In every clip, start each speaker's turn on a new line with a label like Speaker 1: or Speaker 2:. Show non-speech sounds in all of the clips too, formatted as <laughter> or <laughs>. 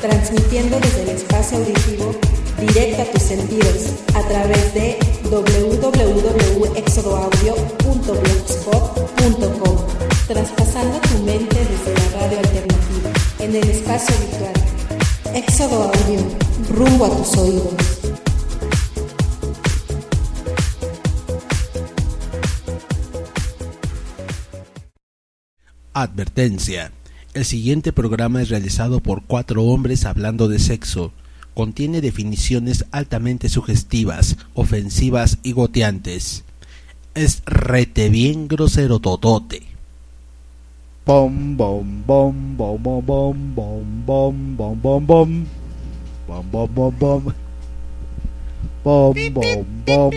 Speaker 1: transmitiendo desde el espacio auditivo directo a tus sentidos a través de www.exodoaudio.blogspot.com, traspasando tu mente desde la radio alternativa en el espacio virtual. Éxodo Audio, rumbo a tus oídos.
Speaker 2: Advertencia. El siguiente programa es realizado por cuatro hombres hablando de sexo. Contiene definiciones altamente sugestivas, ofensivas y goteantes. Es rete bien grosero totote.
Speaker 3: Bom, bom, bom, bom, bom, bom, bom, bom, bom, bom, bom. Bom, bom, bom, bom. Bom, bom, bom, bom,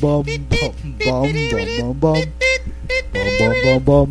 Speaker 3: bom, bom, bom, bom, bom, bom. Bom, bom, bom, bom.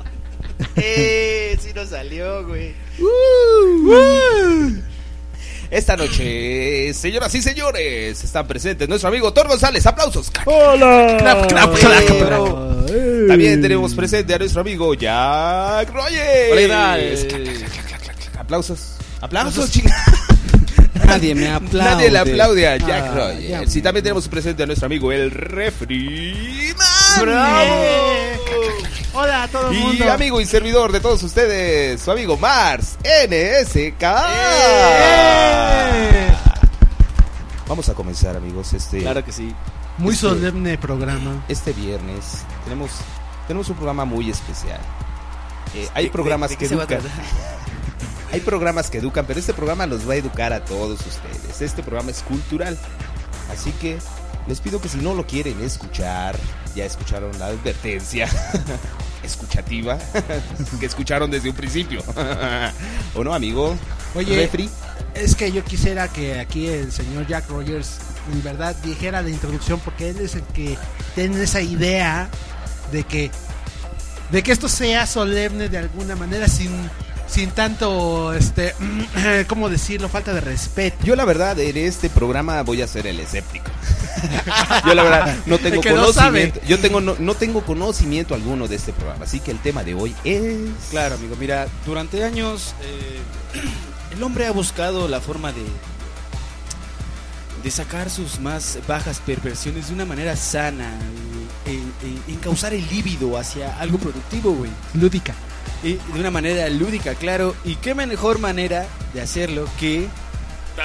Speaker 4: ¡Eh! <laughs> Sí nos salió, güey.
Speaker 5: Uh.
Speaker 4: Esta noche, eh, señoras y señores, están presentes nuestro amigo Thor González. ¡Aplausos!
Speaker 3: Hola.
Speaker 4: Clap, clap, clap, clap.
Speaker 3: Eh.
Speaker 4: También tenemos presente a nuestro amigo Jack Rogers.
Speaker 6: Hola, ¿qué tal?
Speaker 4: Clap, clap, clap, clap, clap, clap. ¡Aplausos! ¡Aplausos, <laughs> chingada!
Speaker 6: Nadie me aplaude.
Speaker 4: Nadie le aplaude a Jack
Speaker 6: Ah, ya,
Speaker 4: Rogers. Y también tenemos presente a nuestro amigo el Refri.
Speaker 5: Hola a todo el
Speaker 4: Y
Speaker 5: mundo.
Speaker 4: amigo y servidor de todos ustedes, su amigo Mars NSK.
Speaker 5: ¡Eh!
Speaker 4: Vamos a comenzar, amigos, este
Speaker 6: Claro que sí.
Speaker 5: Muy
Speaker 4: Este-
Speaker 5: solemne programa.
Speaker 4: este viernes tenemos tenemos un programa muy especial. Eh, hay programas
Speaker 6: ¿De
Speaker 4: que
Speaker 6: qué se va a
Speaker 4: educan,
Speaker 6: tratar?
Speaker 4: hay programas que educan, pero este programa los va a educar a todos ustedes. Este programa es cultural, así que les pido que si no lo quieren escuchar, ya escucharon la advertencia <laughs> escuchativa <laughs> que escucharon desde un principio, <laughs> ¿o no, amigo?
Speaker 5: Oye,
Speaker 4: Refri.
Speaker 5: Es que yo quisiera que aquí el señor Jack Rogers en verdad dijera la introducción porque él es el que tiene esa idea de que de que esto sea solemne de alguna manera sin sin tanto este <clears throat> cómo decirlo falta de respeto.
Speaker 4: Yo la verdad en este programa voy a ser el
Speaker 6: <laughs>
Speaker 4: escéptico. Yo la verdad no tengo
Speaker 5: El que no
Speaker 4: conocimiento. yo tengo no, no tengo conocimiento alguno de este programa, así que el tema de hoy es
Speaker 6: Claro, amigo. Mira, durante años eh, <clears throat> el hombre ha buscado la forma de de sacar sus más bajas perversiones de una manera sana, eh, en, en- encauzar el líbido hacia algo productivo, güey.
Speaker 5: Lúdica.
Speaker 6: Y de una manera lúdica, claro. Y qué mejor manera de hacerlo que.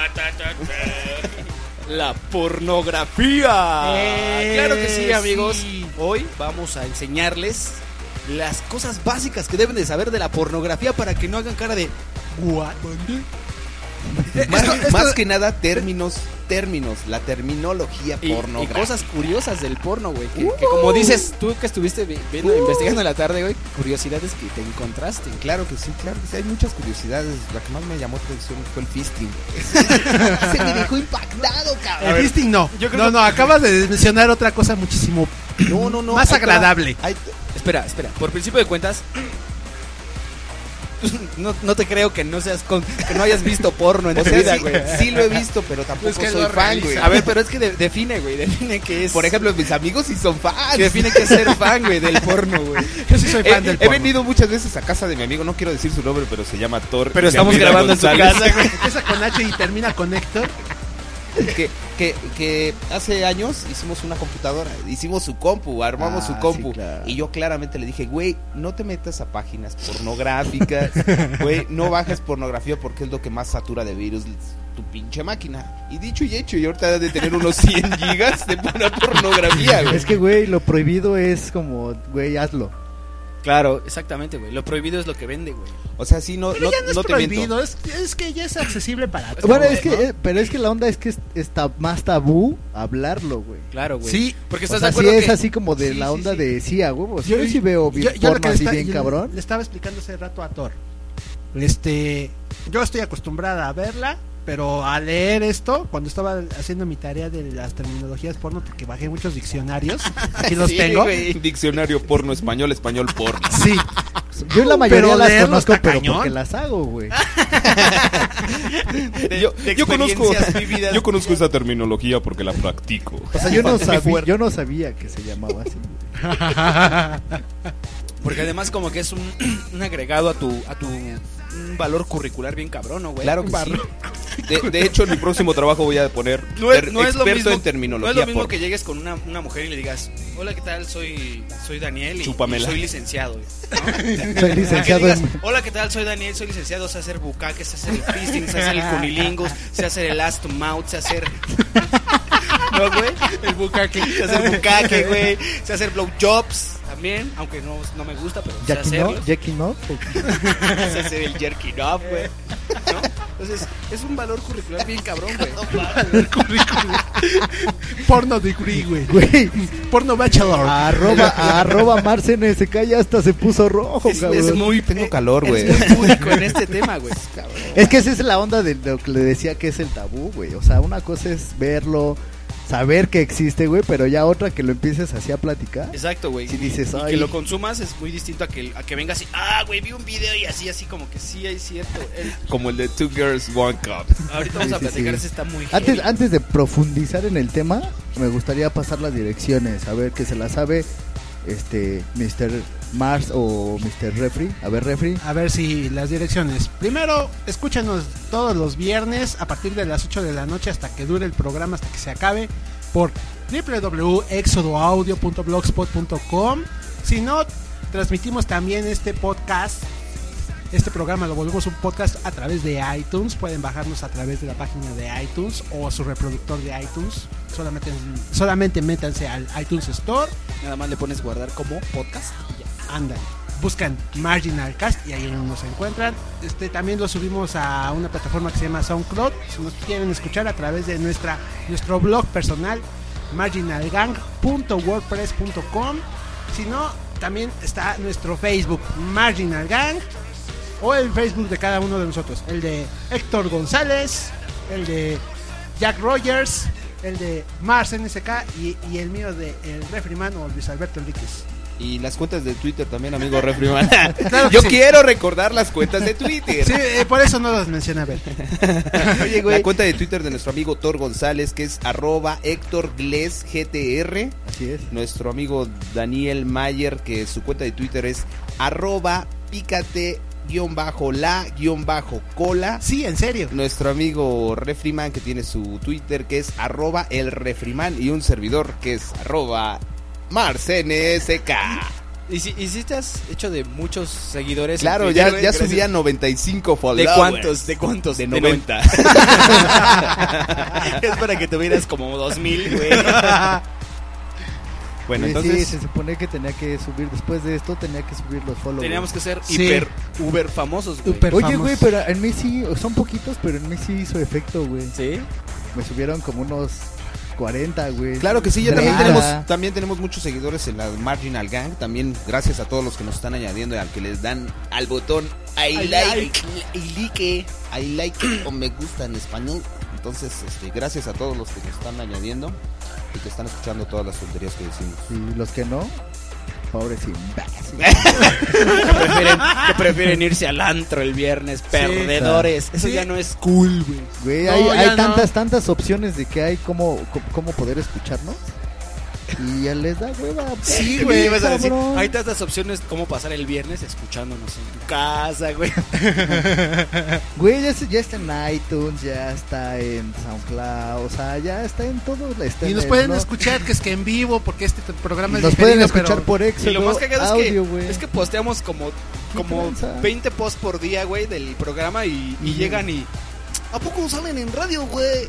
Speaker 6: <laughs> La pornografía.
Speaker 5: Eh,
Speaker 6: claro que sí, amigos.
Speaker 5: sí.
Speaker 6: Hoy vamos a enseñarles las cosas básicas que deben de saber de la pornografía para que no hagan cara de.
Speaker 5: What?
Speaker 4: más,
Speaker 5: esto- esto-
Speaker 4: más que nada términos, términos, la terminología
Speaker 6: Y,
Speaker 4: porno.
Speaker 6: y cosas curiosas del porno, güey. Que, que
Speaker 4: Uh.
Speaker 6: como dices tú que estuviste vi- viendo, investigando en la tarde, güey. Curiosidades que te encontraste.
Speaker 4: Claro que sí, claro que sí. Hay muchas curiosidades. La que más me llamó atención fue el
Speaker 6: <laughs>
Speaker 4: fisting. <laughs> Se me dejó impactado,
Speaker 5: El
Speaker 4: cabrón.
Speaker 5: fisting no. no, no, acabas de mencionar otra cosa muchísimo
Speaker 4: No, no, no.
Speaker 5: más
Speaker 4: ahí te va.
Speaker 5: agradable.
Speaker 4: Ahí te-
Speaker 6: Espera, espera. Por principio de cuentas. <clears throat> No, no te creo que no seas con, que no hayas visto porno en
Speaker 4: O
Speaker 6: tu
Speaker 4: sea,
Speaker 6: vida,
Speaker 4: sí,
Speaker 6: güey.
Speaker 4: sí lo he visto, pero tampoco
Speaker 5: Es que
Speaker 4: soy
Speaker 5: lo
Speaker 4: fan,
Speaker 5: realiza.
Speaker 4: güey.
Speaker 6: A ver, pero es que de- define, güey. Define que es.
Speaker 4: Por ejemplo, mis amigos sí son fans.
Speaker 6: que define que es ser fan,
Speaker 4: <laughs>
Speaker 6: güey, del porno, güey.
Speaker 5: <laughs> Yo sí soy
Speaker 4: He,
Speaker 5: fan del
Speaker 4: Eh, he
Speaker 5: porno.
Speaker 4: venido muchas veces a casa de mi amigo, no quiero decir su nombre, pero se llama Thor.
Speaker 6: Pero
Speaker 4: Mi
Speaker 6: estamos
Speaker 4: amigo
Speaker 6: grabando en su
Speaker 4: González,
Speaker 6: casa,
Speaker 5: <laughs>
Speaker 6: güey.
Speaker 5: Esa con H y termina con Héctor.
Speaker 4: Que, que, que hace años hicimos una computadora, hicimos su compu, armamos
Speaker 6: Ah,
Speaker 4: su compu.
Speaker 6: sí, claro.
Speaker 4: Y yo claramente le dije, güey, no te metas a páginas pornográficas, güey, no bajes pornografía porque es lo que más satura de virus tu pinche máquina. Y dicho y hecho, y ahorita ha de tener unos 100 gigas de pura pornografía, güey.
Speaker 3: Es que, güey, lo prohibido es como, güey, hazlo.
Speaker 6: Claro, exactamente, güey. Lo prohibido es lo que vende, güey.
Speaker 4: O sea, sí, no,
Speaker 5: Pero
Speaker 4: no,
Speaker 5: ya no es
Speaker 4: no te miento.
Speaker 5: prohibido, es, es que ya es accesible para todos.
Speaker 3: Bueno, es que,
Speaker 5: ¿no?
Speaker 3: eh, pero es que la onda es que es- está más tabú hablarlo, güey.
Speaker 6: Claro, güey.
Speaker 5: Sí.
Speaker 3: O
Speaker 6: porque estás
Speaker 3: sea,
Speaker 6: de
Speaker 3: sí
Speaker 6: acuerdo
Speaker 3: es
Speaker 6: que
Speaker 3: así como de
Speaker 5: Sí,
Speaker 3: la
Speaker 5: sí,
Speaker 3: onda
Speaker 5: sí.
Speaker 3: de sí, a huevos. pues, Yo, sí veo
Speaker 5: yo- yo lo
Speaker 3: porno
Speaker 5: que le
Speaker 3: así
Speaker 5: esta-
Speaker 3: bien
Speaker 5: yo le-
Speaker 3: cabrón.
Speaker 5: Le estaba explicando hace rato a Thor. Este, yo estoy acostumbrada a verla pero al leer esto, cuando estaba haciendo mi tarea de las terminologías porno, porque bajé muchos diccionarios, aquí los
Speaker 4: <laughs> Sí,
Speaker 5: tengo.
Speaker 4: güey. Diccionario porno español, español porno.
Speaker 5: Sí,
Speaker 3: Yo la mayoría
Speaker 5: Pero
Speaker 3: las
Speaker 5: leerlo
Speaker 3: conozco,
Speaker 5: está
Speaker 3: pero
Speaker 5: cañón.
Speaker 3: porque las hago,
Speaker 6: <laughs>
Speaker 3: güey.
Speaker 4: yo,
Speaker 6: de
Speaker 4: yo conozco,
Speaker 6: experiencias vividas.
Speaker 4: yo conozco esa terminología porque la practico.
Speaker 3: O sea, yo no,
Speaker 4: Muy
Speaker 3: sabía,
Speaker 4: fuerte.
Speaker 3: yo no sabía que se llamaba
Speaker 6: <laughs>
Speaker 3: así.
Speaker 6: Ah. Porque además como que es un, <clears throat> un agregado a tu a tu un valor curricular bien cabrón, ¿no, güey.
Speaker 4: Claro que sí. De, de hecho, en mi próximo trabajo voy a poner
Speaker 6: No es,
Speaker 4: ter-
Speaker 6: no es lo
Speaker 4: experto
Speaker 6: mismo,
Speaker 4: en terminología
Speaker 6: no es lo mismo
Speaker 4: porno.
Speaker 6: que llegues con una, una mujer y le digas, hola, ¿qué tal? Soy, soy Daniel y, y
Speaker 4: Chúpamela.
Speaker 6: soy licenciado. ¿no?
Speaker 3: <laughs> Soy
Speaker 6: Que
Speaker 3: licenciado
Speaker 6: digas,
Speaker 3: en...
Speaker 6: hola, ¿qué tal? Soy Daniel, soy licenciado, sé hacer bucaques, sé hacer el fisting,
Speaker 4: <laughs>
Speaker 6: sé hacer el cunilingus, sé hacer el last mouth, sé hacer... ¿No, güey? El bucaque. Sé hacer bucaque, güey. Sé hacer blowjobs también, aunque no, no me gusta, pero sé
Speaker 3: Jackie no,
Speaker 6: hacerlo.
Speaker 3: Jackie no. pues,
Speaker 6: <laughs> Sé hacer el jerky off, güey. ¿No? Entonces, es un valor curricular bien cabrón, güey.
Speaker 5: <laughs> porno degree, güey.
Speaker 3: Güey,
Speaker 5: Porno bachelor.
Speaker 4: Ah,
Speaker 3: arroba,
Speaker 6: <laughs>
Speaker 3: arroba Marce NSK ya hasta se puso rojo,
Speaker 6: Es-
Speaker 3: cabrón.
Speaker 6: es muy-
Speaker 4: Tengo calor, güey.
Speaker 6: Es muy único en este tema, güey.
Speaker 3: Es que esa es la onda de lo que le decía que es el tabú, güey. O sea, una cosa es verlo, saber que existe, güey, pero ya otra que lo empieces así a platicar.
Speaker 6: Exacto, güey.
Speaker 3: Si dices,
Speaker 6: y
Speaker 3: "Ay".
Speaker 6: que lo consumas es muy distinto a que, a que vengas y, ah, güey, vi un video y así, así como que sí, hay cierto. El-
Speaker 4: Como el de Two Girls, One Cup.
Speaker 6: ahorita vamos
Speaker 3: Sí,
Speaker 6: a
Speaker 3: sí,
Speaker 6: platicar,
Speaker 3: sí.
Speaker 6: ese está muy
Speaker 3: Antes,
Speaker 6: heavy.
Speaker 3: antes de profundizar en el tema, me gustaría pasar las direcciones, a ver que se las sabe este Mr. Mars o Mr. Refri. A ver, Refri.
Speaker 5: A ver si las direcciones. Primero, escúchanos todos los viernes a partir de las 8 de la noche hasta que dure el programa, hasta que se acabe, por www.exodoaudio.blogspot.com. Si no, transmitimos también este podcast. Este programa lo volvemos un podcast a través de iTunes. Pueden bajarnos a través de la página de iTunes o a su reproductor de iTunes. Solamente, solamente métanse al iTunes Store
Speaker 6: Nada más le pones guardar como podcast y ya.
Speaker 5: andan. Buscan Marginal Cast y ahí nos encuentran. Este también lo subimos a una plataforma que se llama SoundCloud. Si nos quieren escuchar a través de nuestra nuestro blog personal marginalgang.wordpress.com. Si no, también está nuestro Facebook Marginal Gang o el Facebook de cada uno de nosotros, el de Héctor González, el de Jack Rogers, el de Mars NSK y, y el mío de el Refriman o Luis Alberto Enríquez.
Speaker 4: Y las cuentas de Twitter también, amigo Refriman. <laughs>
Speaker 5: <laughs> Claro que
Speaker 4: Yo
Speaker 5: sí.
Speaker 4: quiero recordar las cuentas de Twitter.
Speaker 5: Sí, eh,
Speaker 4: <laughs>
Speaker 5: por eso no las menciona
Speaker 6: <laughs>
Speaker 5: ver.
Speaker 4: Oye, güey. La cuenta de Twitter de nuestro amigo Thor González, que es arroba Héctor Gles GTR.
Speaker 3: Así es.
Speaker 4: Nuestro amigo Daniel Mayer, que su cuenta de Twitter es arroba pícate guión bajo la guión bajo cola.
Speaker 5: Sí, en serio.
Speaker 4: Nuestro amigo Refriman, que tiene su Twitter, que es arroba el Refriman. Y un servidor, que es arroba marcnsk.
Speaker 6: Y si, y si te has hecho de muchos seguidores.
Speaker 4: Claro,
Speaker 6: en
Speaker 4: ya,
Speaker 6: Twitter,
Speaker 4: ya
Speaker 6: güey,
Speaker 4: subía
Speaker 6: gracias.
Speaker 4: 95
Speaker 6: ¿De
Speaker 4: followers.
Speaker 6: cuántos? ¿De cuántos?
Speaker 4: De
Speaker 6: noven-
Speaker 4: 90.
Speaker 6: <laughs> es para que tuvieras como 2000, güey.
Speaker 4: bueno,
Speaker 3: Sí,
Speaker 4: entonces
Speaker 3: sí, se supone que tenía que subir, después de esto tenía que subir los followers.
Speaker 6: Teníamos que ser
Speaker 5: Sí.
Speaker 6: hiper, uber famosos, güey.
Speaker 5: Uper.
Speaker 3: Oye,
Speaker 5: famosos.
Speaker 3: güey, pero en mí sí, son poquitos, pero en mí sí hizo efecto, güey.
Speaker 6: ¿Sí?
Speaker 3: Me subieron como unos 40, güey.
Speaker 4: <laughs> Claro que sí, ya también
Speaker 3: Nada.
Speaker 4: tenemos, también tenemos muchos seguidores en la Marginal Gang. También gracias a todos los que nos están añadiendo y al que les dan al botón I, like, I like, I like o me gusta en español. Entonces, este, gracias a todos los que nos están añadiendo y que están escuchando todas las tonterías que decimos.
Speaker 3: Y los que no, pobres imbéciles.
Speaker 6: Que prefieren, que prefieren irse al antro el viernes, perdedores. Eso
Speaker 5: Sí.
Speaker 6: ya no es cool, güey.
Speaker 3: Güey,
Speaker 5: No,
Speaker 3: hay,
Speaker 5: ya
Speaker 3: hay
Speaker 5: no.
Speaker 3: tantas, tantas opciones de que hay cómo, cómo, cómo poder escucharnos. Y ya les da hueva.
Speaker 6: Sí,
Speaker 3: pues,
Speaker 6: güey, ibas a decir,
Speaker 3: cabrón.
Speaker 6: hay tantas opciones como pasar el viernes escuchándonos en tu casa, güey.
Speaker 3: Güey, ya, se- ya está en iTunes, ya está en SoundCloud, o sea, ya está en todo. Está
Speaker 5: Y
Speaker 3: en
Speaker 5: nos
Speaker 3: el
Speaker 5: pueden
Speaker 3: blog.
Speaker 5: escuchar, que es que en vivo, porque este t- programa es
Speaker 3: Nos pueden
Speaker 5: diferido,
Speaker 3: escuchar
Speaker 5: pero-
Speaker 3: por Exo,
Speaker 6: Y lo más cagado
Speaker 3: audio,
Speaker 6: es, que,
Speaker 3: güey.
Speaker 6: es que posteamos como, como
Speaker 3: tranza?
Speaker 6: 20 posts por día, güey, del programa y, y
Speaker 3: Ujú.
Speaker 6: llegan y... ¿A poco salen en radio, güey?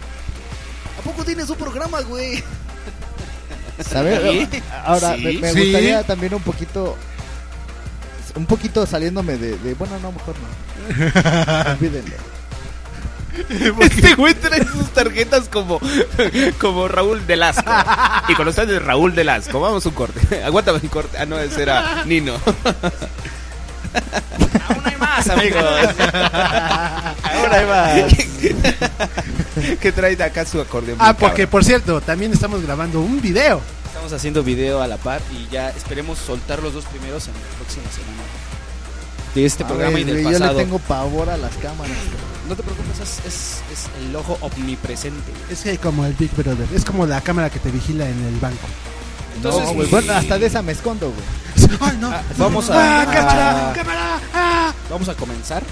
Speaker 6: ¿A poco tienes un programa,
Speaker 5: <laughs>
Speaker 6: güey?
Speaker 3: ¿Sabes?
Speaker 6: Sí.
Speaker 3: Ahora,
Speaker 6: Sí.
Speaker 3: me, me
Speaker 5: Sí.
Speaker 3: gustaría también un poquito. Un poquito saliéndome de. de- bueno, no, mejor no.
Speaker 5: <laughs>
Speaker 3: Olvídenlo.
Speaker 4: Este güey trae sus tarjetas como, <laughs> como Raúl Delasco. Y con ustedes Raúl Delasco. Vamos un <laughs> corte. Aguántame el corte. Ah, no, ese era Nino.
Speaker 6: Aún hay más. más, amigos.
Speaker 4: Ahora <laughs> va. que trae acá su acordeón.
Speaker 5: Ah,
Speaker 4: bien
Speaker 5: porque
Speaker 4: cabrón.
Speaker 5: por cierto, también estamos grabando un video.
Speaker 6: Estamos haciendo video a la par y ya esperemos soltar los dos primeros en la próxima semana. De este
Speaker 3: A
Speaker 6: programa
Speaker 3: ver,
Speaker 6: y del
Speaker 3: güey, yo
Speaker 6: pasado.
Speaker 3: le tengo pavor a las cámaras. cabrón.
Speaker 6: No te preocupes, es, es- es el ojo omnipresente.
Speaker 5: Es que como el Big Brother, es como la cámara que te vigila en el banco.
Speaker 6: Entonces,
Speaker 3: No, güey,
Speaker 6: mi-
Speaker 3: bueno, hasta de
Speaker 6: <laughs>
Speaker 3: esa me escondo, güey.
Speaker 5: ¡Ay, no!
Speaker 6: Ah, vamos a,
Speaker 5: ¡Ah, cámara!
Speaker 6: a-
Speaker 5: ¡Cámara! ¡Ah!
Speaker 6: vamos a comenzar.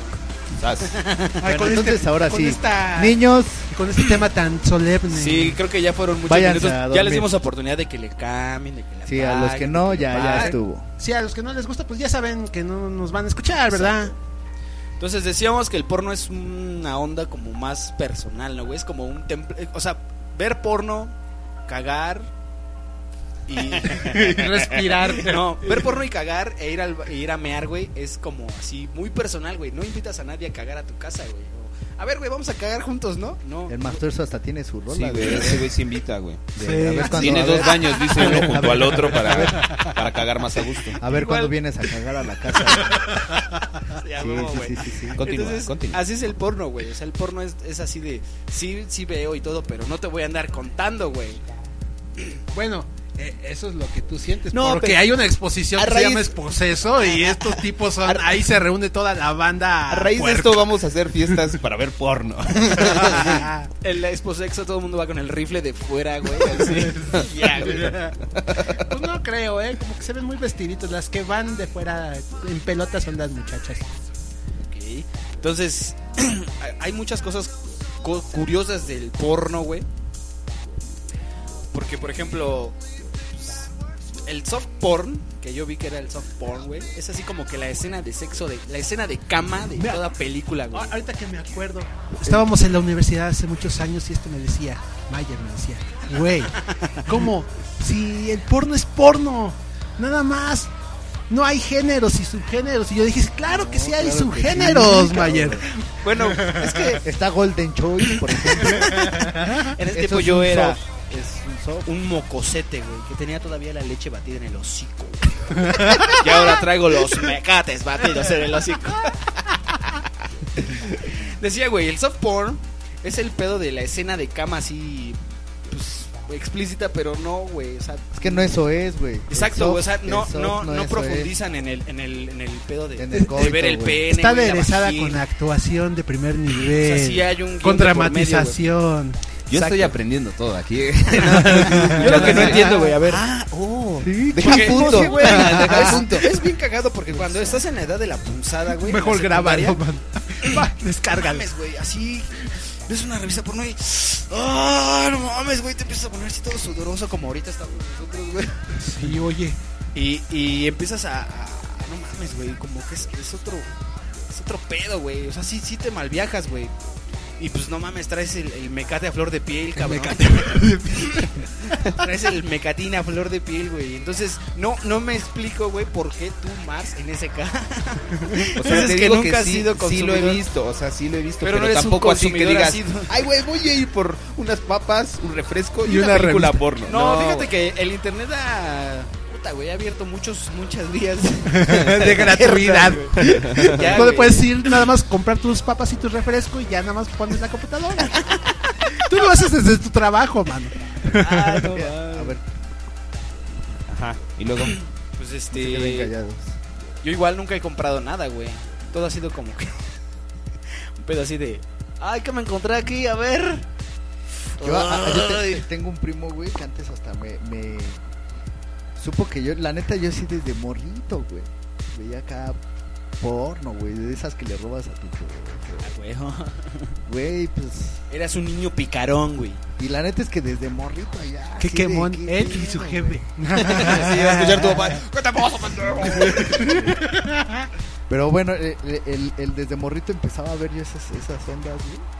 Speaker 4: Sas.
Speaker 5: Ay,
Speaker 3: Bueno,
Speaker 5: con
Speaker 3: entonces
Speaker 5: este-
Speaker 3: ahora
Speaker 5: con
Speaker 3: sí.
Speaker 5: esta-
Speaker 3: Niños,
Speaker 5: con este tema tan solemne.
Speaker 6: Sí, creo que ya fueron muchos
Speaker 3: Váyanse a
Speaker 6: minutos. Ya
Speaker 3: dormir.
Speaker 6: les dimos oportunidad de que le cambien, de que le
Speaker 3: sí, a los
Speaker 6: apaguen,
Speaker 3: que
Speaker 6: de
Speaker 3: no,
Speaker 6: le
Speaker 3: ya,
Speaker 6: paren.
Speaker 3: ya estuvo.
Speaker 5: Sí, a los que no les gusta, pues ya saben que no nos van a escuchar, ¿verdad?
Speaker 6: Entonces decíamos que el porno es una onda como más personal, ¿no, güey? Es como un temple... eh, O sea, ver porno, cagar y...
Speaker 5: Respirar.
Speaker 6: No, ver porno y cagar e ir, al, e ir a mear, güey, es como así muy personal, güey. No invitas a nadie a cagar a tu casa, güey. O, a ver, güey, vamos a cagar juntos, ¿no? No.
Speaker 3: El Masturzo hasta tiene su
Speaker 4: Sí,
Speaker 3: rola,
Speaker 4: güey, ese güey se invita, güey.
Speaker 3: De-
Speaker 5: Sí.
Speaker 3: A ver cuando,
Speaker 4: Tiene
Speaker 3: <laughs> a
Speaker 4: dos
Speaker 3: ver-
Speaker 4: baños, dice uno junto al otro para, para cagar más a gusto.
Speaker 3: A ver cuando
Speaker 6: Igual.
Speaker 3: vienes a cagar a la casa.
Speaker 6: <laughs> Ya,
Speaker 3: Sí,
Speaker 6: no, güey.
Speaker 3: sí, sí, sí, sí.
Speaker 4: Continúa,
Speaker 6: Entonces,
Speaker 4: continúa.
Speaker 6: Así es el porno, güey. O sea, el porno es, es así de... Sí, sí veo y todo, pero no te voy a andar contando, güey.
Speaker 5: Bueno, eh, eso es lo que tú sientes.
Speaker 6: No,
Speaker 5: porque
Speaker 6: pero-
Speaker 5: hay una exposición
Speaker 4: a
Speaker 5: que
Speaker 4: raíz-
Speaker 5: se llama Exposeso y estos tipos son. ahí se reúne toda la banda.
Speaker 4: A raíz de
Speaker 5: puerco.
Speaker 4: esto vamos a hacer fiestas para ver porno.
Speaker 6: Ah, El exposexo, todo el mundo va con el rifle de fuera,
Speaker 5: <laughs>
Speaker 6: güey. Así. <laughs> ya, güey.
Speaker 5: <laughs> Pues no creo, ¿eh? Como que se ven muy vestiditos. Las que van de fuera en pelotas son las muchachas.
Speaker 6: Ok. Entonces, <clears throat> hay muchas cosas cu- curiosas del porno, güey. Porque, por ejemplo, pues, el soft porn, que yo vi que era el soft porn, güey, es así como que la escena de sexo, de la escena de cama de
Speaker 5: Mira.
Speaker 6: toda película, güey.
Speaker 5: Ah, Ahorita que me acuerdo, estábamos en la universidad hace muchos años y este me decía, Mayer me decía, güey, ¿cómo? Si el porno es porno, nada más. No hay géneros y subgéneros. Y yo dije, claro que sí hay
Speaker 3: claro que sí,
Speaker 5: subgéneros,
Speaker 3: cabrón.
Speaker 5: Mayer.
Speaker 6: Bueno, es que
Speaker 3: <laughs> Está Golden Choice, por ejemplo.
Speaker 6: <laughs> en ese
Speaker 3: Eso
Speaker 6: tiempo
Speaker 3: es
Speaker 6: yo
Speaker 3: un
Speaker 6: era
Speaker 3: soft, Es un soft.
Speaker 6: un mocosete, güey, que tenía todavía la leche batida en el hocico. güey. <laughs> y ahora traigo los mecates batidos en el hocico. <laughs> Decía, güey, el soft porn es el pedo de la escena de cama así, pues, explícita, pero no, güey, o sea...
Speaker 3: Es que no eso es, güey.
Speaker 6: Exacto, güey, o sea,
Speaker 3: El soft-
Speaker 6: no,
Speaker 3: el soft
Speaker 6: no, no,
Speaker 3: eso
Speaker 6: profundizan en el, en, el, en el pedo de,
Speaker 3: En el
Speaker 6: de
Speaker 3: coito,
Speaker 6: ver el
Speaker 3: güey.
Speaker 6: pene,
Speaker 5: Está
Speaker 6: güey, la
Speaker 5: aderezada
Speaker 6: vagina.
Speaker 5: con actuación de primer
Speaker 6: O
Speaker 5: nivel.
Speaker 6: sea, sí hay un guión
Speaker 5: con
Speaker 6: de por medio,
Speaker 5: dramatización.
Speaker 4: Yo estoy aprendiendo todo aquí. Lo que no
Speaker 6: entiendo, güey,
Speaker 4: a ver.
Speaker 6: Oh,
Speaker 3: Sí,
Speaker 4: Deja
Speaker 3: güey,
Speaker 4: punto.
Speaker 3: no, sí,
Speaker 5: <laughs>
Speaker 3: güey.
Speaker 6: es, es bien cagado porque cuando estás en la edad de la punzada, güey. en la
Speaker 5: Mejor
Speaker 6: secundaria,
Speaker 5: grábalo, man.
Speaker 6: <coughs>
Speaker 5: Va,
Speaker 6: No
Speaker 5: Descárgalo.
Speaker 6: mames, güey, así ves una revista porno y ah, no mames, güey, te empiezas a poner así todo sudoroso como ahorita estamos nosotros, güey.
Speaker 5: Sí, oye.
Speaker 6: Y, y empiezas a, a- no mames, güey, como que es, es otro es otro pedo, güey. O sea, sí sí te malviajas, güey. Y pues no mames, traes el, el mecate a flor de piel, cabrón. <laughs> traes el mecatín a flor de piel, güey. Entonces, no no me explico, güey, por qué tú más en ese caso.
Speaker 4: O
Speaker 6: <laughs>
Speaker 4: sea,
Speaker 6: Dices
Speaker 4: te
Speaker 6: que
Speaker 4: digo
Speaker 6: nunca
Speaker 4: que
Speaker 6: has
Speaker 4: sí,
Speaker 6: sido
Speaker 4: sí lo he
Speaker 6: consumidor.
Speaker 4: visto, o sea, sí lo he visto,
Speaker 6: Pero
Speaker 4: pero,
Speaker 6: no eres un
Speaker 4: tampoco así que
Speaker 6: consumidor
Speaker 4: digas,
Speaker 6: asiduo.
Speaker 4: ay güey, voy a ir por unas papas, un refresco y,
Speaker 5: Y
Speaker 4: una,
Speaker 5: una
Speaker 4: película
Speaker 5: revista.
Speaker 4: porno.
Speaker 6: No, fíjate que el internet ha. Puta, güey, ha abierto muchos, muchas vías.
Speaker 5: <laughs> de <laughs> gratuidad.
Speaker 6: <laughs> Ya,
Speaker 5: no le
Speaker 6: güey.
Speaker 5: puedes ir nada más comprar tus papas y tu refresco y ya nada más pones la <laughs> computadora. Tú lo haces desde tu trabajo, mano.
Speaker 6: Ah,
Speaker 5: <laughs>
Speaker 6: no,
Speaker 3: A
Speaker 6: mames.
Speaker 3: ver,
Speaker 4: Ajá. Y luego
Speaker 6: pues
Speaker 3: se queden
Speaker 6: este.
Speaker 3: callados.
Speaker 6: Yo igual nunca he comprado nada, güey. Todo ha sido como que. <laughs> Un pedo así de. Ay, que me encontré aquí, a ver.
Speaker 3: Yo,
Speaker 4: ah,
Speaker 3: a- a- yo te-
Speaker 6: Ay.
Speaker 3: tengo un primo, güey, que antes hasta me, me- Supo que yo, la neta, yo sí desde morrito, güey. Veía acá porno, güey, de esas que le robas a tu...
Speaker 6: Ah, güey, oh.
Speaker 3: Güey, pues...
Speaker 6: Eras un niño picarón, güey.
Speaker 3: Y la neta es que desde morrito allá...
Speaker 5: Qué
Speaker 3: así de,
Speaker 5: quemón.
Speaker 3: ¿qué
Speaker 5: Él y su
Speaker 3: pedo,
Speaker 5: jefe. <laughs>
Speaker 3: güey?
Speaker 4: así a escuchar tu papá, ¿qué te pasa, pendejo?"
Speaker 3: <laughs> Pero bueno, el, el- el desde morrito empezaba a ver yo esas, esas ondas, güey.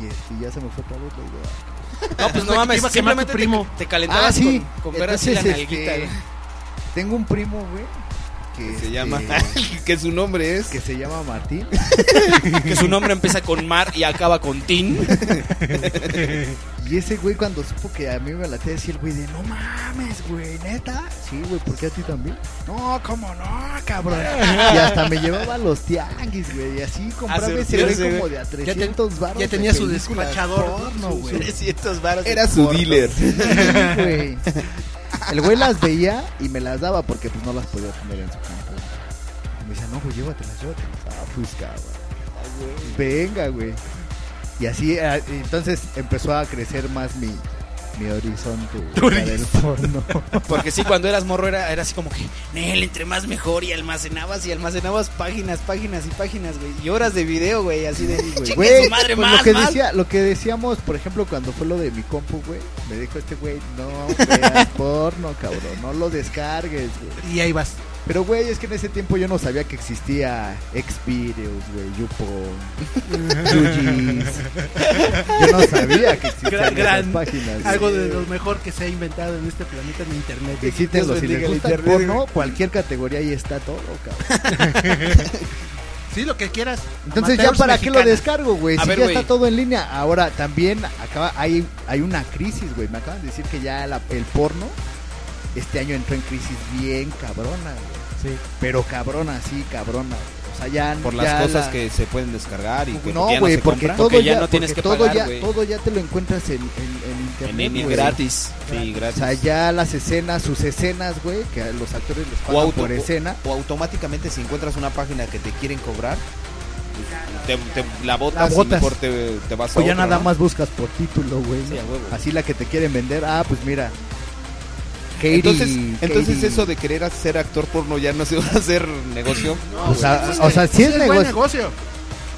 Speaker 3: Y este, ya se me fue otra vez la idea.
Speaker 6: No,
Speaker 5: <laughs>
Speaker 6: pues no mames,
Speaker 5: iba a quemar
Speaker 6: simplemente
Speaker 5: tu primo.
Speaker 6: Te, te calentabas
Speaker 3: Ah, sí.
Speaker 6: con, con ver así la
Speaker 3: Entonces,
Speaker 6: nalguita,
Speaker 3: este,
Speaker 6: güey.
Speaker 5: <laughs>
Speaker 3: Tengo un primo, güey, que,
Speaker 4: que
Speaker 3: este,
Speaker 4: se llama, <laughs> que su nombre es.
Speaker 3: que se llama Martín.
Speaker 6: <laughs> Que su nombre empieza con Mar y acaba con
Speaker 3: <laughs>
Speaker 6: Tin.
Speaker 3: Y ese güey cuando supo que a mí me laté decía el güey de no mames, güey, neta. Sí, güey, ¿por qué a ti también? No, cómo no,
Speaker 4: <laughs>
Speaker 3: cabrón. Y hasta me llevaba a los tianguis, güey. Y así compraba ese
Speaker 4: Acertarse,
Speaker 3: güey
Speaker 4: güey.
Speaker 3: como de a 300 baros.
Speaker 5: ya
Speaker 3: de
Speaker 5: tenía su
Speaker 3: películas
Speaker 5: despachador,
Speaker 3: porno,
Speaker 5: <laughs> su-
Speaker 3: güey.
Speaker 6: 300 varos.
Speaker 4: Era su
Speaker 5: <laughs>
Speaker 4: dealer.
Speaker 3: Sí, güey. El güey las veía y me las daba porque pues no las podía tener en su campo. Y me decía, no, güey, llévatelas, llévatelas. Ah, pues cabrón. Venga, güey. Y así, ah, entonces empezó a crecer más mi, mi horizonte güey, para el porno.
Speaker 6: Porque sí, cuando eras morro era, era así como que, Nel, entre más mejor. Y almacenabas y almacenabas páginas, páginas y páginas, güey. Y horas de video, güey.
Speaker 3: <laughs>
Speaker 6: Así de, "Chingue
Speaker 3: Güey,
Speaker 6: su madre,
Speaker 3: pues,
Speaker 6: más,
Speaker 3: lo, que
Speaker 6: más".
Speaker 3: decía, lo que decíamos, por ejemplo, cuando fue lo de mi compu, güey, me dijo este güey, no veas porno, cabrón, no lo descargues, güey.
Speaker 5: Y ahí vas.
Speaker 3: Pero, güey, es que en ese tiempo yo no sabía que existía Xvideos, güey, YouPorn, Yugis. Yo no sabía que existían
Speaker 5: Gran-
Speaker 3: esas
Speaker 5: gran-
Speaker 3: páginas. güey.
Speaker 5: Algo de lo mejor que se ha inventado en este planeta en internet.
Speaker 3: Visítenlo,
Speaker 4: Dios
Speaker 3: si
Speaker 4: bendiga
Speaker 3: les
Speaker 4: el
Speaker 3: gusta el
Speaker 4: internet,
Speaker 3: porno, cualquier categoría ahí está todo, cabrón.
Speaker 5: <laughs> Sí, lo que quieras.
Speaker 3: Entonces, ¿ya
Speaker 5: Amateurs
Speaker 3: para qué lo
Speaker 5: mexicanos.
Speaker 3: descargo, güey?
Speaker 6: A
Speaker 3: Si
Speaker 6: ver,
Speaker 3: ya
Speaker 6: güey.
Speaker 3: está todo en línea. Ahora, también acaba, hay, hay una crisis, güey. Me acaban de decir que ya la- el porno este año entró en crisis bien cabrona, güey.
Speaker 5: Sí.
Speaker 3: Pero cabrona, sí, cabrona. güey. O sea, ya
Speaker 4: Por las
Speaker 3: ya
Speaker 4: cosas
Speaker 3: la-
Speaker 4: que se pueden descargar y que
Speaker 3: No,
Speaker 4: ya
Speaker 3: güey,
Speaker 4: se
Speaker 3: porque
Speaker 4: compran.
Speaker 3: todo
Speaker 6: Porque
Speaker 3: ya,
Speaker 6: ya no tienes
Speaker 3: porque
Speaker 6: que
Speaker 3: todo
Speaker 6: pagar,
Speaker 3: ya,
Speaker 6: güey.
Speaker 3: todo ya te lo encuentras en, en, en internet,
Speaker 4: En línea
Speaker 3: güey.
Speaker 4: gratis. Sí,
Speaker 3: O sea,
Speaker 4: gratis.
Speaker 3: ya las escenas, sus escenas, güey, que a los actores les pagan
Speaker 4: auto-
Speaker 3: por escena.
Speaker 4: o automáticamente si encuentras una página que te quieren cobrar, te, te- la botas,
Speaker 3: La botas.
Speaker 4: y mejor te, te vas a
Speaker 3: O ya
Speaker 4: otra,
Speaker 3: nada
Speaker 4: ¿no?
Speaker 3: más buscas por título, güey.
Speaker 4: Sí, a huevo.
Speaker 3: Así la que te quieren vender, ah, pues mira. Katie-
Speaker 4: Entonces, entonces
Speaker 3: Katie-
Speaker 4: eso de querer hacer actor porno ya no se va a hacer negocio.
Speaker 3: O sea, o sea, sí
Speaker 5: Sí
Speaker 3: es
Speaker 5: buen
Speaker 3: negocio.
Speaker 5: negocio.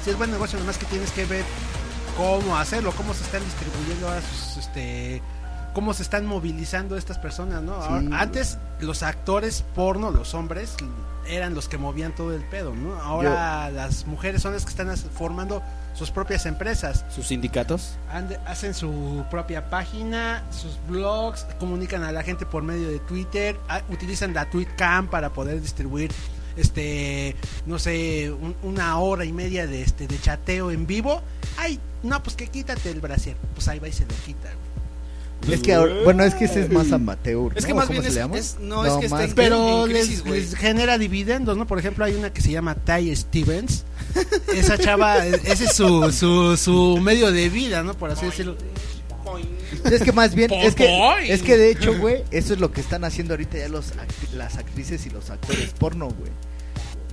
Speaker 5: Sí es buen negocio, nomás que tienes que ver cómo hacerlo, cómo se están distribuyendo ahora sus, este, cómo se están movilizando estas personas, ¿no? Ahora-
Speaker 3: Sí.
Speaker 5: Antes los actores porno, los hombres eran los que movían todo el pedo, ¿no? Ahora las mujeres son las que están as- formando sus propias empresas,
Speaker 6: Sus sindicatos.
Speaker 5: Ande- hacen su propia página, sus blogs, comunican a la gente por medio de Twitter, a- utilizan la Tweetcam para poder distribuir este no sé un- una hora y media de este de chateo en vivo ay no pues que quítate el brasier pues ahí va y se lo quita güey.
Speaker 3: Es que ahora- bueno, es que ese es más amateur.
Speaker 6: Es que
Speaker 3: ¿no?
Speaker 6: más
Speaker 3: ¿Cómo
Speaker 6: bien
Speaker 3: se
Speaker 6: es-
Speaker 3: le llama?
Speaker 6: es- no, es que está
Speaker 3: más
Speaker 6: en-
Speaker 3: bien-
Speaker 5: pero
Speaker 6: en
Speaker 5: les,
Speaker 6: crisis, güey.
Speaker 5: les genera dividendos no por ejemplo hay una que se llama Ty Stevens esa chava e- ese es su, su, su medio de vida no por así decirlo
Speaker 3: Es que más bien, es
Speaker 6: Popoy.
Speaker 3: que, es que de hecho, güey, eso es lo que están haciendo ahorita ya los act- las actrices y los actores porno, güey.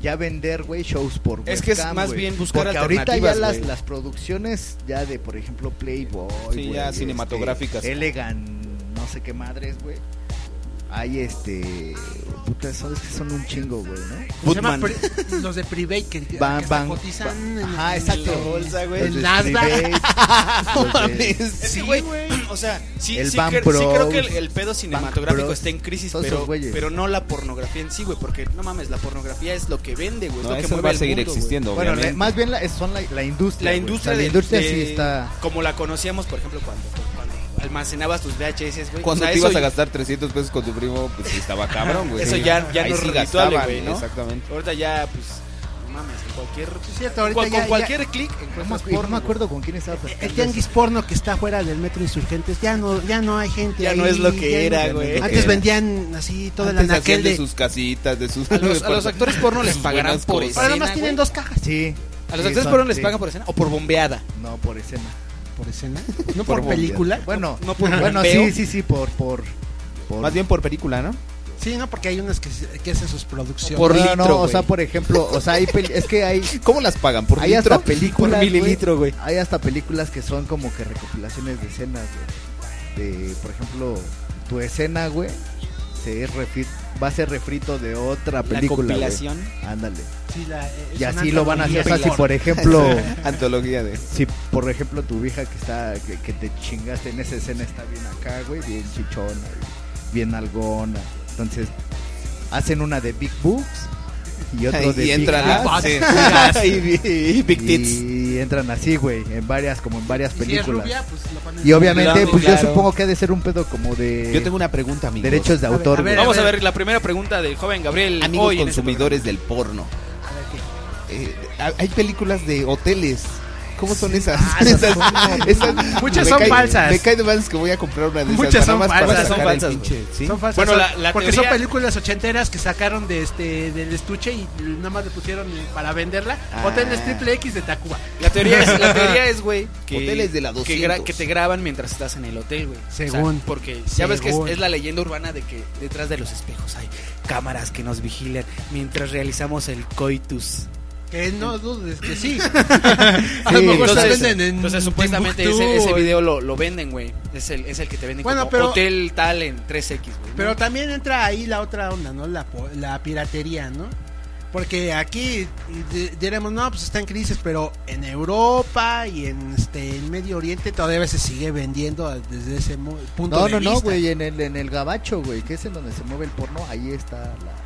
Speaker 3: Ya vender, güey, shows por
Speaker 6: Es que es
Speaker 3: webcam,
Speaker 6: más
Speaker 3: güey.
Speaker 6: bien buscar
Speaker 3: Porque ahorita ya
Speaker 6: alternativas,
Speaker 3: las,
Speaker 6: güey.
Speaker 3: las producciones ya de, por ejemplo, Playboy,
Speaker 4: Sí,
Speaker 3: güey,
Speaker 4: ya
Speaker 3: este,
Speaker 4: cinematográficas.
Speaker 3: Elegant, no sé qué madres, güey. Hay este... Puta, son, es que son un chingo, güey, ¿no?
Speaker 5: Se llama
Speaker 6: Putman.
Speaker 5: Pri- los de Private que, que
Speaker 3: Van-
Speaker 5: se
Speaker 3: van-
Speaker 5: cotizan
Speaker 3: van-
Speaker 5: en-
Speaker 3: ajá,
Speaker 5: en
Speaker 3: exacto.
Speaker 5: la bolsa, güey.
Speaker 3: Los de
Speaker 5: En Nasdaq.
Speaker 3: Street Babe, los de-
Speaker 6: Es
Speaker 5: Sí,
Speaker 6: que, güey,
Speaker 5: güey.
Speaker 6: o sea, sí,
Speaker 3: El
Speaker 6: sí,
Speaker 3: Bang
Speaker 6: cre- sí creo
Speaker 3: Bros,
Speaker 6: que el, el pedo cinematográfico
Speaker 3: Bros,
Speaker 6: está en crisis,
Speaker 3: todos esos
Speaker 6: pero,
Speaker 3: güeyes.
Speaker 6: pero no la pornografía en sí, güey, porque no mames, la pornografía es lo que vende, güey, es
Speaker 4: No,
Speaker 6: lo que
Speaker 4: eso
Speaker 6: mueve
Speaker 4: va a
Speaker 6: al
Speaker 4: seguir
Speaker 6: mundo, güey.
Speaker 4: existiendo,
Speaker 3: Bueno,
Speaker 4: obviamente.
Speaker 3: la- más bien la, es- son la, la industria.
Speaker 6: La
Speaker 3: güey. O sea,
Speaker 6: industria, de-
Speaker 3: la industria
Speaker 6: de-
Speaker 3: sí está.
Speaker 6: Como la conocíamos, por ejemplo, cuando, cuando almacenabas tus VHS, güey.
Speaker 4: Cuando
Speaker 6: O sea,
Speaker 4: te
Speaker 6: eso
Speaker 4: ibas a
Speaker 6: ya-
Speaker 4: gastar 300 pesos con tu primo, pues sí estaba cabrón, güey.
Speaker 6: Eso ya- ya
Speaker 4: Ahí
Speaker 6: no es
Speaker 4: sí
Speaker 6: redituable,
Speaker 4: gastaban,
Speaker 6: güey, ¿no?
Speaker 4: Exactamente.
Speaker 6: Ahorita ya, pues, no mames, en cualquier...
Speaker 5: Es cierto, ahorita
Speaker 6: con
Speaker 5: ya- ya-
Speaker 6: cualquier clic encuentras
Speaker 3: Y no
Speaker 6: porno,
Speaker 3: me acuerdo con quién estaba platicando
Speaker 5: El tianguis porno que está fuera del metro Insurgentes, ya no, ya no hay gente.
Speaker 6: Ya
Speaker 5: ahí,
Speaker 6: no es lo que
Speaker 5: ya no-
Speaker 6: era,
Speaker 4: ya no es
Speaker 6: güey.
Speaker 4: lo que
Speaker 5: Antes
Speaker 4: era.
Speaker 5: vendían así todo el
Speaker 4: Antes hacían
Speaker 5: anaquel
Speaker 4: de
Speaker 5: de.
Speaker 4: sus casitas, <laughs> de sus...
Speaker 6: A los, a los actores porno les
Speaker 4: Sus
Speaker 6: pagarán
Speaker 4: buenas
Speaker 6: por
Speaker 4: cosas.
Speaker 6: escena,
Speaker 5: Ahora nomás tienen
Speaker 6: güey.
Speaker 5: dos cajas.
Speaker 3: Sí.
Speaker 6: A los
Speaker 3: Sí,
Speaker 6: actores
Speaker 3: son-
Speaker 6: porno les
Speaker 3: sí.
Speaker 6: pagan por escena o por bombeada.
Speaker 3: No, por escena. <laughs>
Speaker 5: Por escena. No
Speaker 3: Por
Speaker 5: por,
Speaker 3: bombeo.
Speaker 5: película.
Speaker 3: Bueno,
Speaker 6: no por
Speaker 3: bueno
Speaker 6: bombeo.
Speaker 3: sí, sí, sí, por. por, por-
Speaker 4: Más bien por película, ¿no?
Speaker 5: Sí, no, porque hay unas que, se- que hacen sus producciones.
Speaker 6: por
Speaker 3: no,
Speaker 6: litro,
Speaker 3: no, o
Speaker 6: güey.
Speaker 3: sea, por ejemplo, o sea, hay peli- es que
Speaker 6: <laughs>
Speaker 3: hay.
Speaker 4: ¿Cómo las pagan? ¿Por
Speaker 3: hay
Speaker 4: litro?
Speaker 3: hasta películas.
Speaker 6: Por mililitro, güey.
Speaker 3: Hay hasta películas que son como que recopilaciones de escenas, güey. De, por ejemplo, tu escena, güey, se es refi- va a ser refrito de otra
Speaker 6: la
Speaker 3: película. güey.
Speaker 6: compilación.
Speaker 3: Ándale.
Speaker 5: Sí, la- eh,
Speaker 3: Y
Speaker 5: son
Speaker 3: así lo van a hacer.
Speaker 5: antologías
Speaker 3: O sea, si
Speaker 5: porno.
Speaker 3: por
Speaker 5: <laughs>
Speaker 3: ejemplo.
Speaker 4: Antología de...
Speaker 3: Si, por ejemplo, tu hija que está que, que te chingaste en esa escena está bien acá, güey, bien chichona, güey, bien algona. Entonces, hacen una de Big Boobs y otro de
Speaker 4: Y
Speaker 3: Big
Speaker 4: entra
Speaker 3: Ass, <laughs>
Speaker 4: la...
Speaker 5: Ass.
Speaker 4: sí.
Speaker 6: y, y- y Big
Speaker 3: y
Speaker 6: Tits.
Speaker 3: y entran así, güey, en varias, como en varias
Speaker 5: Y si es
Speaker 3: películas.
Speaker 5: rubia, pues la ponen.
Speaker 3: Y obviamente,
Speaker 6: Claro,
Speaker 3: pues yo
Speaker 4: claro.
Speaker 3: supongo que ha de ser un pedo como de
Speaker 4: Yo tengo una pregunta, amigos.
Speaker 3: derechos de autor.
Speaker 5: a ver,
Speaker 3: güey.
Speaker 6: Vamos a ver la primera pregunta del joven Gabriel.
Speaker 4: Amigos
Speaker 6: hoy en este
Speaker 4: consumidores del porno. Eh, hay películas de hoteles. ¿Cómo son esas?
Speaker 5: Ah,
Speaker 4: <laughs> Esas- esas-
Speaker 5: Muchas
Speaker 4: me
Speaker 5: son
Speaker 4: cae-
Speaker 5: falsas.
Speaker 4: Me cae de más que voy a comprar una de esas.
Speaker 5: Muchas son
Speaker 4: nada más para
Speaker 5: falsas,
Speaker 4: sacar
Speaker 6: son
Speaker 4: el
Speaker 6: falsas,
Speaker 4: pinche, ¿sí?
Speaker 5: Son falsas.
Speaker 6: Bueno,
Speaker 5: son-
Speaker 6: la- la
Speaker 5: porque
Speaker 6: teoría-
Speaker 5: son películas ochenteras que sacaron de este del estuche y nada más le pusieron eh, para venderla.
Speaker 4: Ah.
Speaker 5: Hoteles triple X de Tacuba.
Speaker 6: La teoría es, la teoría es,
Speaker 4: <laughs>
Speaker 6: güey, que,
Speaker 4: Hoteles de la
Speaker 6: que,
Speaker 4: 200.
Speaker 6: que te graban mientras estás en el hotel, güey.
Speaker 5: Según.
Speaker 6: porque ya ves que es,
Speaker 5: Según.
Speaker 6: es la leyenda urbana de que detrás de los espejos hay cámaras que nos vigilan mientras realizamos el coitus. <laughs>
Speaker 5: Que no dudes
Speaker 3: <laughs>
Speaker 5: que sí.
Speaker 3: A lo mejor
Speaker 5: se
Speaker 6: entonces,
Speaker 5: venden en
Speaker 6: entonces, supuestamente
Speaker 5: Timbuktu,
Speaker 6: ese, ese
Speaker 5: güey.
Speaker 6: video lo, lo venden, güey. Es el, es el que te venden
Speaker 5: Bueno,
Speaker 6: como
Speaker 5: pero-
Speaker 6: hotel tal en 3X, güey. ¿no?
Speaker 5: Pero también entra ahí la otra onda, ¿no? La, po- la piratería, ¿no? Porque aquí di- diremos, no, pues está en crisis, pero en Europa y en este en Medio Oriente todavía se sigue vendiendo desde ese mo- punto
Speaker 3: No,
Speaker 5: de
Speaker 3: no,
Speaker 5: vista.
Speaker 3: no, güey, en el, en el gabacho, güey, que es en donde se mueve el porno, ahí está la... crisis.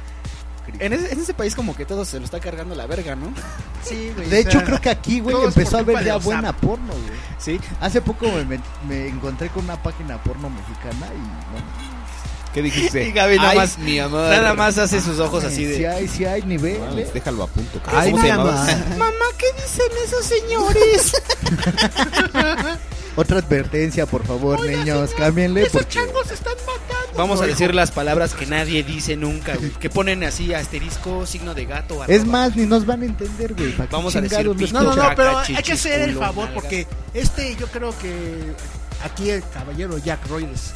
Speaker 6: En ese, en ese país como que todo se lo está cargando la verga, ¿no?
Speaker 5: Sí, güey,
Speaker 3: De
Speaker 5: o
Speaker 3: hecho,
Speaker 5: sea,
Speaker 3: creo que aquí, güey,
Speaker 5: todo es
Speaker 3: empezó
Speaker 5: por
Speaker 3: a
Speaker 5: culpa
Speaker 3: haber
Speaker 5: de
Speaker 3: ya
Speaker 5: los
Speaker 3: buena
Speaker 5: apps.
Speaker 3: porno, güey.
Speaker 6: Sí.
Speaker 3: Hace poco me, me- me encontré con una página porno mexicana y...
Speaker 4: ¿Qué dijiste?
Speaker 6: Y Gaby nada
Speaker 4: Ay,
Speaker 6: más-
Speaker 4: mi amor.
Speaker 6: Nada más hace sus
Speaker 3: No,
Speaker 6: ojos así
Speaker 3: Si
Speaker 6: de...
Speaker 3: hay, si hay nivel,
Speaker 4: Ah,
Speaker 3: eh.
Speaker 4: pues déjalo a punto. cabrón.
Speaker 2: Ay,
Speaker 4: ¿Cómo se
Speaker 2: mamá.
Speaker 4: llamaba?
Speaker 6: Mamá, ¿qué dicen
Speaker 4: <laughs>
Speaker 6: esos señores?
Speaker 3: Otra advertencia, por favor, niños, cámbienle. porque-
Speaker 6: Vamos a decir las palabras que nadie dice nunca, güey. Que ponen así asterisco, signo de gato.
Speaker 3: Es
Speaker 6: arroba.
Speaker 3: más, ni nos van a entender, güey. ¿Para qué
Speaker 6: Vamos a decir
Speaker 3: chingados lo
Speaker 6: pito.
Speaker 5: No, no, no,
Speaker 3: escuchan?
Speaker 6: Chaca,
Speaker 5: pero hay que
Speaker 6: chichis,
Speaker 5: hacer el
Speaker 6: culo,
Speaker 5: favor
Speaker 6: nalgas.
Speaker 5: porque este yo creo que aquí el caballero Jack
Speaker 6: <laughs>
Speaker 5: Royals.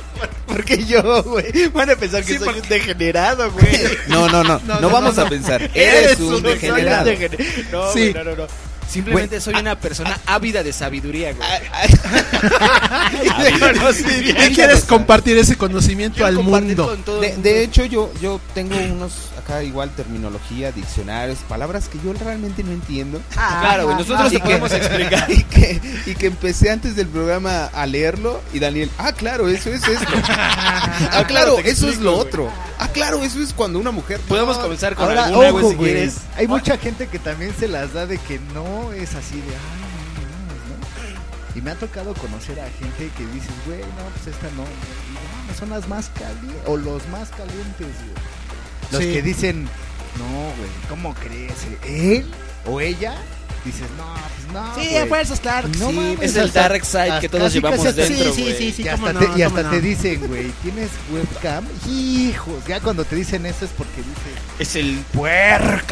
Speaker 6: Porque yo, güey. Van a pensar que soy un degenerado,
Speaker 5: <laughs>
Speaker 6: güey. <laughs>
Speaker 4: No, no, no.
Speaker 5: No,
Speaker 4: No,
Speaker 5: no,
Speaker 4: vamos
Speaker 5: no,
Speaker 4: a pensar. Eres
Speaker 6: soy
Speaker 4: un
Speaker 6: un
Speaker 4: degenerado.
Speaker 6: degener- No,
Speaker 5: Sí.
Speaker 6: güey, no, no, no. Simplemente soy una persona ávida de sabiduría, güey. <laughs>
Speaker 5: ¿Qué quieres compartir ese conocimiento
Speaker 6: Quiero
Speaker 5: al
Speaker 6: compartir
Speaker 5: mundo?
Speaker 6: con todo el
Speaker 4: De,
Speaker 6: mundo.
Speaker 4: de hecho, yo, yo tengo unos acá igual terminología, diccionarios, palabras que yo realmente no entiendo.
Speaker 6: Ah, claro, güey. Nosotros te
Speaker 4: Y que-
Speaker 6: podemos
Speaker 4: <laughs>
Speaker 6: explicar.
Speaker 4: Y que, y que empecé antes del programa a leerlo y Daniel, ah, claro, eso es esto.
Speaker 6: <laughs>
Speaker 4: Ah, claro,
Speaker 6: te
Speaker 4: eso es
Speaker 6: explico,
Speaker 4: lo
Speaker 6: güey.
Speaker 4: otro. Ah, claro, eso es cuando una mujer...
Speaker 6: Podemos comenzar con
Speaker 3: Ahora,
Speaker 6: alguna, güey,
Speaker 3: ojo,
Speaker 6: si
Speaker 3: güey.
Speaker 6: quieres.
Speaker 3: Hay mucha gente que también se las da de que no es así de. "Ay, no, no, no". Y me ha tocado conocer a gente que dices, güey, no, pues esta no. Y digo, "Ah, "No, son las más calientes. O los más calientes, güey. Los
Speaker 5: Sí.
Speaker 3: que dicen, no, güey, ¿cómo crees? ¿Él o ella? Dices, no, pues no.
Speaker 5: Sí,
Speaker 3: güey".
Speaker 5: a fuerzas, claro que
Speaker 3: No
Speaker 5: sí.
Speaker 3: mames,
Speaker 6: es el
Speaker 3: hasta-
Speaker 6: dark side que
Speaker 3: hasta-
Speaker 6: todos
Speaker 3: casi,
Speaker 6: llevamos
Speaker 3: casi hasta-
Speaker 6: dentro,
Speaker 5: sí, sí,
Speaker 6: güey.
Speaker 5: sí, sí,
Speaker 3: y
Speaker 5: cómo
Speaker 3: hasta,
Speaker 5: no,
Speaker 3: te, y
Speaker 5: cómo
Speaker 3: hasta
Speaker 5: no.
Speaker 3: te dicen, güey, ¿tienes webcam? Hijos, ya cuando te dicen eso es porque dices,
Speaker 6: Es el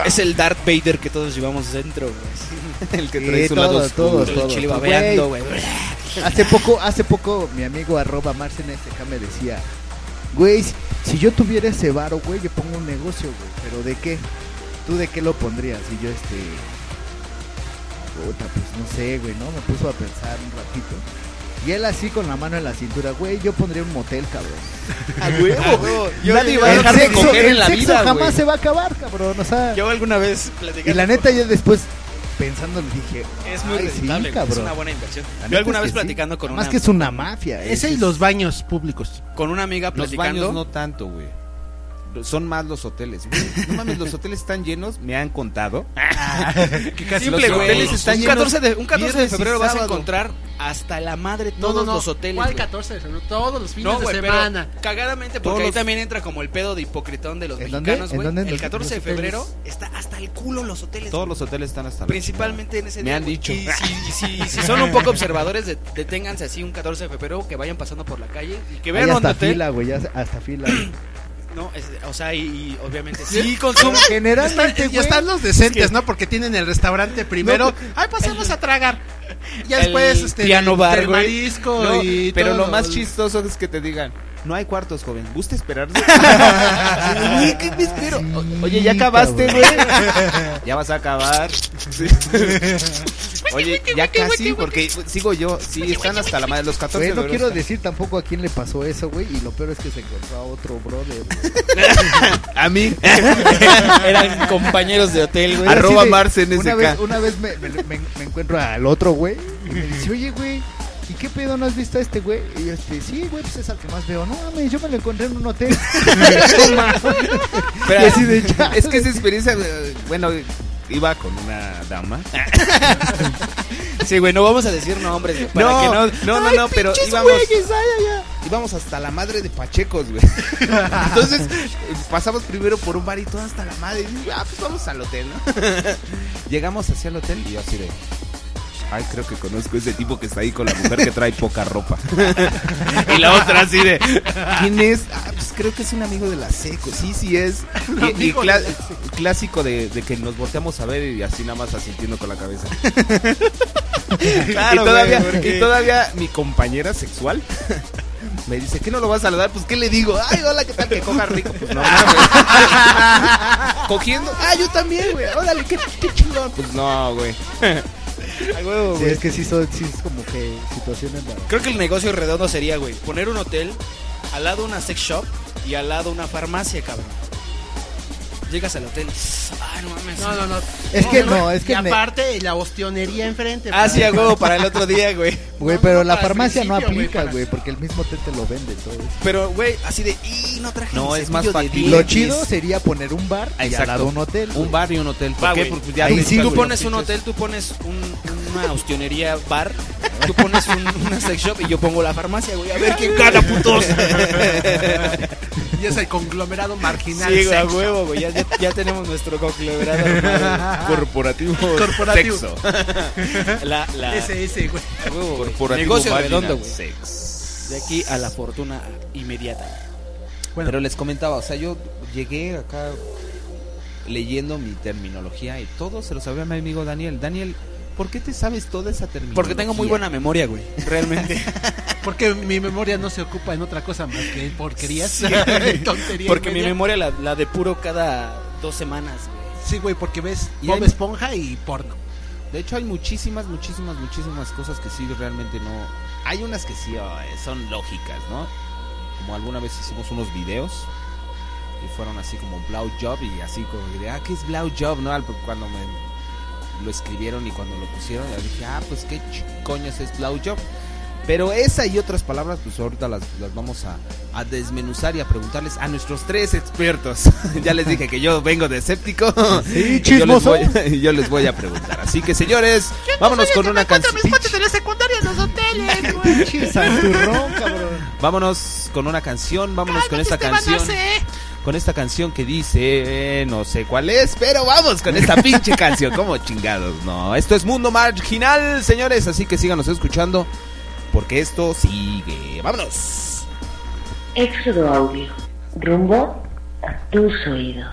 Speaker 6: Es el Darth Vader que todos llevamos dentro, güey. <laughs>
Speaker 3: <laughs>
Speaker 4: El que
Speaker 3: Sí,
Speaker 4: trae su
Speaker 3: todo,
Speaker 4: lado oscuro.
Speaker 3: todo.
Speaker 6: El chile babeando, güey.
Speaker 3: <laughs> hace poco, hace poco mi amigo arroba Marcen SK me decía, güey, si- si yo tuviera ese varo, güey, yo pongo un negocio, güey, pero ¿de qué? ¿Tú de qué lo pondrías? Y yo, este, puta, pues no sé, güey, ¿no? Me puso a pensar un ratito. Y él así con la mano en la cintura, güey, yo pondría un motel, cabrón.
Speaker 6: A huevo. Yo
Speaker 3: Nadie va a dejar de coger en la vida, jamás se va a acabar, cabrón, o sea...
Speaker 6: Yo alguna vez platicando.
Speaker 3: Y la neta, yo después pensándolo dije,
Speaker 6: es muy
Speaker 3: "Ay, sí,
Speaker 6: rentable, güey, es
Speaker 3: cabrón".
Speaker 6: una buena inversión.
Speaker 3: La neta
Speaker 6: Yo alguna
Speaker 3: es que
Speaker 6: vez
Speaker 3: sí.
Speaker 6: platicando con
Speaker 3: Además
Speaker 6: una
Speaker 3: que es una mafia. eh. es-
Speaker 5: Ese y los baños públicos.
Speaker 6: con una amiga
Speaker 4: Los baños
Speaker 6: platicando.
Speaker 4: no tanto, güey. Son más los hoteles. güey. No mames, los hoteles están llenos, me han
Speaker 6: <laughs>
Speaker 4: contado.
Speaker 6: Ah, Simple,
Speaker 4: los
Speaker 6: güey.
Speaker 4: hoteles están
Speaker 6: Un
Speaker 4: llenos
Speaker 6: 14 de, un 14 de
Speaker 4: viernes y
Speaker 6: febrero vas a
Speaker 4: sábado.
Speaker 6: encontrar hasta la madre todos los hoteles.
Speaker 5: ¿Cuál
Speaker 6: güey.
Speaker 5: 14 de febrero? Todos los fines
Speaker 6: No, güey,
Speaker 5: de
Speaker 6: pero
Speaker 5: semana.
Speaker 6: cagadamente, porque
Speaker 4: Todos
Speaker 6: ahí
Speaker 4: los-
Speaker 6: también entra como el pedo de hipocritón de los
Speaker 3: ¿En dónde?
Speaker 6: mexicanos,
Speaker 3: ¿En
Speaker 6: güey.
Speaker 3: dónde?
Speaker 6: El
Speaker 3: Los-
Speaker 6: 14 de
Speaker 5: los hoteles.
Speaker 6: febrero está hasta el culo los hoteles.
Speaker 4: Todos los hoteles están hasta la
Speaker 6: Principalmente en ese
Speaker 4: Me
Speaker 6: día,
Speaker 4: han
Speaker 6: güey.
Speaker 4: dicho.
Speaker 6: Y
Speaker 4: <laughs>
Speaker 6: si, y si- y si son un poco observadores, de- deténganse así un 14 de febrero, que vayan pasando por la calle y que
Speaker 3: Hay
Speaker 6: vean un
Speaker 3: hasta
Speaker 6: hotel.
Speaker 3: fila, güey, ya hasta
Speaker 6: <clears throat>
Speaker 3: fila. güey.
Speaker 6: No, es- o sea, y, y obviamente sí consumo.
Speaker 3: Generalmente,
Speaker 5: Y
Speaker 3: güey.
Speaker 5: están los decentes,
Speaker 6: Es que-
Speaker 5: ¿no? Porque tienen el restaurante primero.
Speaker 3: pues,
Speaker 5: Ah, Ay, pasemos a tragar. Y ya
Speaker 6: el
Speaker 5: después, este.
Speaker 6: piano bar,
Speaker 5: el
Speaker 6: güey.
Speaker 5: marisco
Speaker 4: No,
Speaker 5: y
Speaker 4: pero
Speaker 5: todo
Speaker 4: lo más chistoso es que te digan, no hay cuartos, joven, ¿gusta <laughs> esperarse? Oye, ¿qué me espero? O- Oye, ¿ya
Speaker 3: Sí,
Speaker 4: acabaste,
Speaker 3: cabrón.
Speaker 4: güey? <laughs> ya vas a acabar. <laughs> Sí. Oye, ya casi, porque sigo yo. Sí, están hasta la madre, los 14
Speaker 3: Güey,
Speaker 4: de
Speaker 3: no
Speaker 4: febrero
Speaker 3: quiero
Speaker 4: están-
Speaker 3: decir tampoco a quién le pasó eso, güey. Y lo peor es que se encontró a otro brother. güey.
Speaker 6: <laughs>
Speaker 4: A mí,
Speaker 6: Eran compañeros de hotel, güey.
Speaker 3: Así
Speaker 4: Arroba
Speaker 3: de-
Speaker 4: Marcen
Speaker 3: Una
Speaker 4: SK.
Speaker 3: vez, una vez me, me- me- me encuentro al otro, güey. Y me dice, oye, güey, ¿y qué pedo no has visto a este, güey? Y yo, este, sí, güey, pues es al que más veo. No mames, yo me lo encontré en un
Speaker 6: <laughs>
Speaker 3: hotel.
Speaker 4: Pero-
Speaker 3: Y así de, "Chale".
Speaker 4: es que esa experiencia, eh, bueno, iba con una dama.
Speaker 6: Sí, güey, no vamos a decir nombres, güey, para
Speaker 4: no,
Speaker 6: que no...
Speaker 4: no, no, no, pero íbamos, íbamos hasta la madre de Pachecos, güey. Entonces, eh, pasamos primero por un barito hasta la madre. Y dije, ah, pues vamos al hotel, ¿no?
Speaker 6: <laughs>
Speaker 4: Llegamos hacia el hotel y yo así de. Ay, creo que conozco ese tipo que está ahí con la mujer que trae poca ropa. y la otra así de. ¿Quién es? Ah, pues creo que es un amigo de la seco. Sí, sí
Speaker 6: <laughs>
Speaker 4: es. Y- Y,
Speaker 5: Amigo de
Speaker 4: cla-
Speaker 5: la Seco.
Speaker 4: clásico de, de que nos volteamos a ver y así nada más asintiendo con la cabeza
Speaker 6: <laughs> Claro,
Speaker 4: y, todavía,
Speaker 6: güey, porque-
Speaker 4: y todavía mi compañera sexual me dice, ¿qué no lo vas a saludar? Pues, ¿qué le digo? Ay, hola, ¿qué tal? Que coja rico. Pues, no,
Speaker 6: <laughs>
Speaker 4: mames. Cogiendo. Ah, yo también, güey. Órale, qué, qué chingón. Pues, no, güey.
Speaker 3: <laughs> Sí, es que sí, son, sí es como que situación embarazada.
Speaker 6: Creo que el negocio redondo sería, güey, poner un hotel, al lado una sex shop y al lado una farmacia, cabrón. Llegas al hotel. Ay, no mames.
Speaker 5: No, no, no.
Speaker 3: Es que no, es que
Speaker 5: Y
Speaker 3: me-
Speaker 5: aparte, la ostionería enfrente. pues.
Speaker 6: Ah, sí,
Speaker 5: güey.
Speaker 6: a huevo, para
Speaker 5: <laughs>
Speaker 6: el otro día, güey.
Speaker 3: Güey,
Speaker 5: no,
Speaker 3: pero
Speaker 5: no,
Speaker 3: la
Speaker 5: para el
Speaker 3: farmacia no
Speaker 5: principio, güey,
Speaker 3: aplica,
Speaker 5: para-
Speaker 3: güey, porque el mismo hotel te lo vende todo eso.
Speaker 6: Pero, güey, así de, y no traje
Speaker 4: No,
Speaker 6: mi
Speaker 4: es más
Speaker 6: cepillo de
Speaker 4: factible.
Speaker 3: Lo
Speaker 6: dientes".
Speaker 3: chido sería poner un bar y
Speaker 4: Exacto.
Speaker 3: al lado un hotel.
Speaker 4: Un
Speaker 3: güey.
Speaker 4: bar y un hotel. ¿Por
Speaker 5: Ah,
Speaker 6: Va,
Speaker 4: qué?
Speaker 6: Ah, güey.
Speaker 4: Porque ya
Speaker 3: Ahí
Speaker 4: te-
Speaker 3: sí,
Speaker 6: Tú
Speaker 3: güey.
Speaker 6: pones un hotel, tú pones un- una hostionería bar, tú pones un- una sex shop y yo pongo la farmacia, güey. A ver quién gana, putos.
Speaker 5: Y es el conglomerado marginal.
Speaker 6: Sí, güey, a
Speaker 5: sexo.
Speaker 6: huevo, güey. Ya, ya- ya tenemos nuestro conglomerado <laughs> armado.
Speaker 4: Corporativo.
Speaker 5: Corporativo.
Speaker 4: Sexo.
Speaker 6: La, la,
Speaker 5: Ese, ese, güey.
Speaker 6: a huevo, güey.
Speaker 4: Corporativo
Speaker 6: Negocio
Speaker 4: vaginal
Speaker 6: redondo, güey.
Speaker 4: sex.
Speaker 6: De aquí a la fortuna inmediata.
Speaker 5: Bueno.
Speaker 4: Pero les comentaba, o sea, yo llegué acá leyendo mi terminología y todo se lo sabía mi amigo Daniel. Daniel, ¿por qué te sabes toda esa terminología?
Speaker 6: Porque tengo muy buena memoria, güey. Realmente.
Speaker 5: Porque mi memoria no se ocupa en otra cosa más que en porquerías. <laughs> en tonterías.
Speaker 6: Porque
Speaker 5: y
Speaker 6: mi
Speaker 5: media.
Speaker 6: memoria la, la depuro cada dos semanas, güey.
Speaker 5: <laughs> Sí, güey, porque ves
Speaker 4: Y
Speaker 5: Bob
Speaker 4: hay-
Speaker 5: Esponja y porno.
Speaker 4: De hecho, hay muchísimas, muchísimas, muchísimas cosas que sí realmente no. Hay unas que sí ay, son lógicas, ¿no? Como alguna vez hicimos unos videos y fueron así como blow job y así como que de, ah, ¿qué es blow job? No, Al- cuando me lo escribieron y cuando lo pusieron, yo dije, ah, pues qué ch- coños es blow job. Pero esa y otras palabras, pues ahorita las, las vamos a, a desmenuzar y a preguntarles a nuestros tres expertos. <laughs> ya les dije que yo vengo de escéptico.
Speaker 3: <laughs> Sí,
Speaker 4: <laughs> Y yo les,
Speaker 3: chismoso.
Speaker 4: voy, y yo les voy a <laughs> preguntar. Así que, señores, vámonos con una canción. <laughs>
Speaker 3: Santurrón, cabrón.
Speaker 4: Vámonos con una canción. Vámonos con esta canción.
Speaker 5: ¿Eh?
Speaker 4: Con esta canción que dice. eh, No sé cuál es, pero vamos con esta pinche canción. Como chingados, no. Esto es Mundo Marginal, señores. Así que síganos escuchando. Porque esto sigue. Vámonos.
Speaker 7: Éxodo Audio, rumbo a tus oídos.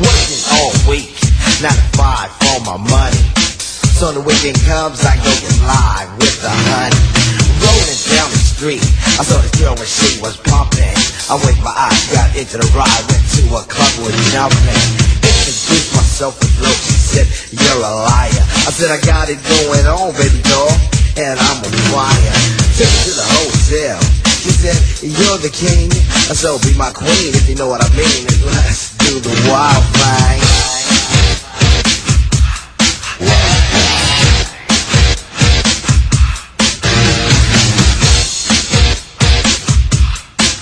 Speaker 8: working all week, not a five for my money. So the weekend comes, I go live with the honey. Rolling down the street, I saw this girl and she was pumping. I winked my eyes, got into the ride, went to a club with jumping. Introduced myself with blow, she said, you're a liar. I said, I got it going on, baby doll, and I'm a liar. Took her to the hotel. She said, you're the king, so be my queen if you know what I mean. Let's do the wild thing.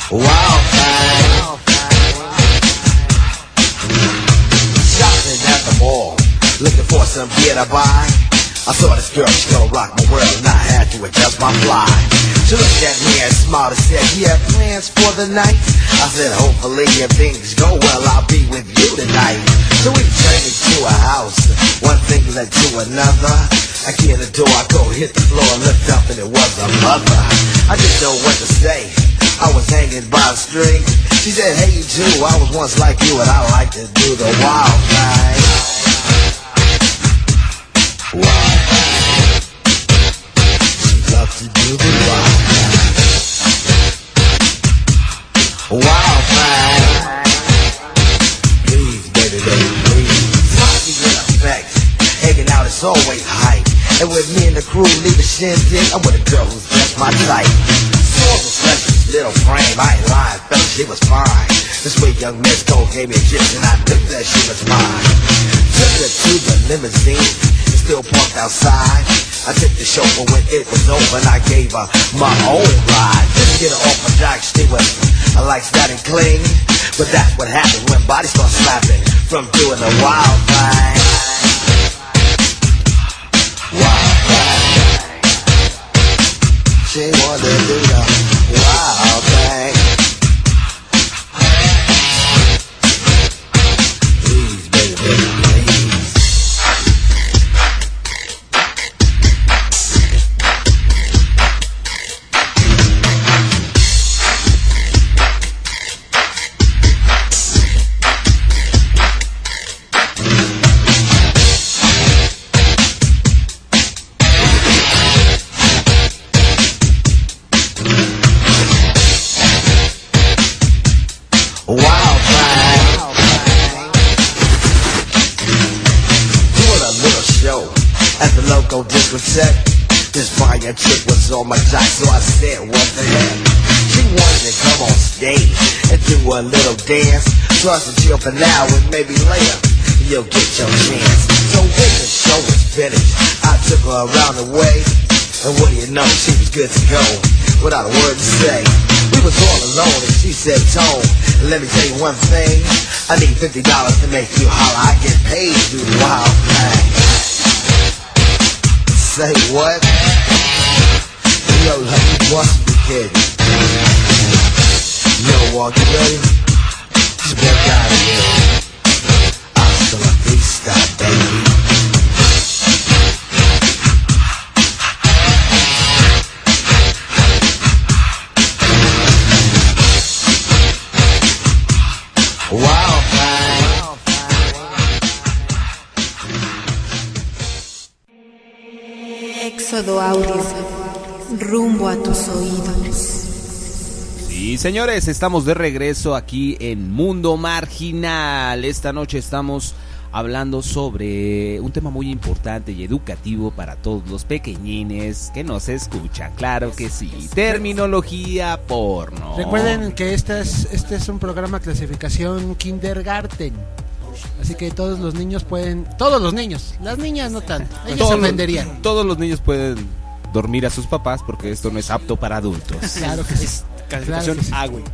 Speaker 8: Wow, wow. Shopping at the mall, looking for some gear to buy. I saw this girl, she gonna rock my world, and I had to adjust my fly. She looked at me and smiled and said, "You have plans for the night?" I said, "Hopefully, if things go well, I'll be with you tonight." So we turned into a house. One thing led to another. I key in the door, I go hit the floor, looked up, and it was a mother. I didn't know what to say. I was hanging by a string. She said, "Hey, you too. I was once like you, and I like to do the wild thing." Wild thing. She loved to do the wild thing. Wild thing. Please, baby, baby, please. Posse with effects. Hanging out is always crew, leave a shindig. I'm with a girl who's just my type. Swords was precious, little frame. I ain't lying, fella, she was fine. This way, young Miss Cole gave me a kiss, and I knew that she was mine. Took her to the limousine, it's still parked outside. I took the chauffeur when it was over, and I gave her my own ride. Just get her off my jock, she was. I like that and cling, but that's what happens when bodies start slapping from doing the wild thing. She wanna do the wild thing. Please, baby, baby, please. Wild thing. Doing a little show at the local discotheque. This fire chick was on my jock, so I said, what the heck? She wanted to come on stage and do a little dance. So I said, chill for now and maybe later you'll get your chance. So when the show was finished, I took her around the way. And what do you know, she was good to go without a word to say. We was all alone and she said, Tone, let me tell you one thing. I need $50 to make you holler. I get paid to do the wild thing. Say what? Yo, like you must be kidding. Yo, walk you ready? Just walk out of here. Hasta la vista, baby. Wild thing.
Speaker 1: Éxodo audio. Rumbo a tus oídos.
Speaker 4: Sí, señores, estamos de regreso aquí en Mundo Marginal. Esta noche estamos hablando sobre un tema muy importante y educativo para todos los pequeñines que nos escuchan. Claro que sí. Terminología porno.
Speaker 5: Recuerden que esta es, este es un programa clasificación kindergarten. Así que todos los niños pueden. Todos los niños. Las niñas no tanto. Ellos se ofenderían.
Speaker 4: todos los niños pueden dormir a sus papás porque esto no es apto para
Speaker 5: <laughs>
Speaker 4: adultos.
Speaker 5: Claro que sí.
Speaker 6: Es calificación
Speaker 5: Claro que sí.
Speaker 6: A, güey.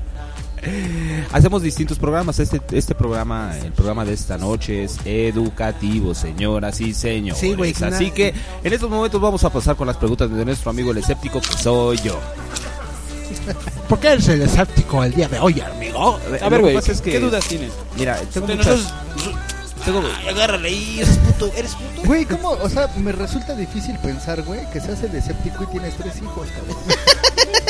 Speaker 4: Hacemos distintos programas. Este, este programa, el programa de esta noche es educativo, señoras y señores.
Speaker 5: Sí, güey, que
Speaker 4: Así
Speaker 5: na-
Speaker 4: que en estos momentos vamos a pasar con las preguntas de nuestro amigo el escéptico, que soy yo.
Speaker 5: ¿Por qué eres el desártico el día de hoy, amigo?
Speaker 4: Lo
Speaker 6: A
Speaker 4: que
Speaker 6: ver, güey,
Speaker 4: pasa
Speaker 6: ¿qué,
Speaker 4: es que-
Speaker 6: qué dudas tienes?
Speaker 4: Mira, tengo
Speaker 6: De
Speaker 4: muchas-
Speaker 6: nosotros- tengo- Ay, agárrale ahí, eres puto, eres puto.
Speaker 3: Güey, ¿cómo? O sea, me resulta difícil pensar, güey, que seas el escéptico y tienes tres hijos,
Speaker 5: <laughs>
Speaker 3: cabrón.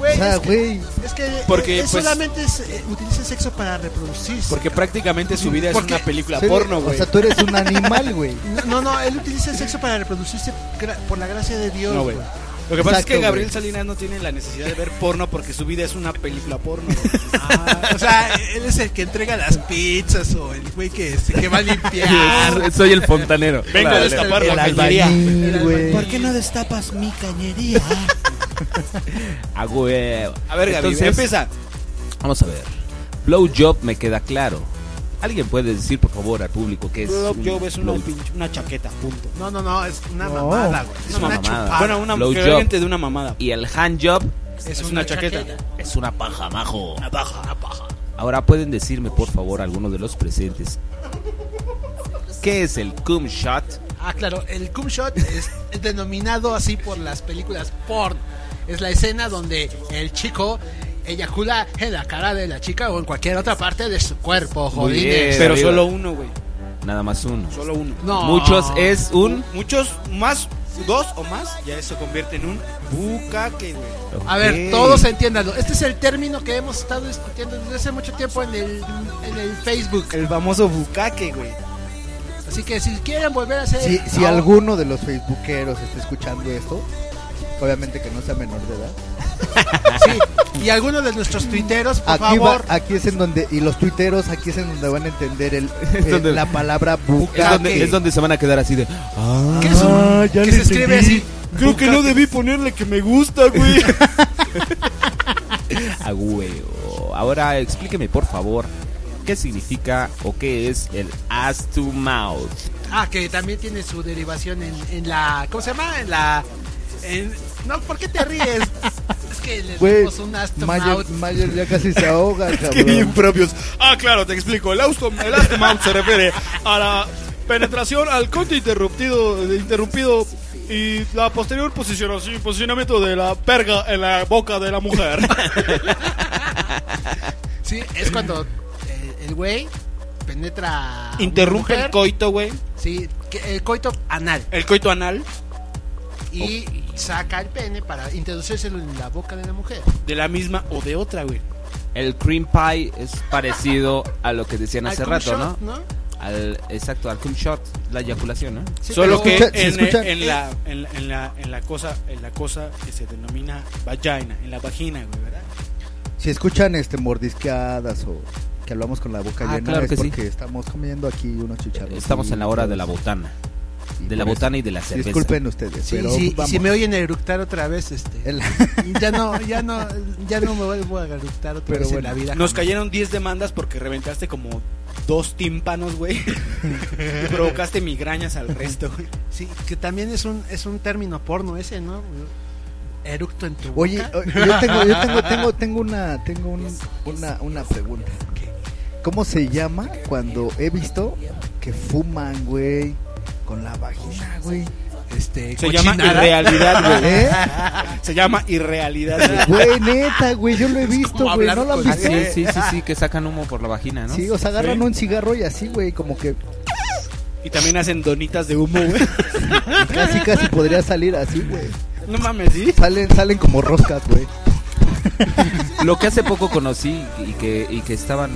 Speaker 3: o sea, güey.
Speaker 5: Es que
Speaker 6: Porque,
Speaker 5: eh,
Speaker 6: pues-
Speaker 5: solamente es, eh, utiliza sexo para reproducirse.
Speaker 6: Porque prácticamente su vida es
Speaker 5: Porque-
Speaker 6: una película
Speaker 3: soy-
Speaker 6: porno,
Speaker 3: O
Speaker 6: güey.
Speaker 3: sea, tú eres un animal, güey.
Speaker 5: No, no, no, él utiliza el sexo para reproducirse gra- por la gracia de
Speaker 6: <laughs>
Speaker 5: Dios.
Speaker 6: No, güey.
Speaker 5: güey.
Speaker 6: Lo que pasa es
Speaker 3: Exacto,
Speaker 6: que Gabriel
Speaker 3: güey.
Speaker 6: Salinas no tiene la necesidad de ver porno porque su vida es una película porno. güey.
Speaker 5: Ah, o sea, él es el que entrega las pizzas o el güey que, este, que va a limpiar.
Speaker 4: <laughs> Soy el fontanero.
Speaker 6: Vengo a
Speaker 4: Claro.
Speaker 6: destapar
Speaker 3: El
Speaker 6: la cañería.
Speaker 3: albañil, güey.
Speaker 6: qué no destapas mi cañería?
Speaker 4: A huevo.
Speaker 6: A ver, Gabriel,
Speaker 4: Ah, Entonces,
Speaker 6: empieza.
Speaker 4: Vamos a ver. Blowjob me queda claro. ¿Alguien puede decir, por favor, al público qué es un
Speaker 6: Yo ves una,
Speaker 4: blow-
Speaker 6: pinche- una chaqueta, punto.
Speaker 5: No, no, no, es una
Speaker 3: No.
Speaker 5: mamada, güey. Es
Speaker 4: una
Speaker 5: una,
Speaker 4: mamada.
Speaker 5: chupada.
Speaker 6: Bueno, una
Speaker 4: Blow
Speaker 6: que
Speaker 4: job.
Speaker 6: alguien te dé una mamada.
Speaker 4: Y el handjob
Speaker 6: Es una chaqueta.
Speaker 4: es una paja, majo.
Speaker 6: Una paja, una paja.
Speaker 4: Ahora pueden decirme, por favor, alguno de los presentes. ¿Qué es el cum shot?
Speaker 5: Ah, claro, el cum shot es denominado así por las películas porn. Es la escena donde el chico eyacula en la cara de la chica o en cualquier otra parte de su cuerpo,
Speaker 4: Muy bien.
Speaker 5: jodines.
Speaker 6: Pero
Speaker 4: arriba.
Speaker 6: solo uno, güey.
Speaker 4: Nada más uno.
Speaker 6: Solo uno.
Speaker 5: No.
Speaker 4: Muchos es un.
Speaker 6: Muchos más, dos o más, ya eso convierte en un bucaque, güey.
Speaker 5: A ver, todos entiéndanlo. Este es el término que hemos estado discutiendo desde hace mucho tiempo en el, en el Facebook.
Speaker 6: El famoso bucaque, güey.
Speaker 5: Así que si quieren volver a hacer...
Speaker 3: Si, si
Speaker 5: Ah,
Speaker 3: alguno de los facebookeros está escuchando esto, obviamente que no sea menor de edad.
Speaker 5: sí, Y algunos de nuestros tuiteros, por
Speaker 3: Aquí, va-
Speaker 5: favor.
Speaker 3: aquí es en donde, y los tuiteros, aquí es en donde van a entender
Speaker 4: <laughs>
Speaker 3: el, eh,
Speaker 4: donde-
Speaker 3: la palabra bucaque.
Speaker 4: Es donde, es donde se van a quedar así de. "Ah".
Speaker 5: ¿Qué es un-
Speaker 3: Ah, ya
Speaker 5: que
Speaker 3: lo
Speaker 5: se escribe
Speaker 3: entendí.
Speaker 5: así.
Speaker 6: Creo que no debí ponerle que me gusta, güey.
Speaker 4: A huevo. Ah, Ahora explíqueme, por favor, qué significa o qué es el ass to mouth.
Speaker 5: Ah, que también tiene su derivación en, en la. ¿Cómo se llama? En la. en- no, ¿por qué
Speaker 6: <laughs>
Speaker 5: te ríes? es que le
Speaker 3: Güey,
Speaker 5: dimos un <laughs>
Speaker 3: Mayer,
Speaker 5: astronaut.
Speaker 3: Mayer ya casi se
Speaker 4: <laughs>
Speaker 3: ahoga,
Speaker 6: Qué bien
Speaker 3: cabrón.
Speaker 6: propios. Ah, claro, te explico. El auto, el astomount se refiere a la penetración al conte interrumpido, interrumpido y la posterior posicionación, posicionamiento de la perga en la boca de la mujer.
Speaker 5: <laughs> Sí, es cuando eh, el güey penetra. a una
Speaker 6: Interrumpe el
Speaker 5: mujer.
Speaker 6: coito, güey.
Speaker 5: Sí, que- el coito anal.
Speaker 6: El coito anal
Speaker 5: Y saca el pene para introducírselo en la boca de la mujer.
Speaker 6: de la misma o de otra, güey.
Speaker 4: El cream pie es parecido a lo que decían hace
Speaker 5: Al
Speaker 4: rato,
Speaker 5: cum
Speaker 4: ¿no?
Speaker 5: shot, ¿no?
Speaker 4: Al, exacto, al cum shot, la eyaculación, ¿no?
Speaker 5: Sí,
Speaker 6: Solo
Speaker 5: pero-
Speaker 3: escucha-
Speaker 6: que
Speaker 3: se
Speaker 6: en,
Speaker 3: escucha-
Speaker 4: eh,
Speaker 6: en la, en, la- en la, en la cosa en la cosa que se denomina vagina, en la vagina, güey, ¿verdad?
Speaker 3: Si escuchan este mordisqueadas o que hablamos con la boca
Speaker 4: Ah,
Speaker 3: llena
Speaker 4: claro
Speaker 3: es
Speaker 4: que sí.
Speaker 3: porque estamos comiendo aquí unos chicharros.
Speaker 4: Estamos en la hora de la botana. De la botana y de la cerveza.
Speaker 3: Disculpen ustedes,
Speaker 5: Sí,
Speaker 3: pero
Speaker 5: sí, y
Speaker 3: vamos.
Speaker 5: si me oyen eructar otra vez, este.
Speaker 3: El-
Speaker 5: Ya no, ya no, ya no me vuelvo a eructar
Speaker 3: <laughs>
Speaker 5: otra
Speaker 3: Pero
Speaker 5: vez
Speaker 3: bueno,
Speaker 5: en la vida.
Speaker 6: Nos
Speaker 5: jamás.
Speaker 6: cayeron 10 demandas porque reventaste como dos tímpanos, güey. y <laughs> provocaste migrañas al resto, güey.
Speaker 5: Sí, que también es un, es un término porno ese, ¿no? Eructo en tu
Speaker 3: Oye,
Speaker 5: boca.
Speaker 3: o- oh, yo tengo, yo tengo, tengo, tengo una, tengo un- una, una pregunta. ¿Cómo se llama cuando he visto que fuman, güey, con la vagina, güey?
Speaker 5: este,
Speaker 6: Se llama
Speaker 5: cochinada.
Speaker 6: irrealidad,
Speaker 3: <laughs>
Speaker 6: güey.
Speaker 3: ¿Eh?
Speaker 6: Se llama irrealidad, güey.
Speaker 3: Güey, Eh, neta, güey, yo lo he visto,
Speaker 5: como
Speaker 3: güey,
Speaker 5: hablar
Speaker 3: ¿no lo han
Speaker 5: con-
Speaker 4: Ah,
Speaker 3: visto?
Speaker 4: sí, sí, sí, sí, que sacan humo por la vagina, ¿no?
Speaker 3: Sí, o sea, agarran un cigarro y así, güey, como que
Speaker 6: Y también hacen donitas de humo, güey.
Speaker 3: <laughs> casi, casi podría salir así, güey.
Speaker 6: No mames, ¿sí?
Speaker 3: Salen, salen como roscas, güey.
Speaker 4: Lo que hace poco conocí y que, y que estaban.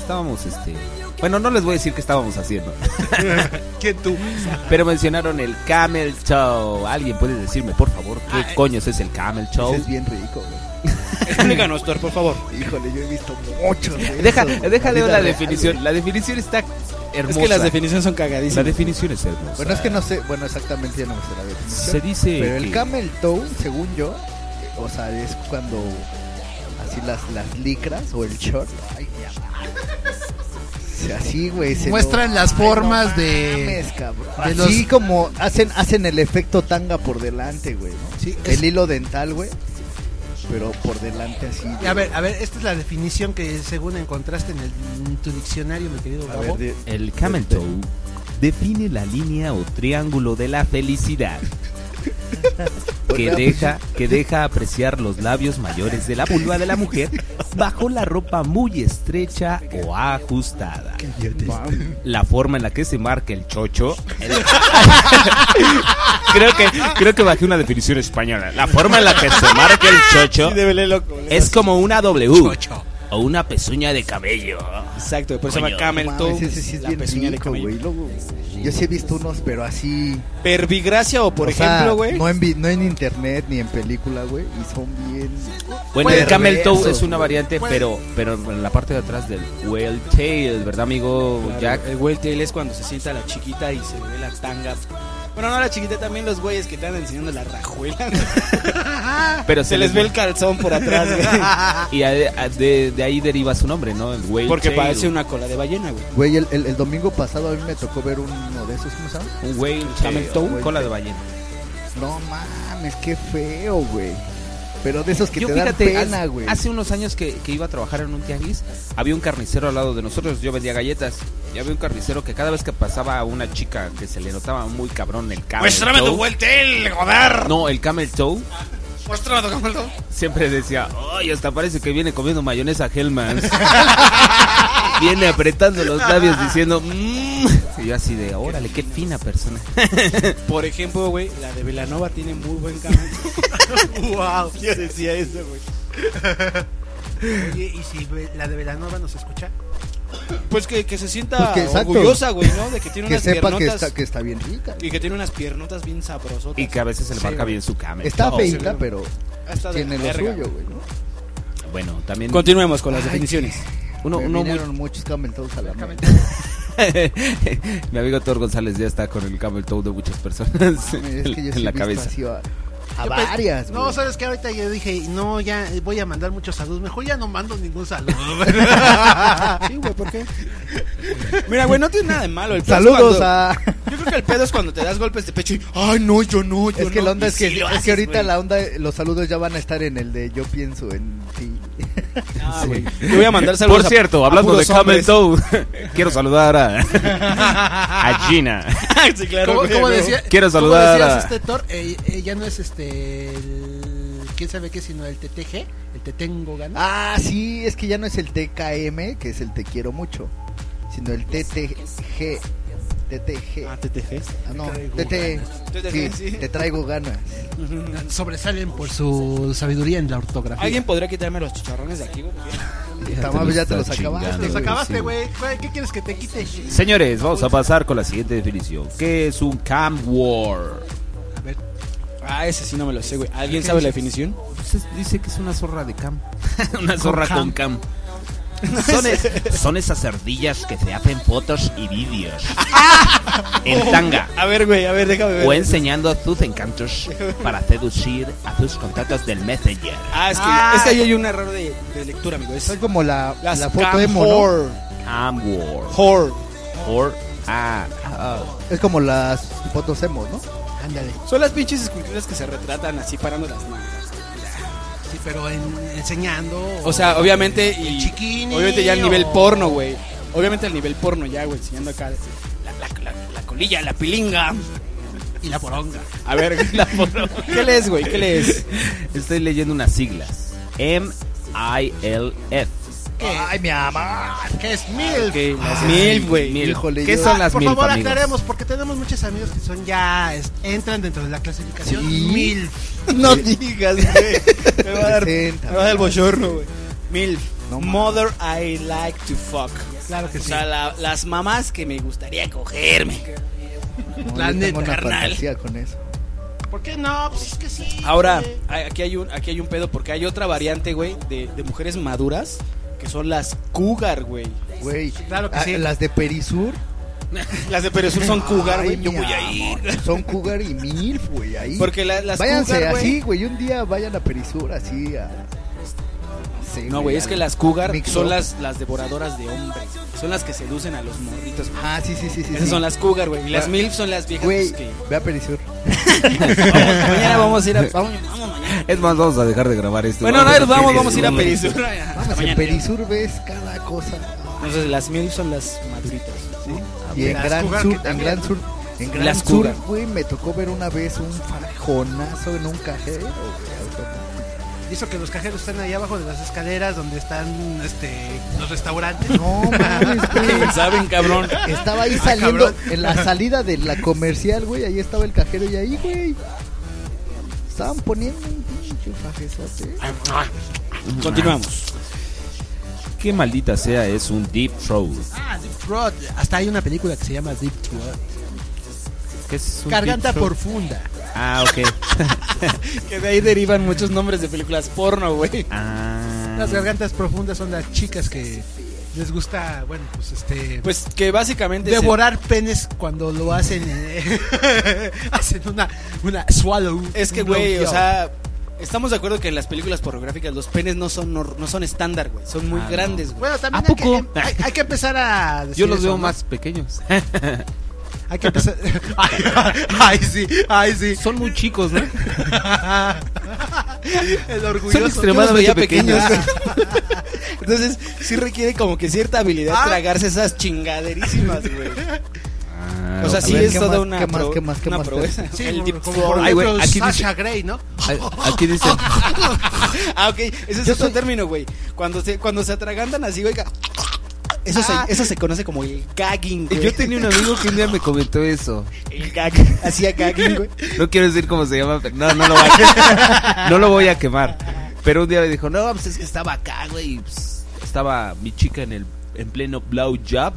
Speaker 4: Estábamos, este. Bueno, no les voy a decir qué estábamos
Speaker 3: <laughs>
Speaker 4: haciendo.
Speaker 5: ¿Quién tú?
Speaker 4: Pero mencionaron el Camel Show. ¿Alguien puede decirme, por favor, qué coño es el Camel Show?
Speaker 3: Ese es bien rico, güey. <laughs>
Speaker 6: Explícanos, Thor, por favor.
Speaker 3: Híjole, yo he visto muchos, güey.
Speaker 4: <laughs> Deja, déjale la definición. La definición está hermosa.
Speaker 6: Es que las
Speaker 4: definiciones
Speaker 6: definiciones son
Speaker 4: la
Speaker 6: cagadísimas.
Speaker 4: definición es hermosa.
Speaker 3: Bueno, es que no sé, bueno, exactamente ya no me sé la definición.
Speaker 4: se dice
Speaker 3: Pero el
Speaker 4: que-
Speaker 3: camel toe, según yo, eh, o sea, es cuando así las, las licras o el short. Ay, ya. Sí, Así, güey. se lo-
Speaker 5: Muestran las
Speaker 3: Ay,
Speaker 5: formas
Speaker 3: no
Speaker 5: de.
Speaker 3: mames, cabrón.
Speaker 5: de
Speaker 3: así
Speaker 5: los-
Speaker 3: como hacen, hacen el efecto tanga por delante, güey. ¿no?
Speaker 5: Sí, es-
Speaker 3: El hilo dental, güey. Pero por delante así.
Speaker 5: A
Speaker 3: güey.
Speaker 5: ver, a ver, esta es la definición que según encontraste en, el, en tu diccionario, mi querido
Speaker 3: A
Speaker 5: Gabo.
Speaker 3: ver, de-
Speaker 4: El Camel Toe define la línea o triángulo de
Speaker 3: <laughs>
Speaker 4: la felicidad que
Speaker 3: Hola.
Speaker 4: deja, que deja apreciar los labios mayores de la vulva de la mujer bajo la ropa muy estrecha o ajustada.
Speaker 3: este.
Speaker 4: La forma en la que se marca el chocho.
Speaker 3: <laughs>
Speaker 4: el- creo que creo que bajé una definición española. La forma en la que se marca el chocho
Speaker 6: Sí, débele loco. le
Speaker 4: es
Speaker 6: das-
Speaker 4: como una W o una pezuña de cabello.
Speaker 6: Exacto, por eso se llama
Speaker 4: Coño.
Speaker 6: camel
Speaker 3: mames,
Speaker 6: toe.
Speaker 3: ese sí es
Speaker 6: la
Speaker 3: bien
Speaker 6: pezuña de
Speaker 3: rico,
Speaker 6: camello.
Speaker 3: güey. Luego, Yo sí he visto unos, pero así.
Speaker 6: Pervigracia o por
Speaker 3: o sea,
Speaker 6: ejemplo, güey.
Speaker 3: No en, vi- no en internet ni en película, güey. Y son bien.
Speaker 4: Bueno,
Speaker 3: Puede
Speaker 4: el camel
Speaker 3: ser.
Speaker 4: toe es una variante,
Speaker 5: Puede-
Speaker 4: pero pero en la parte de atrás del whale tail, ¿verdad, amigo
Speaker 6: Claro,
Speaker 4: Jack?
Speaker 6: El whale tail es cuando se sienta la chiquita y se ve la tanga. Bueno, no la chiquita, también los güeyes que están enseñando la rajuela.
Speaker 3: <laughs>
Speaker 4: Pero
Speaker 6: se les ve el calzón por
Speaker 4: <laughs>
Speaker 6: atrás, güey.
Speaker 4: y a- a- de, de ahí deriva su nombre, ¿no? El whale
Speaker 6: Porque
Speaker 4: tail.
Speaker 6: parece una cola de ballena, güey.
Speaker 3: Güey, el, el- el domingo pasado a mí me tocó ver uno de esos, ¿cómo se llama?
Speaker 4: un whale camel toe, cola de ballena.
Speaker 3: No mames, qué feo, güey. Pero de esos que
Speaker 4: yo
Speaker 3: te dan
Speaker 4: fíjate, hace-
Speaker 3: pena, güey.
Speaker 4: hace, unos años que, que iba a trabajar en un tianguis, había un carnicero al lado de nosotros, yo vendía galletas, y había un carnicero que cada vez que pasaba a una chica que se le notaba muy cabrón el camel
Speaker 6: Pues,
Speaker 4: toe,
Speaker 6: tail, joder.
Speaker 4: no, el camel toe,
Speaker 6: Muéstrame tu camel toe.
Speaker 4: siempre decía, ay, hasta parece que viene comiendo mayonesa
Speaker 6: <laughs>
Speaker 4: Hellmans. viene apretando los labios diciendo, mmm. Y yo así de, órale, qué fina persona.
Speaker 6: Por ejemplo, güey, la de Velanova tiene muy buen camel
Speaker 5: <laughs>
Speaker 6: wow, yo decía eso, güey.
Speaker 5: Oye, ¿y si ve- la de Velanova nos escucha?
Speaker 6: Pues que, que se sienta
Speaker 3: Pues que exacto.
Speaker 6: orgullosa, güey, ¿no? De que tiene
Speaker 3: que
Speaker 6: unas
Speaker 3: sepa que
Speaker 6: piernotas
Speaker 3: está, que está bien rica.
Speaker 6: y que tiene unas piernotas bien sabrosotas.
Speaker 4: Y que a veces se le marca bien su camel.
Speaker 3: Está
Speaker 4: toe.
Speaker 3: feita, pero
Speaker 6: Hasta de
Speaker 3: tiene lo
Speaker 6: la verga.
Speaker 3: suyo, güey, ¿no?
Speaker 4: bueno, también
Speaker 6: Continuemos con las definiciones.
Speaker 4: uno,
Speaker 3: Me
Speaker 4: uno muy-
Speaker 3: vinieron muchos Campbell Toads a la mente.
Speaker 4: <laughs> Mi amigo Thor González ya está con el camel toe de muchas personas
Speaker 3: Mira,
Speaker 4: en,
Speaker 3: Es que yo sí
Speaker 4: en la
Speaker 3: he visto
Speaker 4: cabeza. pues,
Speaker 3: así a, a
Speaker 5: Yo pe-
Speaker 3: varias,
Speaker 5: No,
Speaker 3: güey.
Speaker 5: sabes que ahorita yo dije, no, ya eh, voy a mandar muchos saludos. Mejor ya no mando
Speaker 3: <laughs>
Speaker 5: ningún saludo. <laughs>
Speaker 6: Sí, güey, ¿por qué? Mira, güey, no tiene nada de malo. El pedo es
Speaker 3: Saludos
Speaker 4: <laughs>
Speaker 6: cuando-
Speaker 3: a...
Speaker 6: Yo creo que el pedo es cuando te das golpes de pecho y. Ay, no, yo no, yo
Speaker 3: Es que
Speaker 6: no".
Speaker 3: la onda
Speaker 6: Y
Speaker 3: es que,
Speaker 6: sí lo
Speaker 3: es
Speaker 6: haces,
Speaker 3: que ahorita
Speaker 6: güey.
Speaker 3: la onda, los saludos ya van a estar en el de yo pienso en ti. <laughs>
Speaker 6: Ah, güey. Yo voy a mandar saludos.
Speaker 4: Por
Speaker 6: a-
Speaker 4: cierto,
Speaker 6: a
Speaker 4: hablando de
Speaker 6: puros
Speaker 4: camel
Speaker 6: hombres.
Speaker 4: toe, <laughs> quiero saludar a, a Gina.
Speaker 6: sí, claro,
Speaker 5: ¿Cómo,
Speaker 6: güey,
Speaker 5: cómo
Speaker 6: güey.
Speaker 5: decía?
Speaker 4: Quiero
Speaker 5: cómo
Speaker 4: saludar
Speaker 5: decías,
Speaker 4: a-
Speaker 5: este Thor? Eh, eh, ya no es este. el- ¿Quién sabe qué? Sino el TTG. El Te Tengo Ganas.
Speaker 3: Ah, sí, es que ya no es el TKM, que es el te quiero mucho, sino el TTG. TTG.
Speaker 6: Ah, TTG.
Speaker 3: Ah, no,
Speaker 5: traigo
Speaker 3: TT.
Speaker 6: TTG,
Speaker 3: Sí,
Speaker 6: sí.
Speaker 3: te traigo ganas.
Speaker 5: Sobresalen por su sabiduría en la ortografía.
Speaker 6: ¿Alguien podría quitarme los chicharrones de aquí, güey?
Speaker 3: Tamabes, ya te los
Speaker 4: está
Speaker 3: acabaste.
Speaker 4: chingando,
Speaker 5: Los
Speaker 3: güey.
Speaker 5: acabaste,
Speaker 4: Sí.
Speaker 5: güey. ¿Cuál- ¿Qué quieres que te quite?
Speaker 4: Señores, vamos a pasar con la siguiente definición. ¿Qué es un camp war?
Speaker 5: A ver,
Speaker 6: Ah, ese sí no me lo sé, güey. ¿Alguien sabe la definición?
Speaker 4: dice que es una zorra de cam. <laughs> una zorra con
Speaker 5: Con
Speaker 4: cam.
Speaker 6: <laughs>
Speaker 4: Son, es- son esas ardillas que se hacen fotos y
Speaker 6: <laughs>
Speaker 4: vídeos. en tanga.
Speaker 6: A ver, güey, a ver, déjame ver.
Speaker 4: O enseñando sus encantos para seducir a sus contactos del Messenger.
Speaker 6: Ah, es que, es que ahí hay un error de, de lectura, amigo. Es
Speaker 3: Son como la,
Speaker 6: las
Speaker 3: la foto
Speaker 6: cam
Speaker 3: emo, ¿no?
Speaker 6: whore.
Speaker 4: Camp war.
Speaker 6: Whore.
Speaker 4: Or- ah,
Speaker 3: Es como las fotos emo, ¿no?
Speaker 5: ándale.
Speaker 6: Son las pinches esculturas que se retratan así parando las manos.
Speaker 5: Sí, pero en- enseñando.
Speaker 6: O sea, obviamente. Y,
Speaker 5: El chiquini,
Speaker 6: Obviamente ya al nivel
Speaker 5: o-
Speaker 6: porno, güey. Obviamente al nivel porno ya, güey. Enseñando acá la, la- la- la colilla, la pilinga.
Speaker 5: Y la poronga.
Speaker 6: A
Speaker 4: <laughs>
Speaker 6: ver, güey, la porno. ¿Qué lees, güey? ¿Qué lees?
Speaker 4: Estoy leyendo unas siglas. M-I-L-F.
Speaker 3: Ay, mi mamá.
Speaker 5: Que es mil.
Speaker 6: Ok, "Ah, las mil, güey.
Speaker 4: Mil.
Speaker 3: Híjole,
Speaker 4: ¿Qué
Speaker 3: yo-
Speaker 4: son
Speaker 5: Ah,
Speaker 4: las
Speaker 5: por
Speaker 4: mil?
Speaker 5: favor,
Speaker 4: amigos?
Speaker 5: <laughs> aclaremos, porque tenemos muchos amigos que son ya es- entran dentro de la clasificación
Speaker 3: Sí.
Speaker 5: mil.
Speaker 6: No digas, güey. Me va a dar,
Speaker 3: Presenta.
Speaker 6: me va a dar el bochorno, güey. Mil.
Speaker 3: No mames.
Speaker 6: Mother I like to fuck.
Speaker 5: Claro que
Speaker 6: O
Speaker 5: sí.
Speaker 6: sea, la- las mamás que me gustaría cogerme.
Speaker 3: No,
Speaker 5: La
Speaker 3: yo tengo
Speaker 5: neta,
Speaker 3: una
Speaker 5: carnal.
Speaker 3: fantasía con eso.
Speaker 5: <laughs> ¿Por qué no? Pues es que sí.
Speaker 6: Ahora,
Speaker 5: güey.
Speaker 6: hay- aquí hay un, aquí hay un pedo porque hay otra variante, güey, de, de mujeres maduras que son las cougar, güey.
Speaker 3: Güey,
Speaker 5: Claro que
Speaker 3: Ah,
Speaker 5: sí.
Speaker 3: las de Perisur.
Speaker 6: <laughs> Las de Peresur son cougar,
Speaker 3: Ay,
Speaker 6: güey. Yo
Speaker 3: mi
Speaker 6: voy a ir.
Speaker 3: amor, Son cougar y milf, güey, ahí.
Speaker 6: Porque la- las
Speaker 3: Váyanse
Speaker 6: cougar, güey-
Speaker 3: así, güey, un día vayan a Perisur, así a... no sé,
Speaker 6: No, güey, es
Speaker 3: a-
Speaker 6: que las cougar
Speaker 3: Mixo.
Speaker 6: son las, las devoradoras de hombres. Son las que seducen a los morritos. güey.
Speaker 3: Ah, sí, sí, sí, sí.
Speaker 6: Esas
Speaker 3: sí.
Speaker 6: son las cougar, güey. Y las
Speaker 3: Ah.
Speaker 6: milf son las viejas
Speaker 3: Güey,
Speaker 6: pues, que...
Speaker 3: ve a Perisur.
Speaker 6: <laughs> Vamos, mañana vamos a ir a... Vamos, vamos mañana.
Speaker 4: Es más, vamos a dejar de grabar esto.
Speaker 6: Bueno, no, vamos, vamos a ir a Ah,
Speaker 4: Perisur.
Speaker 6: Perisur.
Speaker 3: Vamos, en Perisur ves cada cosa.
Speaker 6: Entonces, las mil son las maduritas. Ah,
Speaker 3: Y en
Speaker 5: las
Speaker 3: Gran
Speaker 5: cougar
Speaker 3: Sur,
Speaker 5: que
Speaker 3: en
Speaker 5: también-
Speaker 3: Gran Sur, en Gran
Speaker 6: Las
Speaker 3: Sur,
Speaker 6: cougar.
Speaker 3: güey, me tocó ver una vez un fajonazo en un cajero. güey, ahorita-
Speaker 5: Y eso que los cajeros están ahí abajo de las escaleras donde están este, los restaurantes.
Speaker 3: No,
Speaker 5: <laughs>
Speaker 3: mames, güey.
Speaker 6: ¿Saben, cabrón?
Speaker 3: Estaba ahí
Speaker 5: Ah,
Speaker 3: saliendo,
Speaker 5: cabrón.
Speaker 3: en la salida de la comercial, güey, ahí estaba el cajero y ahí, güey. Estaban poniendo un pinche fajesote.
Speaker 5: Ah,
Speaker 6: Continuamos.
Speaker 4: Qué maldita sea, es un deep throat.
Speaker 5: Ah, Deep Throat. Hasta hay una película que se llama Deep Throat.
Speaker 4: ¿Qué es un
Speaker 5: Garganta
Speaker 4: deep throat?
Speaker 5: profunda.
Speaker 4: Ah, ok.
Speaker 6: <laughs> Que de ahí derivan muchos nombres de películas porno, güey.
Speaker 4: Ah.
Speaker 5: Las gargantas profundas son las chicas que les gusta, bueno, pues este.
Speaker 6: Pues que básicamente... se-
Speaker 5: devorar penes cuando lo hacen. eh, <laughs> hacen una, una swallow.
Speaker 6: Es que,
Speaker 5: un
Speaker 6: güey, o
Speaker 5: blowjob.
Speaker 6: sea... Estamos de acuerdo que en las películas pornográficas los penes no son, nor- no son estándar, güey. Son muy
Speaker 4: Ah, no.
Speaker 6: grandes, güey.
Speaker 5: Bueno, también
Speaker 4: ¿A
Speaker 5: hay,
Speaker 4: poco? <laughs>
Speaker 5: Que, hay, hay que empezar a. decir
Speaker 4: Yo los
Speaker 5: eso,
Speaker 4: veo
Speaker 5: ¿no?
Speaker 4: más pequeños. <laughs>
Speaker 5: Hay que
Speaker 6: <laughs>
Speaker 5: empezar. <laughs> ay, ay, sí, ay, sí.
Speaker 4: Son muy chicos, ¿no?
Speaker 5: El
Speaker 4: Son
Speaker 5: orgulloso.
Speaker 4: extremadamente
Speaker 6: Yo los veía
Speaker 4: pequeños.
Speaker 6: <laughs> Entonces, sí requiere como que cierta habilidad
Speaker 5: Ah.
Speaker 6: tragarse esas chingaderísimas, güey.
Speaker 4: Ah,
Speaker 6: O sea,
Speaker 4: ok.
Speaker 6: sí
Speaker 3: ver,
Speaker 6: es
Speaker 3: ¿qué más,
Speaker 6: toda una
Speaker 3: qué más,
Speaker 6: pro-
Speaker 3: qué más, qué
Speaker 6: una
Speaker 3: más?
Speaker 6: proeza.
Speaker 5: Sí,
Speaker 6: el deep
Speaker 5: como
Speaker 6: throat.
Speaker 5: por
Speaker 4: Ay, güey,
Speaker 5: ejemplo,
Speaker 4: aquí
Speaker 5: Sasha Grey, ¿no?
Speaker 4: A- Aquí
Speaker 5: <laughs>
Speaker 4: dice.
Speaker 6: <laughs> Ah, ok, ese es otro término, güey. Cuando se, cuando se atragantan así, güey. ca- Eso,
Speaker 5: Ah.
Speaker 6: se, eso se conoce como el gagging, güey.
Speaker 4: Yo tenía un amigo que un día me comentó eso.
Speaker 6: <laughs> El gagging. Hacía gagging, <laughs> güey.
Speaker 4: No quiero decir cómo se llama, pero no, no lo voy a quemar. No lo voy a quemar. Pero un día me dijo, no, pues es que estaba acá, güey. y, pues, estaba mi chica en el en pleno blowjob.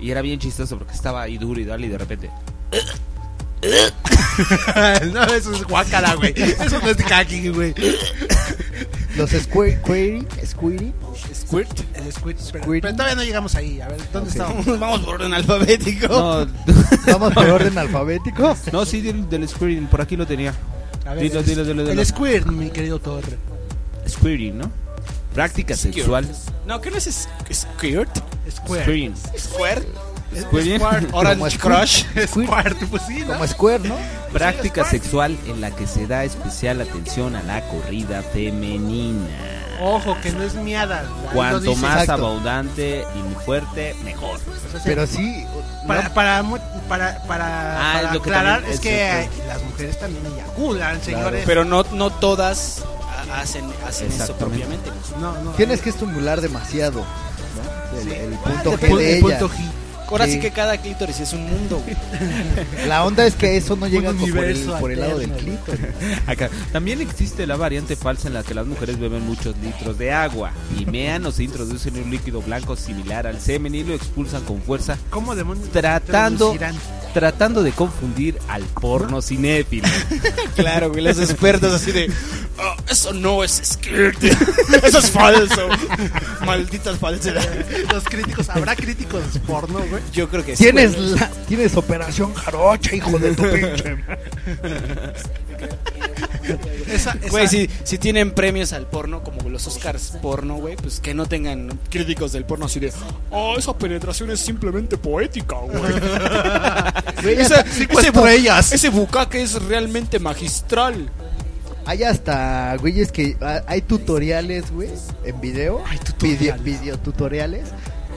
Speaker 4: Y era bien chistoso porque estaba ahí duro y dale y de
Speaker 5: <laughs>
Speaker 4: repente.
Speaker 5: no, eso es guácala, güey. Eso no es de caqui, güey.
Speaker 3: Los squir- query- squirting.
Speaker 6: Squirt.
Speaker 5: El squid, pero,
Speaker 3: Squid.
Speaker 5: pero todavía no llegamos ahí. A ver, ¿dónde
Speaker 3: Ok.
Speaker 5: estábamos?
Speaker 6: Vamos por orden alfabético.
Speaker 9: No,
Speaker 3: Vamos por orden alfabético.
Speaker 9: no, sí, del, del squirting, por aquí lo tenía.
Speaker 5: A ver,
Speaker 9: Dilo,
Speaker 5: el,
Speaker 9: dilo, dilo, dilo.
Speaker 5: el squirt, mi querido Torre.
Speaker 9: Squirting, ¿no?
Speaker 4: Práctica
Speaker 6: Squirt.
Speaker 4: sexual.
Speaker 6: No, ¿qué no es es- Squirt?
Speaker 5: Squirt.
Speaker 9: Squirting.
Speaker 6: Squirt.
Speaker 9: Squirting.
Speaker 3: <laughs>
Speaker 6: Orange Crush. <laughs>
Speaker 5: Squirt, pues sí, ¿no?
Speaker 3: Como Square, ¿no?
Speaker 4: Práctica sexual en la que se da especial atención a la corrida femenina.
Speaker 5: Ojo, que no es miada. ahí lo
Speaker 4: Cuanto
Speaker 5: dice.
Speaker 4: más
Speaker 3: exacto.
Speaker 4: abundante y fuerte, mejor.
Speaker 5: O sea,
Speaker 3: Pero sí.
Speaker 5: para, para, mu- para, para,
Speaker 4: Ah,
Speaker 5: para
Speaker 4: es lo que
Speaker 5: aclarar,
Speaker 4: también-
Speaker 5: es
Speaker 4: es
Speaker 5: que eh, las mujeres también eyaculan, señores.
Speaker 6: Pero no, no todas ha- hacen, hacen eso
Speaker 4: Exactamente.
Speaker 6: propiamente.
Speaker 5: no, no,
Speaker 3: Tienes
Speaker 5: eh,
Speaker 3: que estimular demasiado. ¿no? El,
Speaker 6: Ah,
Speaker 3: el punto
Speaker 5: el
Speaker 3: G
Speaker 5: pu-
Speaker 3: de
Speaker 5: el
Speaker 3: ella.
Speaker 5: punto G.
Speaker 6: Ahora sí
Speaker 3: Sí.
Speaker 6: que cada clítoris es un mundo. güey.
Speaker 3: <laughs> La onda es que eso no llega
Speaker 5: Un
Speaker 3: como por el,
Speaker 5: universo
Speaker 3: por el lado del
Speaker 5: alterno.
Speaker 3: clítoris.
Speaker 9: Acá. También existe la variante falsa en la que las mujeres beben muchos litros de agua y mean o se introducen un líquido blanco similar al semen y lo expulsan con fuerza,
Speaker 5: ¿Cómo demonios?
Speaker 9: Tratando-
Speaker 5: traducirán?
Speaker 9: tratando de confundir al porno
Speaker 5: <laughs>
Speaker 9: cinéfilo.
Speaker 6: Claro, güey. Los expertos así de. "Oh, eso no es Squirt. <laughs> Eso es falso. Malditas falsedades.
Speaker 5: Los críticos, ¿habrá críticos porno, güey?
Speaker 6: Yo creo que
Speaker 3: Tienes, la, tienes operación jarocha, hijo
Speaker 6: <laughs>
Speaker 3: de tu pinche.
Speaker 5: Esa, esa-
Speaker 6: Güey, si, si tienen premios al porno, como los Oscars porno, güey, pues que no tengan críticos del porno así de, oh, esa penetración es simplemente poética, güey.
Speaker 3: <laughs> Güey,
Speaker 6: Esa-
Speaker 3: hasta-
Speaker 6: ese, bu- ese bucaque es realmente magistral.
Speaker 3: Hay hasta, güey, es que ah, hay tutoriales, güey, en video. Hay tutoriales. Video, tutoriales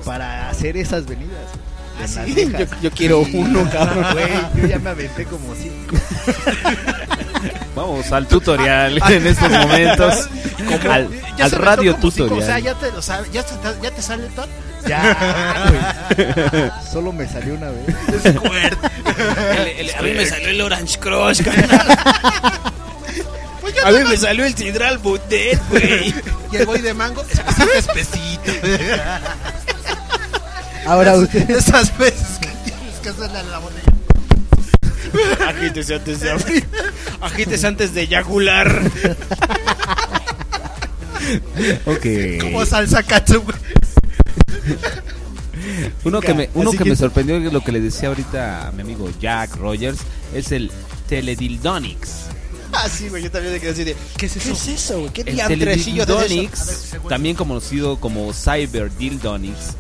Speaker 3: para hacer esas venidas. güey, en las
Speaker 6: Ah, Yo,
Speaker 3: viejas.
Speaker 6: yo quiero
Speaker 3: Y-
Speaker 6: uno, cabrón.
Speaker 3: Güey, yo ya me aventé como
Speaker 6: <laughs>
Speaker 3: cinco.
Speaker 9: Vamos al tutorial
Speaker 6: <laughs>
Speaker 9: en estos
Speaker 5: <laughs>
Speaker 9: momentos.
Speaker 5: Ah, como-
Speaker 9: al
Speaker 5: ya
Speaker 9: al
Speaker 5: se me
Speaker 9: radio
Speaker 5: tocó como si-
Speaker 9: tutorial.
Speaker 5: o sea, ya te, o sea, ya te, ya te sale todo.
Speaker 3: Ya, güey. Solo me salió una vez.
Speaker 6: El- el- a mí me salió el Orange Crush, carnal.
Speaker 5: Pues
Speaker 6: A mí me salió el Tidral Butet, güey.
Speaker 5: <laughs> Y el boy de mango,
Speaker 6: <laughs>
Speaker 5: espesito, <laughs> espesito.
Speaker 3: Ahora ustedes.
Speaker 5: Esas veces que tienes que hacerle a la botella.
Speaker 6: Agítese antes de abrir. Agítese antes de eyacular.
Speaker 5: <laughs> Como salsa katsu, güey.
Speaker 9: <laughs> Uno que me, uno
Speaker 3: Así
Speaker 9: que
Speaker 3: que-
Speaker 9: me sorprendió es lo que le decía ahorita a mi amigo Jack Rogers es el Teledildonics.
Speaker 6: Ah, sí, güey, yo también me quedé así de,
Speaker 5: ¿Qué es eso?
Speaker 6: es eso, güey? ¿Qué
Speaker 9: El
Speaker 6: diantrechillo de eso?
Speaker 9: Teledildonics, también conocido como Cyber Dildonics,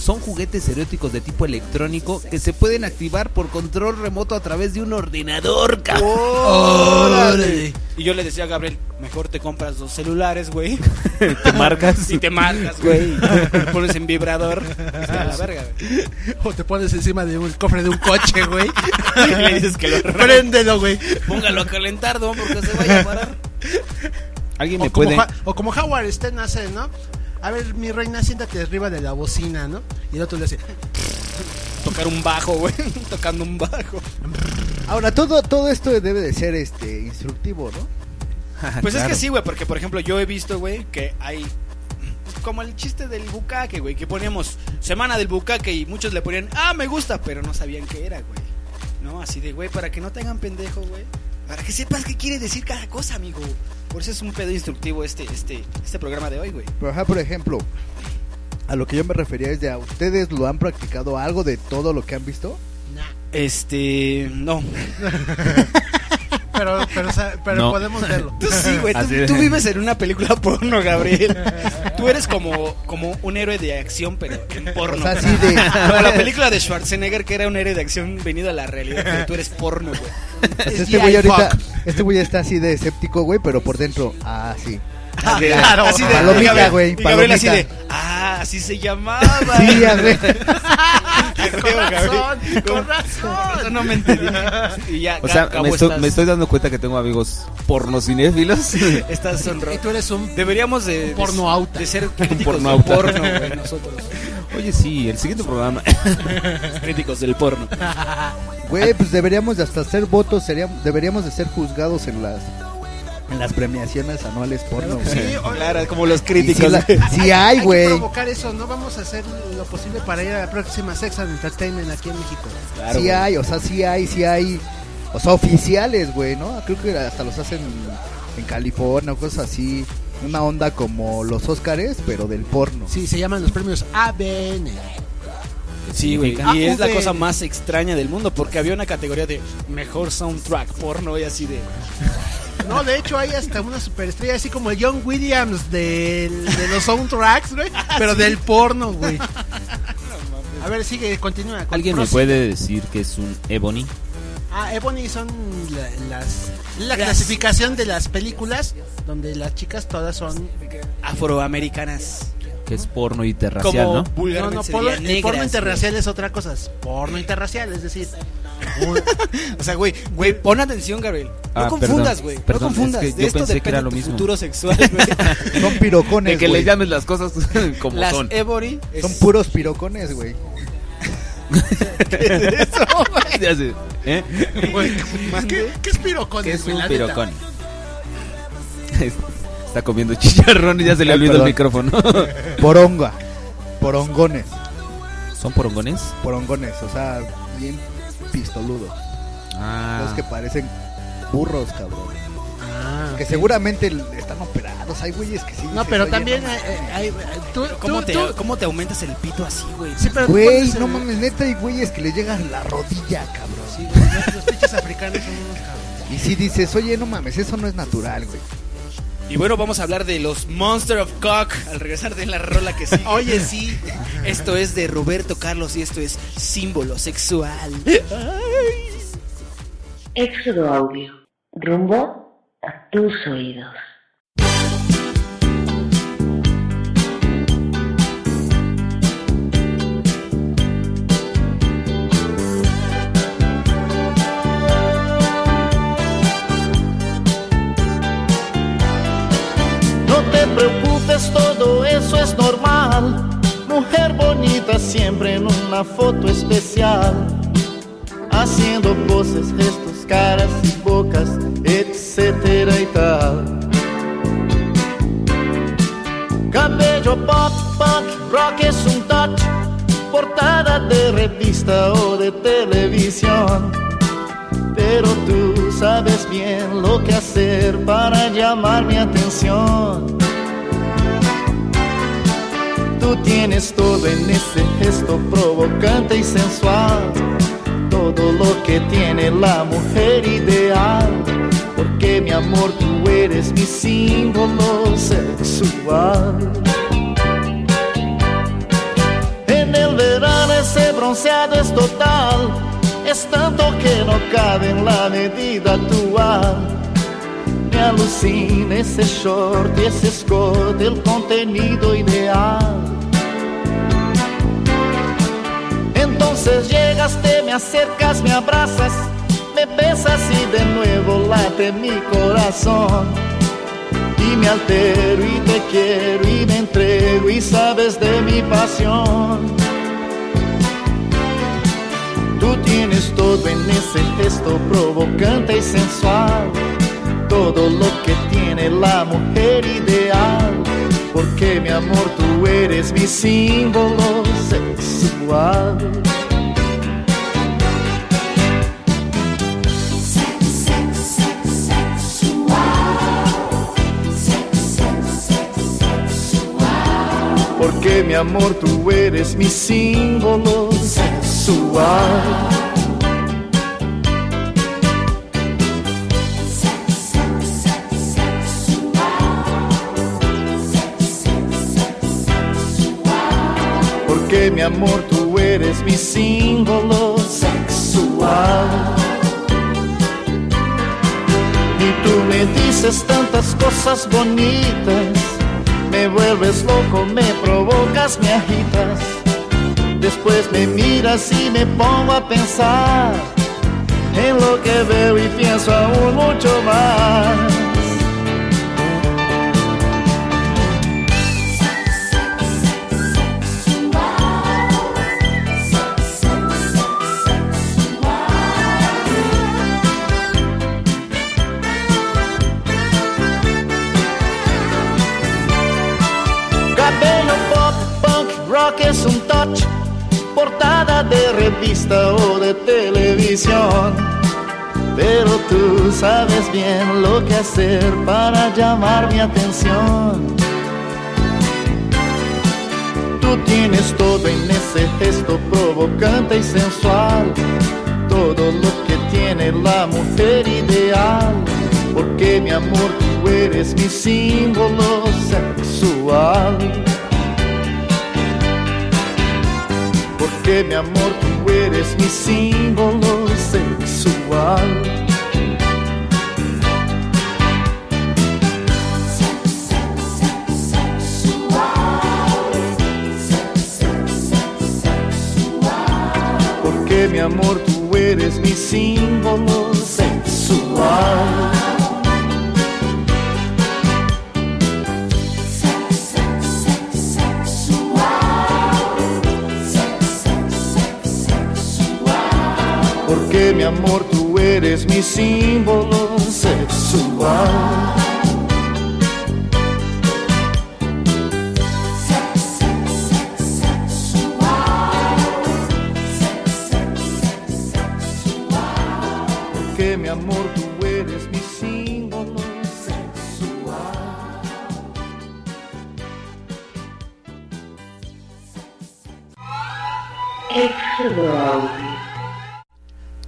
Speaker 9: son juguetes eróticos de tipo electrónico que se pueden activar por control remoto a través de un ordenador. ca-
Speaker 6: ¡Órale! Y yo le decía a Gabriel, mejor te compras dos celulares, güey.
Speaker 9: Te marcas
Speaker 6: <laughs> Y te marcas, güey. Pones en
Speaker 5: <laughs>
Speaker 6: vibrador. Este, A la verga, güey.
Speaker 5: O te pones encima de un cofre de un coche, güey.
Speaker 6: <laughs> Y le dices
Speaker 5: <laughs>
Speaker 6: que lo arranque.
Speaker 5: Préndelo, güey.
Speaker 6: Póngalo a calentar, don, porque se vaya a parar.
Speaker 9: Alguien me
Speaker 5: O como,
Speaker 9: puede.
Speaker 5: Ja- o como Howard Stern hace, ¿no? A ver, mi reina, siéntate arriba de la bocina, ¿no? Y el otro le hace,
Speaker 6: <laughs> Tocar un bajo, güey. <laughs> Tocando un bajo.
Speaker 3: Ahora, todo, todo esto debe de ser este instructivo, ¿no?
Speaker 6: Pues es
Speaker 9: Claro.
Speaker 6: que sí, güey, porque por ejemplo yo he visto, güey, que hay... pues, Como el chiste del bucaque, güey, que poníamos semana del bucaque y muchos le ponían, ah, me gusta, pero no sabían qué era, güey. ¿No? Así de, güey, para que no tengan pendejo, güey. Para que sepas qué quiere decir cada cosa, amigo. Por eso es un pedo instructivo este, este, este programa de hoy, güey.
Speaker 3: Pero, ajá, por ejemplo, a lo que yo me refería es de a ustedes lo han practicado algo de todo lo que han visto.
Speaker 6: Este, no.
Speaker 5: pero, pero, sa- pero
Speaker 9: No.
Speaker 5: podemos verlo.
Speaker 6: Tú sí, güey.
Speaker 9: Así de-
Speaker 6: Tú, tú vives en una película porno, Gabriel. Tú eres como, como un héroe de acción, pero en porno.
Speaker 3: O sea, así de-
Speaker 6: Como la película de Schwarzenegger, que era un héroe de acción venido a la realidad, pero tú eres porno, güey.
Speaker 3: O sea,
Speaker 6: <laughs> Es
Speaker 3: este
Speaker 6: GI
Speaker 3: güey ahorita,
Speaker 6: fuck.
Speaker 3: este güey está así de escéptico, güey, pero por dentro, ah, sí.
Speaker 6: Ah,
Speaker 3: de-
Speaker 6: claro. Así de, y
Speaker 3: Palomita,
Speaker 6: Gabriel-
Speaker 3: güey,
Speaker 6: Y Gabriel así de,
Speaker 3: palomita.
Speaker 6: ah, así se llamaba.
Speaker 3: Sí, ya,
Speaker 6: <laughs>
Speaker 3: güey.
Speaker 6: Con razón, con razón. <laughs> No me entendí. Y ya,
Speaker 9: O sea,
Speaker 6: Gabo,
Speaker 9: me estoy,
Speaker 6: estás-
Speaker 9: me estoy dando cuenta que tengo amigos
Speaker 6: <laughs>
Speaker 9: pornocinéfilos.
Speaker 5: <laughs>
Speaker 6: Estás sonro-
Speaker 5: Y tú eres un...
Speaker 6: Deberíamos de, de-
Speaker 5: pornoauta.
Speaker 6: de ser críticos del
Speaker 9: pornoauta.
Speaker 6: porno, <laughs> güey, nosotros.
Speaker 9: Oye, sí, el siguiente programa.
Speaker 6: <laughs> Críticos del porno.
Speaker 3: Güey, pues deberíamos de hasta hacer votos, seríamos, deberíamos de ser juzgados en las en las premiaciones anuales porno. güey.
Speaker 5: Sí, o-
Speaker 6: Claro, como los
Speaker 3: Y sí
Speaker 6: críticos.
Speaker 3: la- sí hay,
Speaker 5: que
Speaker 3: güey.
Speaker 5: provocar eso, no vamos a hacer lo posible para ir a la próxima Sex and Entertainment aquí en México.
Speaker 3: Sí hay, o sea, sí hay, sí hay. O sea, oficiales, güey, ¿no? Creo que hasta los hacen en California o cosas así. Una onda como los Óscares, pero del porno.
Speaker 5: Sí, se llaman los premios ABN.
Speaker 6: Sí, güey.
Speaker 5: significa?
Speaker 6: Y es la
Speaker 5: AV.
Speaker 6: cosa más extraña del mundo, porque había una categoría de mejor soundtrack porno y así de.
Speaker 5: No, de hecho hay hasta una superestrella así como el John Williams del- de los soundtracks, güey,
Speaker 6: Ah,
Speaker 5: pero del
Speaker 6: <laughs>
Speaker 5: porno, güey. A ver, sigue, continúa. con-
Speaker 9: ¿Alguien me
Speaker 5: prosigue.
Speaker 9: puede decir que es un Ebony?
Speaker 5: Ah, Ebony son la- las la clasificación de las películas donde las chicas todas son
Speaker 6: Afroamericanas.
Speaker 9: Que es porno y terracial,
Speaker 6: Como
Speaker 9: ¿no?
Speaker 5: no,
Speaker 6: vulgarmente
Speaker 5: no,
Speaker 6: sería
Speaker 5: porno, el
Speaker 6: negras,
Speaker 5: porno
Speaker 6: güey.
Speaker 5: interracial es otra cosa, es porno interracial, es decir,
Speaker 6: O sea, güey, güey, pon atención, Gabriel. No
Speaker 9: Ah,
Speaker 6: confundas,
Speaker 9: perdón,
Speaker 6: güey. No
Speaker 9: perdón, es
Speaker 6: confundas.
Speaker 9: que
Speaker 6: De
Speaker 9: yo
Speaker 6: esto
Speaker 9: pensé que
Speaker 6: depende
Speaker 9: era lo
Speaker 6: tu
Speaker 9: mismo.
Speaker 6: futuro sexual,
Speaker 9: <laughs>
Speaker 6: güey.
Speaker 3: Son pirocones,
Speaker 9: De que
Speaker 3: güey.
Speaker 9: le llames las cosas <laughs> como
Speaker 6: Las
Speaker 9: son.
Speaker 6: Ebony
Speaker 3: Son puros pirocones, güey.
Speaker 9: <laughs> Ya sé, ¿eh?
Speaker 5: ¿qué, qué es pirocón?
Speaker 9: ¿Qué es un
Speaker 4: <laughs>
Speaker 9: pirocón? Está comiendo chicharrón y ya se le
Speaker 3: Ay,
Speaker 9: olvidó el
Speaker 3: perdón.
Speaker 9: micrófono.
Speaker 3: Poronga. Porongones.
Speaker 9: ¿Son porongones?
Speaker 3: Porongones, o sea, bien pistoludos. Los
Speaker 9: Ah,
Speaker 3: que parecen burros, cabrón. que seguramente l- están operados. Hay güeyes que sí.
Speaker 5: Ah, No,
Speaker 3: dices,
Speaker 5: pero
Speaker 3: "Oye,
Speaker 5: también
Speaker 3: no
Speaker 5: eh,
Speaker 3: mames".
Speaker 5: eh, hay, eh, tú,
Speaker 6: ¿Cómo
Speaker 5: tú-
Speaker 6: te,
Speaker 5: tú-
Speaker 6: ¿Cómo te aumentas el pito así, güey?
Speaker 5: sí, pero tú
Speaker 3: Güey,
Speaker 5: pones
Speaker 3: no
Speaker 6: eh?
Speaker 5: el-
Speaker 3: mames, neta, hay güeyes que le llegan la rodilla, cabrón.
Speaker 5: Sí, güey, los- los pinches africanos son unos cabrones.
Speaker 3: Y si dices, oye, no mames, eso no es natural, güey.
Speaker 6: Y bueno, vamos a hablar de los Monster of Cock al regresar de la rola que sigue.
Speaker 5: Oye, sí.
Speaker 6: Esto es de Roberto Carlos y esto es símbolo sexual.
Speaker 7: Éxodo Audio, rumbo a tus oídos.
Speaker 10: No te preocupes, todo eso es normal. Mujer bonita siempre en una foto especial. Haciendo poses, gestos, caras y bocas, etcétera y tal. Cabello pop, punk, rock es un touch. Portada de revista o de televisión. Pero tú sabes bien lo que hacer para llamar mi atención. Tú tienes todo en ese gesto provocante y sensual. Todo lo que tiene la mujer ideal. Porque mi amor, tú eres mi símbolo sexual. En el verano ese bronceado es total, es tanto que no cabe en la medida actual. Me alucina ese short y ese escote, el contenido ideal. Entonces llegas, te me acercas, me abrazas, me besas y de nuevo late mi corazón. Y me altero y te quiero y me entrego y sabes de mi pasión. Tú tienes todo en ese gesto provocante y sensual. Todo lo que tiene la mujer ideal. Porque mi amor, tú eres mi símbolo sexual. Porque mi amor, tú eres mi símbolo sexual. Porque mi amor, tú eres mi símbolo sexual. Y tú me dices tantas cosas bonitas, me vuelves loco, me provocas, me agitas. Después me miras y me pongo a pensar en lo que veo y pienso aún mucho más. Cabello pop, punk, rock es un touch, portada de revista o de televisión, Pero tú sabes bien lo que hacer para llamar mi atención. Tú tienes todo en ese gesto provocante y sensual. Todo lo que tiene la mujer ideal. Porque mi amor, tú eres mi símbolo sexual. Porque mi amor, tú eres mi símbolo sexual. Porque mi amor, tú eres mi símbolo sexual. Porque mi amor, tú eres mi símbolo sexual. Porque mi amor, tú eres mi símbolo sexual.
Speaker 11: Éxodo Audio.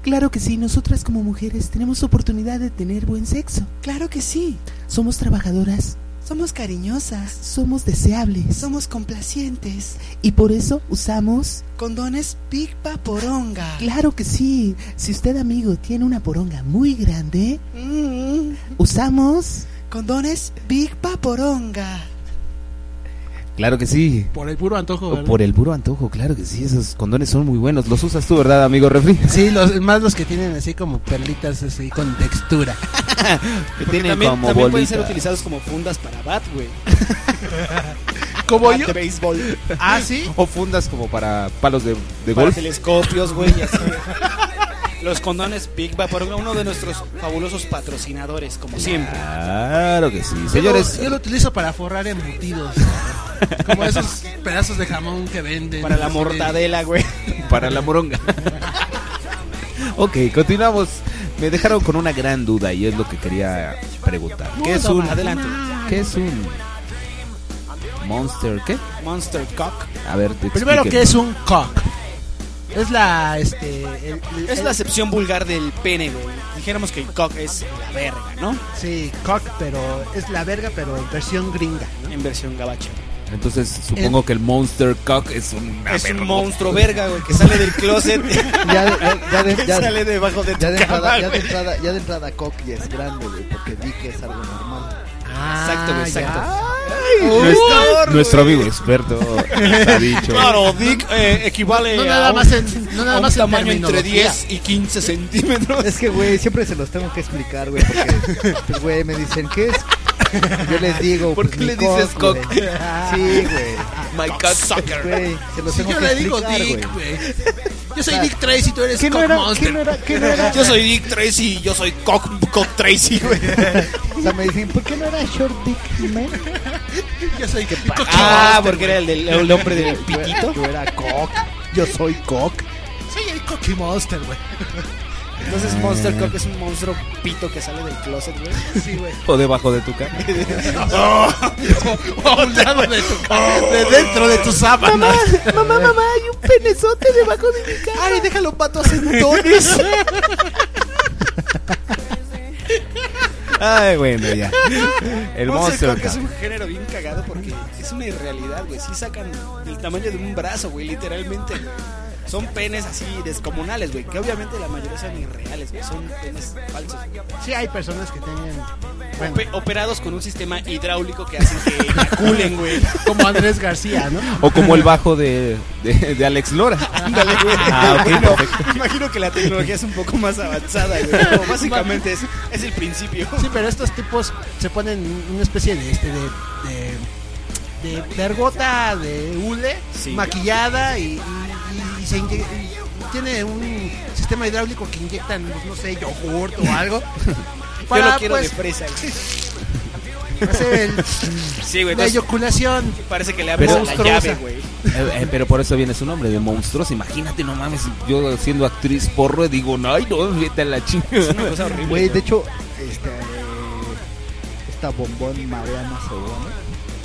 Speaker 12: Claro que sí, nosotras como mujeres tenemos oportunidad de tener buen sexo.
Speaker 13: Claro que sí.
Speaker 12: Somos trabajadoras,
Speaker 13: Somos cariñosas.
Speaker 12: somos deseables
Speaker 13: Somos complacientes.
Speaker 12: y por eso usamos...
Speaker 13: Condones Big Poronga.
Speaker 12: Claro que sí, si usted amigo tiene una poronga muy grande, usamos...
Speaker 13: Mm. Condones Big Poronga.
Speaker 4: Claro que sí.
Speaker 5: Por el puro antojo,
Speaker 4: O
Speaker 5: ¿verdad?
Speaker 4: Por el puro antojo, claro que sí. Esos condones son muy buenos. Los usas tú, ¿verdad, amigo Refri?
Speaker 5: <laughs> Sí, los, más los que tienen así como perlitas así con textura.
Speaker 4: <laughs> Que
Speaker 6: Porque
Speaker 4: tienen
Speaker 6: también,
Speaker 4: como
Speaker 6: también pueden
Speaker 4: bolitas.
Speaker 6: ser utilizados como fundas para bat, güey.
Speaker 5: Como
Speaker 6: Bat
Speaker 5: yo.
Speaker 6: de béisbol.
Speaker 5: Ah, sí.
Speaker 4: <laughs> O fundas como para palos de, de
Speaker 6: Para
Speaker 4: golf.
Speaker 6: telescopios, güey. y así. Los condones Big Vapor, uno de nuestros fabulosos patrocinadores, como siempre.
Speaker 4: Claro que sí.
Speaker 5: Yo lo-
Speaker 4: Señores,
Speaker 5: yo lo utilizo para forrar embutidos. como esos pedazos de jamón que venden.
Speaker 6: Para la
Speaker 5: Así
Speaker 6: mortadela, güey.
Speaker 4: para la moronga. <laughs> ok, continuamos. Me dejaron con una gran duda y es lo que quería preguntar. ¿Qué es un...
Speaker 6: Adelante.
Speaker 4: ¿Qué es un... Monster, ¿qué?
Speaker 6: Monster Cock.
Speaker 4: A ver, te
Speaker 5: Primero que
Speaker 4: explíquenme.
Speaker 5: es un cock. Es la este el- el-
Speaker 6: Es la acepción vulgar del pene, güey. Dijéramos que el cock es la verga, ¿no?
Speaker 5: sí, cock, pero es la verga pero en versión gringa.
Speaker 6: En versión gabacho.
Speaker 4: Entonces supongo que el Monster Cock es un...
Speaker 6: Es un monstruo verga, güey, que sale del closet.
Speaker 3: <laughs> Ya, de- ya, ya de-
Speaker 6: <laughs> que
Speaker 3: ya-
Speaker 6: sale debajo de tu
Speaker 3: ya de
Speaker 6: cama,
Speaker 3: entrada, ya de
Speaker 6: güey.
Speaker 3: entrada, ya de entrada Cock ya es grande, güey, porque vi que es algo normal. Ah,
Speaker 6: Exacto, güey, exacto.
Speaker 4: Nuestro, nuestro amigo experto ha dicho...
Speaker 6: Claro, Dick eh, equivale
Speaker 5: No
Speaker 6: a
Speaker 5: nada
Speaker 6: un-
Speaker 5: más en no
Speaker 6: a
Speaker 5: nada
Speaker 6: un
Speaker 5: más en
Speaker 6: tamaño entre
Speaker 5: terminología.
Speaker 6: 10 y 15 centímetros.
Speaker 3: Es que, güey, siempre se los tengo que explicar, güey, porque, pues, güey, me dicen, ¿qué es? Yo les digo,
Speaker 4: ¿Por
Speaker 3: pues,
Speaker 4: qué
Speaker 3: mi
Speaker 4: le dices
Speaker 3: cock,
Speaker 4: cock?
Speaker 3: güey. Sí, güey, Pues,
Speaker 4: My cocksucker.
Speaker 3: güey, se los
Speaker 5: Si
Speaker 3: tengo
Speaker 5: yo
Speaker 3: que
Speaker 5: le digo
Speaker 3: explicar, güey.
Speaker 5: Dick, güey. Yo soy Dick Tracy y tú eres
Speaker 3: ¿Qué
Speaker 5: Cock
Speaker 3: no era? ¿Qué
Speaker 5: Monster.
Speaker 3: no era? ¿Qué no
Speaker 5: <laughs>
Speaker 3: era?
Speaker 6: Yo soy Dick Tracy y yo soy Cock, cock Tracy, güey.
Speaker 3: O sea, me dicen, ¿por qué no era Short Dick Man?
Speaker 5: <laughs> Yo soy que cock.
Speaker 6: Ah, porque era el, del, el hombre del
Speaker 3: Yo era-
Speaker 6: pitito.
Speaker 3: Yo era Cock, yo soy Cock.
Speaker 5: Soy el Cocky Monster, güey.
Speaker 6: Entonces Monster Cock es un monstruo pito que sale del closet, güey.
Speaker 5: Sí,
Speaker 6: <laughs>
Speaker 5: güey.
Speaker 4: O debajo de tu cara.
Speaker 5: A un lado de tu de dentro de tu sábana.
Speaker 12: mamá, mamá, hay un penezote debajo de mi cara.
Speaker 6: Ay, déjalo pato
Speaker 13: <laughs>
Speaker 6: centones.
Speaker 4: Ay, bueno, <laughs>
Speaker 6: <laughs>
Speaker 4: ya. El Monster
Speaker 6: Monster Cock es
Speaker 4: Cock.
Speaker 6: un género bien cagado porque es una irrealidad, güey. Sí sacan el tamaño de un brazo, güey, literalmente, güey. Son penes así descomunales, güey. Que obviamente la mayoría son irreales, güey. Son penes falsos. güey.
Speaker 5: Sí, hay personas que tienen bueno,
Speaker 6: Ope- operados con un sistema hidráulico que hacen que eyaculen, güey.
Speaker 5: <laughs> como Andrés García, ¿no?
Speaker 4: O como el
Speaker 5: <laughs>
Speaker 4: bajo de, de, de Alex Lora. <laughs>
Speaker 6: Ándale, güey.
Speaker 4: Ah, ok,
Speaker 6: Bueno,
Speaker 4: perfecto.
Speaker 6: imagino que la tecnología es un poco
Speaker 4: <laughs>
Speaker 6: más avanzada, güey. Pero básicamente es, es el principio.
Speaker 5: Sí, pero estos tipos se ponen una especie de este de de, de vergota de hule
Speaker 6: Sí.
Speaker 5: maquillada y, y- y- y se inye- y tiene un sistema hidráulico que inyectan pues, no sé yogurt o algo
Speaker 6: Yo
Speaker 5: para
Speaker 6: lo quiero
Speaker 5: pues
Speaker 6: de fresa, güey.
Speaker 5: hacer el-
Speaker 6: Sí, güey.
Speaker 5: la
Speaker 6: entonces,
Speaker 5: eyaculación.
Speaker 6: Parece que le abres la
Speaker 5: Monstruosa.
Speaker 6: llave, güey.
Speaker 4: <laughs> Eh, eh, pero por eso viene su nombre, de monstruoso. Imagínate, no mames, yo siendo actriz porro digo, ay, no, vete a la chinga.
Speaker 6: una cosa horrible.
Speaker 3: Güey, de hecho, este, eh, esta bombón María Macedona.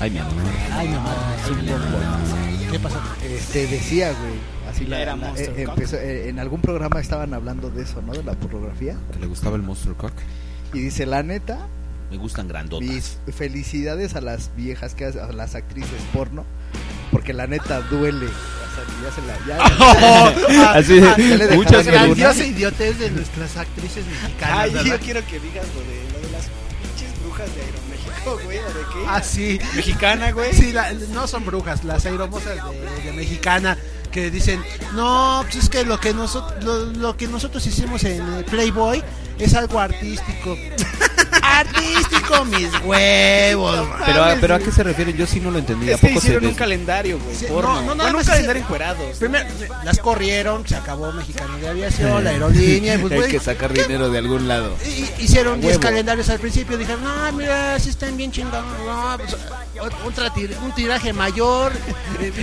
Speaker 4: Ay, mi amor.
Speaker 3: Ay, mi amor, es un bombón. ¿Qué pasó? Este, decía, güey. Así la,
Speaker 6: Era
Speaker 3: la-
Speaker 6: Monster
Speaker 3: eh,
Speaker 6: Cock.
Speaker 3: empezó, eh, en algún programa estaban hablando de eso, ¿no? De la pornografía.
Speaker 4: ¿Te le gustaba el Monster Cock?
Speaker 3: Y dice, la neta,
Speaker 4: Me gustan grandotas.
Speaker 3: mis felicidades a las viejas, que a las actrices porno, porque la neta duele. O sea, que ya se la... Ya, ya-
Speaker 4: <laughs> Así,
Speaker 5: Ah,
Speaker 3: ya le dejaron
Speaker 4: muchas
Speaker 3: alguna.
Speaker 5: Grandiosa idiotez de nuestras actrices mexicanas.
Speaker 6: Ay, yo
Speaker 5: ¿verdad?
Speaker 6: quiero que digas lo de, lo de las pinches brujas de Aeroméxico, güey. ¿o ¿De qué?
Speaker 5: Ah, sí.
Speaker 6: Mexicana, güey.
Speaker 5: Sí, la- no son brujas, las aeromosas de, de mexicana que dicen, no, pues es que lo que, nosotros lo, lo que nosotros hicimos en eh, Playboy es algo artístico. <laughs> artístico, mis huevos. man.
Speaker 4: Pero, a- pero a qué se refieren, yo sí no lo entendí. ¿A
Speaker 6: Es que
Speaker 4: poco se
Speaker 6: hicieron
Speaker 4: des-
Speaker 6: un calendario, güey.
Speaker 5: Sí,
Speaker 6: porno.
Speaker 5: no, no, nada
Speaker 6: bueno, un
Speaker 5: más
Speaker 6: calendario
Speaker 5: hicieron-
Speaker 6: encuerados.
Speaker 5: Primero, las corrieron, se acabó Mexicano de
Speaker 4: <laughs>
Speaker 5: Aviación, la aerolínea, y pues,
Speaker 4: Hay
Speaker 5: güey,
Speaker 4: que sacar dinero de algún lado.
Speaker 5: hi- hicieron 10
Speaker 4: Huevo.
Speaker 5: calendarios al principio, dijeron, ah, mira, sí están bien chingados, no, pues, o- otra tir- un tiraje mayor.
Speaker 4: <laughs>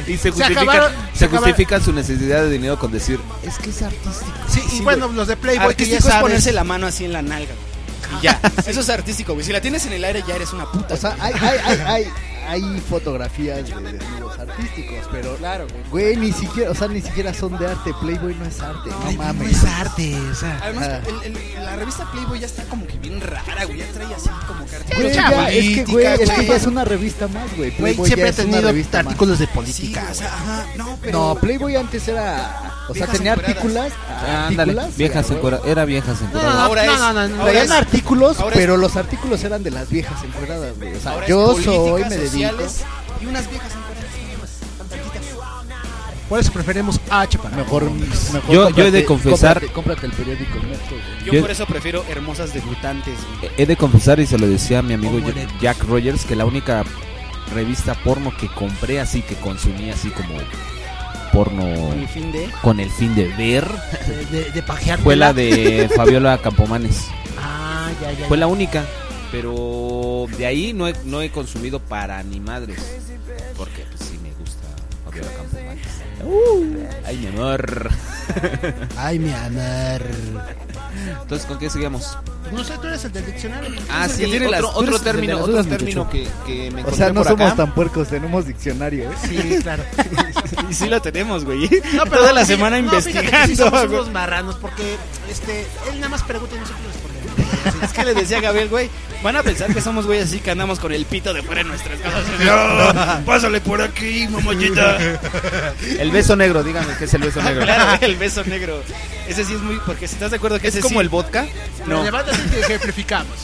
Speaker 4: Y se justifican,
Speaker 5: acabaron-
Speaker 4: se
Speaker 5: se acabaron-
Speaker 4: justifican su necesidad de dinero con decir,
Speaker 11: Es que es artístico.
Speaker 5: Sí, y
Speaker 6: Sí,
Speaker 5: bueno, los de Playboy que ya
Speaker 6: Artístico es
Speaker 5: sabes.
Speaker 6: ponerse la mano así en la nalga,
Speaker 3: Ah.
Speaker 6: güey.
Speaker 3: <laughs>
Speaker 6: Y ya. Eso es artístico, güey. Si la tienes en el aire, ya eres una puta.
Speaker 3: O sea, hay, hay, hay, hay, hay fotografías de desnudos artísticos, pero
Speaker 6: Claro, güey.
Speaker 3: güey, ni siquiera, o sea, ni siquiera son de arte. Playboy no es arte, no
Speaker 5: Ay,
Speaker 3: mames.
Speaker 5: No es arte, o sea.
Speaker 6: Además,
Speaker 3: Ajá.
Speaker 6: el- el- la revista Playboy ya está como que bien rara, güey. Ya trae así como que
Speaker 3: Güey,
Speaker 6: artículos
Speaker 3: ya, es que güey,
Speaker 6: política,
Speaker 3: es que ya es una revista más, güey.
Speaker 5: Güey,
Speaker 3: Playboy
Speaker 5: siempre
Speaker 3: ya
Speaker 5: ha
Speaker 3: es una
Speaker 5: tenido
Speaker 3: revista más.
Speaker 5: artículos de
Speaker 6: Sí,
Speaker 5: política.
Speaker 6: o
Speaker 5: güey.
Speaker 6: sea, ajá. No, pero.
Speaker 3: No, Playboy antes era, o sea,
Speaker 6: Viejas
Speaker 3: tenía
Speaker 6: encueradas.
Speaker 3: artículas,
Speaker 4: ah, ándale,
Speaker 3: artículas,
Speaker 4: viejas
Speaker 3: sí, a huevo.
Speaker 4: encueradas. Era viejas encueradas.
Speaker 6: ahora
Speaker 5: no,
Speaker 6: es-
Speaker 5: no, no, no,
Speaker 6: ahora
Speaker 3: Traían
Speaker 6: es-
Speaker 3: artículos,
Speaker 6: ahora es-
Speaker 3: pero los artículos eran de las viejas encueradas, güey. O sea,
Speaker 6: ahora es
Speaker 3: yo
Speaker 6: políticas
Speaker 3: soy, me dedico.
Speaker 6: sociales Y unas viejas encueradas. tan tantitas.
Speaker 5: Por eso preferimos a Chaparro.
Speaker 3: Mejor, mejor
Speaker 4: Yo- yo he de confesar-
Speaker 3: cómprate, cómprate el periódico Metro, güey.
Speaker 6: Yo
Speaker 4: Yo-
Speaker 6: por eso prefiero hermosas debutantes, güey.
Speaker 4: He de confesar, y se lo decía a mi amigo
Speaker 5: Como
Speaker 4: Ja-
Speaker 5: eres.
Speaker 4: Jack Rogers, que la única revista porno que compré así, que consumí así como porno
Speaker 6: Con el fin de.
Speaker 4: con el fin de ver,
Speaker 5: De, de, de pajear.
Speaker 4: fue la
Speaker 5: <laughs>
Speaker 4: de Fabiola Campomanes.
Speaker 5: Ah, ya, ya.
Speaker 4: Fue la única, pero de ahí no he, no he consumido para ni madres. Porque pues, sí me gusta Fabiola Campomanes. ay, mi amor.
Speaker 5: Ay, mi amor.
Speaker 4: Entonces, ¿con qué seguimos?
Speaker 5: No sé, tú eres el del diccionario.
Speaker 4: Ah,
Speaker 6: que tiene
Speaker 4: otro,
Speaker 6: las- tú
Speaker 4: otro
Speaker 6: eres el de
Speaker 4: término,
Speaker 6: las
Speaker 4: otro
Speaker 6: dudas,
Speaker 4: término que,
Speaker 6: muchacho.
Speaker 4: que me
Speaker 3: O
Speaker 4: encontré
Speaker 3: sea, no
Speaker 4: por acá.
Speaker 3: somos tan puercos, tenemos diccionario, ¿eh? <laughs>
Speaker 5: Sí,
Speaker 4: <laughs>
Speaker 5: claro.
Speaker 6: Y sí lo tenemos, güey. Toda la
Speaker 5: sí,
Speaker 6: semana
Speaker 5: no, fíjate que
Speaker 6: investigando.
Speaker 5: Sí somos
Speaker 6: güey.
Speaker 5: unos marranos porque este, él nada más pregunta y nosotros respondemos.
Speaker 6: Es que le decía a Gabriel, güey, van a pensar que somos güeyes así que andamos con el pito de fuera en nuestras casas. <laughs> pásale por aquí, mamachita.
Speaker 4: El beso negro, díganme qué es el beso negro.
Speaker 6: Claro, el beso negro. Ese sí es muy. Porque si estás de acuerdo que ese sí-
Speaker 4: vodka?
Speaker 6: No.
Speaker 5: Lo levantas y te ejemplificamos.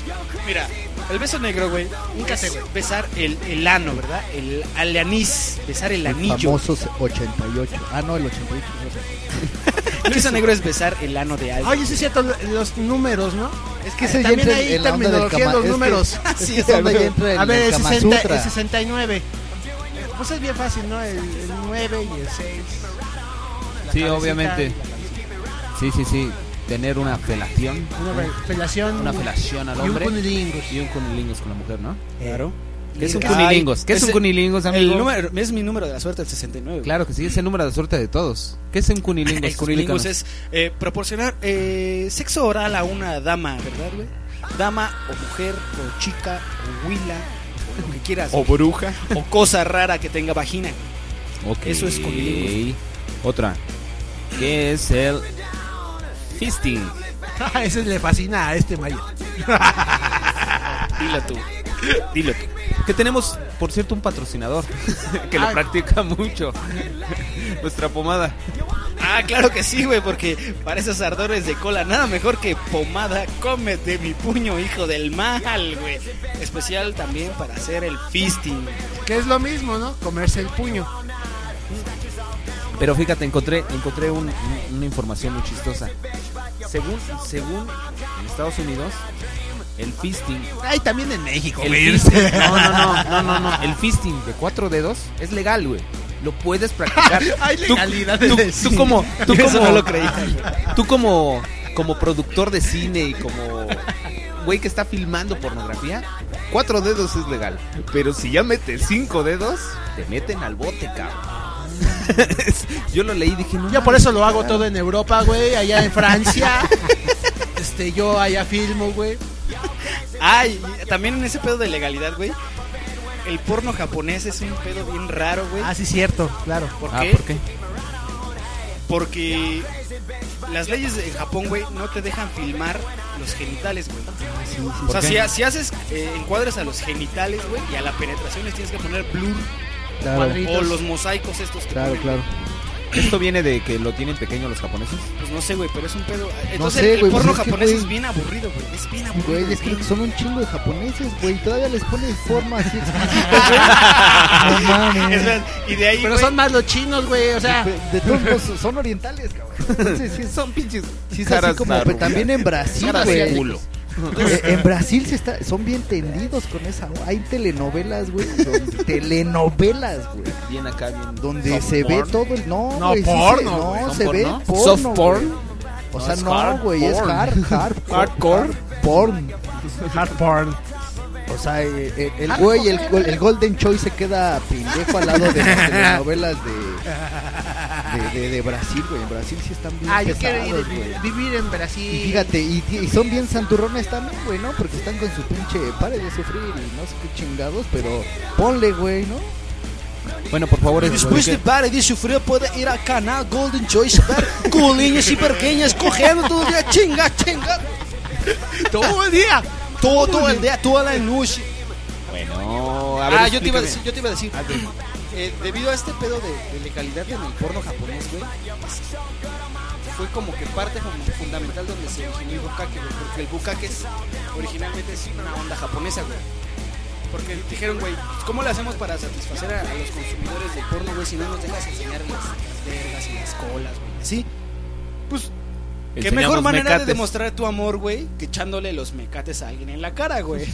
Speaker 6: Mira, el beso negro, güey. Nunca
Speaker 5: Cásate,
Speaker 6: se
Speaker 5: güey.
Speaker 6: besar el, el ano, ¿verdad? El, el anís. Besar el anillo.
Speaker 3: Famosos 88. Ah, no, el 88. no sé.
Speaker 6: El beso negro es besar el ano de alguien.
Speaker 5: Oye, sí es cierto, los números, ¿no?
Speaker 3: Es que se
Speaker 5: También
Speaker 3: entra
Speaker 5: ahí
Speaker 3: en la onda del
Speaker 5: terminología en
Speaker 3: Kama-
Speaker 5: los
Speaker 3: es que-
Speaker 5: números.
Speaker 3: <laughs> es que
Speaker 6: Sí,
Speaker 3: esa onda ya
Speaker 6: güey.
Speaker 3: entra en
Speaker 5: A ver,
Speaker 3: el
Speaker 5: el,
Speaker 3: Kama
Speaker 5: 60 el
Speaker 3: Sutra.
Speaker 5: 69. Pues es bien fácil, ¿no? El, 9 y el 6. La
Speaker 4: Sí,
Speaker 5: cabecita, <laughs>
Speaker 4: obviamente. Sí, sí, sí. Tener una felación.
Speaker 5: Una
Speaker 4: Una,
Speaker 5: fe- felación.
Speaker 4: felación al
Speaker 5: Y un
Speaker 4: hombre.
Speaker 5: cunilingus.
Speaker 4: Y un cunilingus con la mujer, ¿no?
Speaker 6: Claro.
Speaker 4: ¿Qué es un
Speaker 6: Ay,
Speaker 4: cunilingus? ¿Qué es un
Speaker 6: ese-
Speaker 4: cunilingus, amigo?
Speaker 6: El número, es mi número de la suerte, el 69. güey.
Speaker 4: Claro que sí, es el número de suerte de todos. ¿Qué es un cunilingus?
Speaker 6: <laughs> El cunilingus
Speaker 4: Explícanos.
Speaker 6: es eh, proporcionar eh, sexo oral a una dama, ¿verdad, güey? Dama o mujer o chica o huila o lo que quieras. o bruja. O cosa rara que tenga vagina.
Speaker 4: Ok.
Speaker 6: eso es cunilingus.
Speaker 4: Otra. ¿Qué es el fisting?
Speaker 5: Ese le fascina a este mayo.
Speaker 6: Dilo
Speaker 4: <laughs>
Speaker 6: tú. Dilo tú.
Speaker 4: Que tenemos, por cierto, un
Speaker 6: <laughs>
Speaker 4: patrocinador <laughs> que lo
Speaker 5: Ah.
Speaker 4: practica mucho. Nuestra pomada.
Speaker 6: Ah, claro que sí, güey, porque para esos ardores de cola nada mejor que pomada cómete mi puño, hijo del mal, güey. Especial también para hacer el fisting.
Speaker 5: Que es lo mismo, ¿no? Comerse el puño.
Speaker 4: Pero fíjate, encontré, encontré un- un- una información muy chistosa. Según, según en Estados Unidos, el fisting.
Speaker 5: Ay, también en México,
Speaker 4: El
Speaker 5: güey. <laughs>
Speaker 4: fisting- no, no, no, no, no, no. El fisting de cuatro dedos es legal, güey. Lo puedes practicar.
Speaker 5: <laughs> Hay
Speaker 4: Tú-
Speaker 5: legalidad
Speaker 4: tú,
Speaker 5: en
Speaker 4: tú
Speaker 5: el cine. <laughs>
Speaker 4: como, tú
Speaker 6: Eso
Speaker 4: como,
Speaker 6: no lo creía,
Speaker 4: tú como, como productor de cine y como güey que está filmando pornografía,
Speaker 12: Cuatro dedos es legal. Pero si ya metes cinco dedos, te meten al bote, cabrón. yo lo leí y dije, no.
Speaker 5: Yo por eso lo hago
Speaker 12: claro.
Speaker 5: todo en Europa, güey, allá en <laughs> Francia.
Speaker 12: <laughs>
Speaker 5: este, yo allá filmo, güey.
Speaker 14: Ay, también en ese pedo de legalidad, güey. El porno japonés es un pedo bien raro, güey.
Speaker 5: Ah, sí, cierto, claro.
Speaker 14: ¿Por
Speaker 5: Ah,
Speaker 14: qué?
Speaker 5: ¿por qué?
Speaker 14: Porque las leyes de Japón, güey, no te dejan filmar los genitales, güey. o
Speaker 6: ¿por
Speaker 14: sea,
Speaker 6: qué?
Speaker 14: si, ha- si haces eh, encuadres a los genitales, güey, y a la penetración les tienes que poner blur.
Speaker 12: Claro.
Speaker 14: O los mosaicos estos que ponen.
Speaker 12: Esto viene de que lo tienen pequeño los japoneses.
Speaker 14: Pues no sé, güey, pero es un pedo. Entonces
Speaker 12: sé,
Speaker 14: el
Speaker 12: güey,
Speaker 14: porno
Speaker 12: pues es que,
Speaker 14: japonés
Speaker 12: güey,
Speaker 14: es bien aburrido, güey. Es bien aburrido.
Speaker 3: Güey, es que son un chingo de japoneses, güey. Todavía les pones forma así explícita, güey. No mames.
Speaker 14: Es verdad, y de ahí,
Speaker 5: Ah, Pero son más los chinos, güey, o sea.
Speaker 3: De, de todos modos, son orientales, cabrón. Entonces, <laughs> sí, son pinches. Sí, es así
Speaker 12: caras
Speaker 3: como, pero
Speaker 12: narrugas.
Speaker 3: también en Brasil,
Speaker 12: Caras de
Speaker 3: güey.
Speaker 12: culo.
Speaker 3: <laughs> Eh, En Brasil se está, son bien tendidos con esa. Hay telenovelas, güey. donde- telenovelas, güey.
Speaker 12: Bien acá, bien.
Speaker 3: Donde se ve todo el. No,
Speaker 12: No,
Speaker 3: güey, sí se-
Speaker 12: porno,
Speaker 3: no,
Speaker 12: güey.
Speaker 3: se
Speaker 12: ¿Son
Speaker 3: ve
Speaker 12: porno?
Speaker 3: porno.
Speaker 12: Soft
Speaker 3: güey.
Speaker 12: porn?
Speaker 3: <laughs> O
Speaker 12: No,
Speaker 3: sea,
Speaker 12: es
Speaker 3: no,
Speaker 12: hard
Speaker 3: güey. Es
Speaker 12: porn. <laughs>
Speaker 3: hard,
Speaker 6: <laughs>
Speaker 3: hard.
Speaker 12: Hardcore.
Speaker 3: Porn.
Speaker 5: Hard porn.
Speaker 3: O sea, eh, eh, el güey, el, gol- el Golden Choice se queda pendejo al lado de
Speaker 12: <laughs>
Speaker 3: las
Speaker 6: <laughs>
Speaker 3: telenovelas de, de, de, de Brasil, güey. En Brasil sí están bien
Speaker 5: <laughs> Ah, yo quiero
Speaker 3: pesados,
Speaker 5: ir,
Speaker 3: güey.
Speaker 5: vivir en
Speaker 3: Y
Speaker 5: Brasil.
Speaker 3: fíjate, y, y son bien santurrones también, güey, ¿no? Porque están con su pinche pare de sufrir y no sé qué chingados, pero ponle, güey, ¿no?
Speaker 4: Bueno, por favor,
Speaker 6: Después de pare de sufrir, puede ir a canal Golden Choice
Speaker 3: <laughs>
Speaker 6: ver culinhos y pequeñas cogiendo todo el día. Chinga, chinga. Todo el día. Todo, el día, toda la noche.
Speaker 12: Bueno, a ver.
Speaker 6: Ah, yo te iba a
Speaker 12: explícame. Ah,
Speaker 6: decir, yo te iba a decir. eh, debido a este pedo de, de legalidad en el porno japonés, güey, pues, fue como que parte fun- fundamental donde se originó el bukake, güey, porque el bukake es, originalmente es una onda japonesa, güey. Porque dijeron, güey, pues, ¿cómo le hacemos para satisfacer a, a los consumidores del porno, güey, si no nos dejas enseñar las vergas y las colas, güey? Así. Pues, ¿qué
Speaker 14: Enseñamos
Speaker 6: mejor manera
Speaker 14: mecates.
Speaker 6: de demostrar tu amor, güey, que echándole los mecates a alguien en la cara, güey?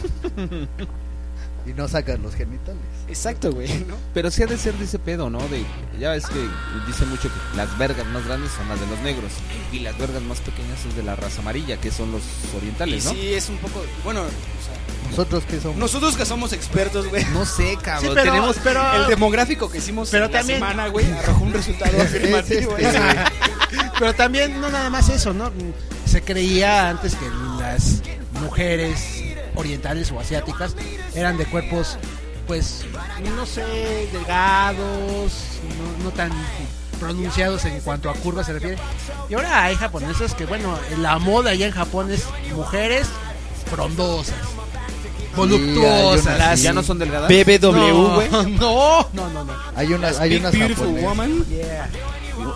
Speaker 3: Y no sacan los genitales.
Speaker 6: Exacto, güey, ¿no?
Speaker 4: Pero sí ha de ser de ese pedo, ¿no? De, ya ves que dicen mucho que las vergas más grandes son las de los negros y las vergas más pequeñas son de la raza amarilla, que son los
Speaker 14: Y
Speaker 4: orientales, ¿no?
Speaker 14: sí, es un poco. Bueno, o sea,
Speaker 3: Nosotros que somos.
Speaker 14: nosotros que somos expertos, güey.
Speaker 4: No sé,
Speaker 14: Sí, pero, pero- el demográfico que hicimos
Speaker 5: Pero
Speaker 14: en la
Speaker 5: también-
Speaker 14: semana, güey, arrojó un <laughs> resultado afirmativo.
Speaker 6: ¿eh?
Speaker 5: Es este,
Speaker 6: <laughs>
Speaker 5: Pero también, no nada más eso, ¿no? Se creía antes que las mujeres orientales o asiáticas eran de cuerpos, pues, no sé, delgados, no, no tan pronunciados en cuanto a curvas se refiere. Y ahora hay japonesas que, bueno, la moda allá en Japón es mujeres frondosas, voluptuosas.
Speaker 3: Sí, hay unas, sí. ¿Ya no son delgadas? BBW,
Speaker 5: No,
Speaker 3: güey.
Speaker 5: <laughs> No, no, no, no.
Speaker 3: Hay unas,
Speaker 5: Las
Speaker 3: hay
Speaker 5: Big
Speaker 3: unas
Speaker 5: Beautiful
Speaker 3: japonesas.
Speaker 5: Woman. Yeah.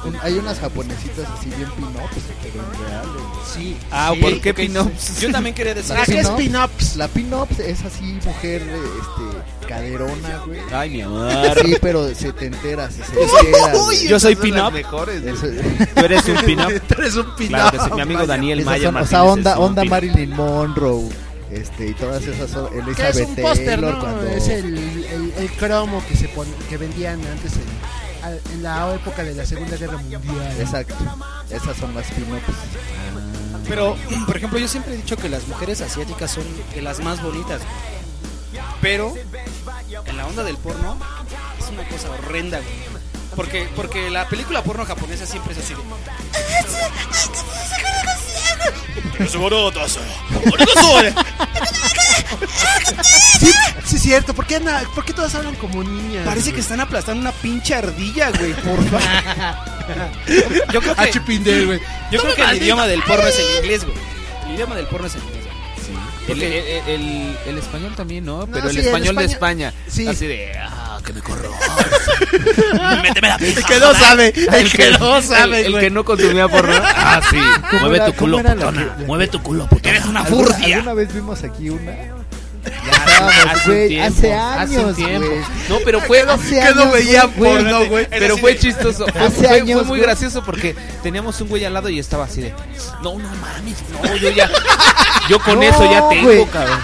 Speaker 3: Un- Hay unas japonesitas así bien pinopes, pero en real, güey.
Speaker 5: Sí.
Speaker 4: Ah, ¿por qué pin-ups?
Speaker 14: Yo también quería decir
Speaker 3: La
Speaker 14: eso.
Speaker 3: pin-up-
Speaker 14: ¿Qué es
Speaker 3: La pin-ups es así, mujer, este, caderona, güey.
Speaker 4: Ay, mi amor.
Speaker 3: Sí, pero se te enteras, se entera, güey.
Speaker 4: Yo soy pin-up.
Speaker 3: Eso- <laughs>
Speaker 4: Tú eres un pin-up.
Speaker 5: <laughs> Tú eres un pin-up.
Speaker 4: Claro que sí, mi amigo Daniel
Speaker 3: Esas
Speaker 4: Maya
Speaker 3: son- o
Speaker 4: Martínez
Speaker 3: sea,
Speaker 4: es
Speaker 3: onda,
Speaker 4: un
Speaker 3: onda
Speaker 4: pin-up.
Speaker 3: Marilyn Monroe, este, y todas esas son
Speaker 5: Que es
Speaker 3: Elizabeth
Speaker 5: un póster,
Speaker 3: Taylor
Speaker 5: ¿no?
Speaker 3: cuando-
Speaker 5: Es el, el- el cromo que se pon- que vendían antes en, al- en la época de la Segunda Guerra Mundial.
Speaker 3: Exacto. Esas son las pin-ups.
Speaker 6: Pero, <clears throat> por ejemplo, yo siempre he dicho que las mujeres asiáticas son de las más bonitas. güey. Pero, en la onda del porno, es una cosa horrenda, güey. Porque, porque la película porno japonesa siempre es así de... <laughs>
Speaker 5: Sí, sí es cierto. ¿Por qué, na- por qué todas hablan como niñas?
Speaker 6: Parece que están aplastando una pinche ardilla, güey, por
Speaker 5: favor.
Speaker 6: <laughs>
Speaker 5: <laughs>
Speaker 6: Yo
Speaker 3: Ah,
Speaker 6: creo que-
Speaker 5: Achipindel, güey.
Speaker 6: Yo creo que el
Speaker 5: Maldito.
Speaker 6: idioma del porno es el inglés, güey. El idioma del porno es el inglés,
Speaker 3: <laughs>
Speaker 4: El, el- el- el español también, ¿no? Pero el
Speaker 6: sí, el
Speaker 4: español de
Speaker 6: España-
Speaker 4: España.
Speaker 6: Sí.
Speaker 4: Así de, ah, que me
Speaker 3: <laughs>
Speaker 4: corro.
Speaker 6: Méteme la pija,
Speaker 4: El que no
Speaker 6: joder.
Speaker 4: sabe, el que no
Speaker 6: el-
Speaker 4: sabe,
Speaker 6: El,
Speaker 4: güey.
Speaker 6: que
Speaker 4: no consumía porno. Ah, sí. Mueve tu culo, putona. Mueve tu culo, putona.
Speaker 6: Eres una
Speaker 3: ¿Alguna-
Speaker 6: furcia.
Speaker 3: ¿Alguna vez vimos aquí una?
Speaker 4: hace
Speaker 3: Vamos,
Speaker 4: un
Speaker 3: güey,
Speaker 4: tiempo,
Speaker 3: hace
Speaker 4: hace un
Speaker 3: años,
Speaker 4: tiempo.
Speaker 3: güey.
Speaker 4: No, pero fue.
Speaker 3: Hace
Speaker 4: que no
Speaker 3: años,
Speaker 4: veía
Speaker 3: güey, güey.
Speaker 4: porno, güey.
Speaker 3: Era
Speaker 4: Pero
Speaker 3: así
Speaker 4: fue
Speaker 3: de-
Speaker 4: chistoso. Fue,
Speaker 3: Hace
Speaker 4: fue- fue
Speaker 3: años,
Speaker 4: muy
Speaker 3: güey.
Speaker 4: gracioso porque teníamos un güey al lado y estaba así de. No, no mames. No, yo ya. Yo
Speaker 3: <laughs>
Speaker 4: con
Speaker 3: No,
Speaker 4: eso ya tengo,
Speaker 3: güey.
Speaker 4: cabrón.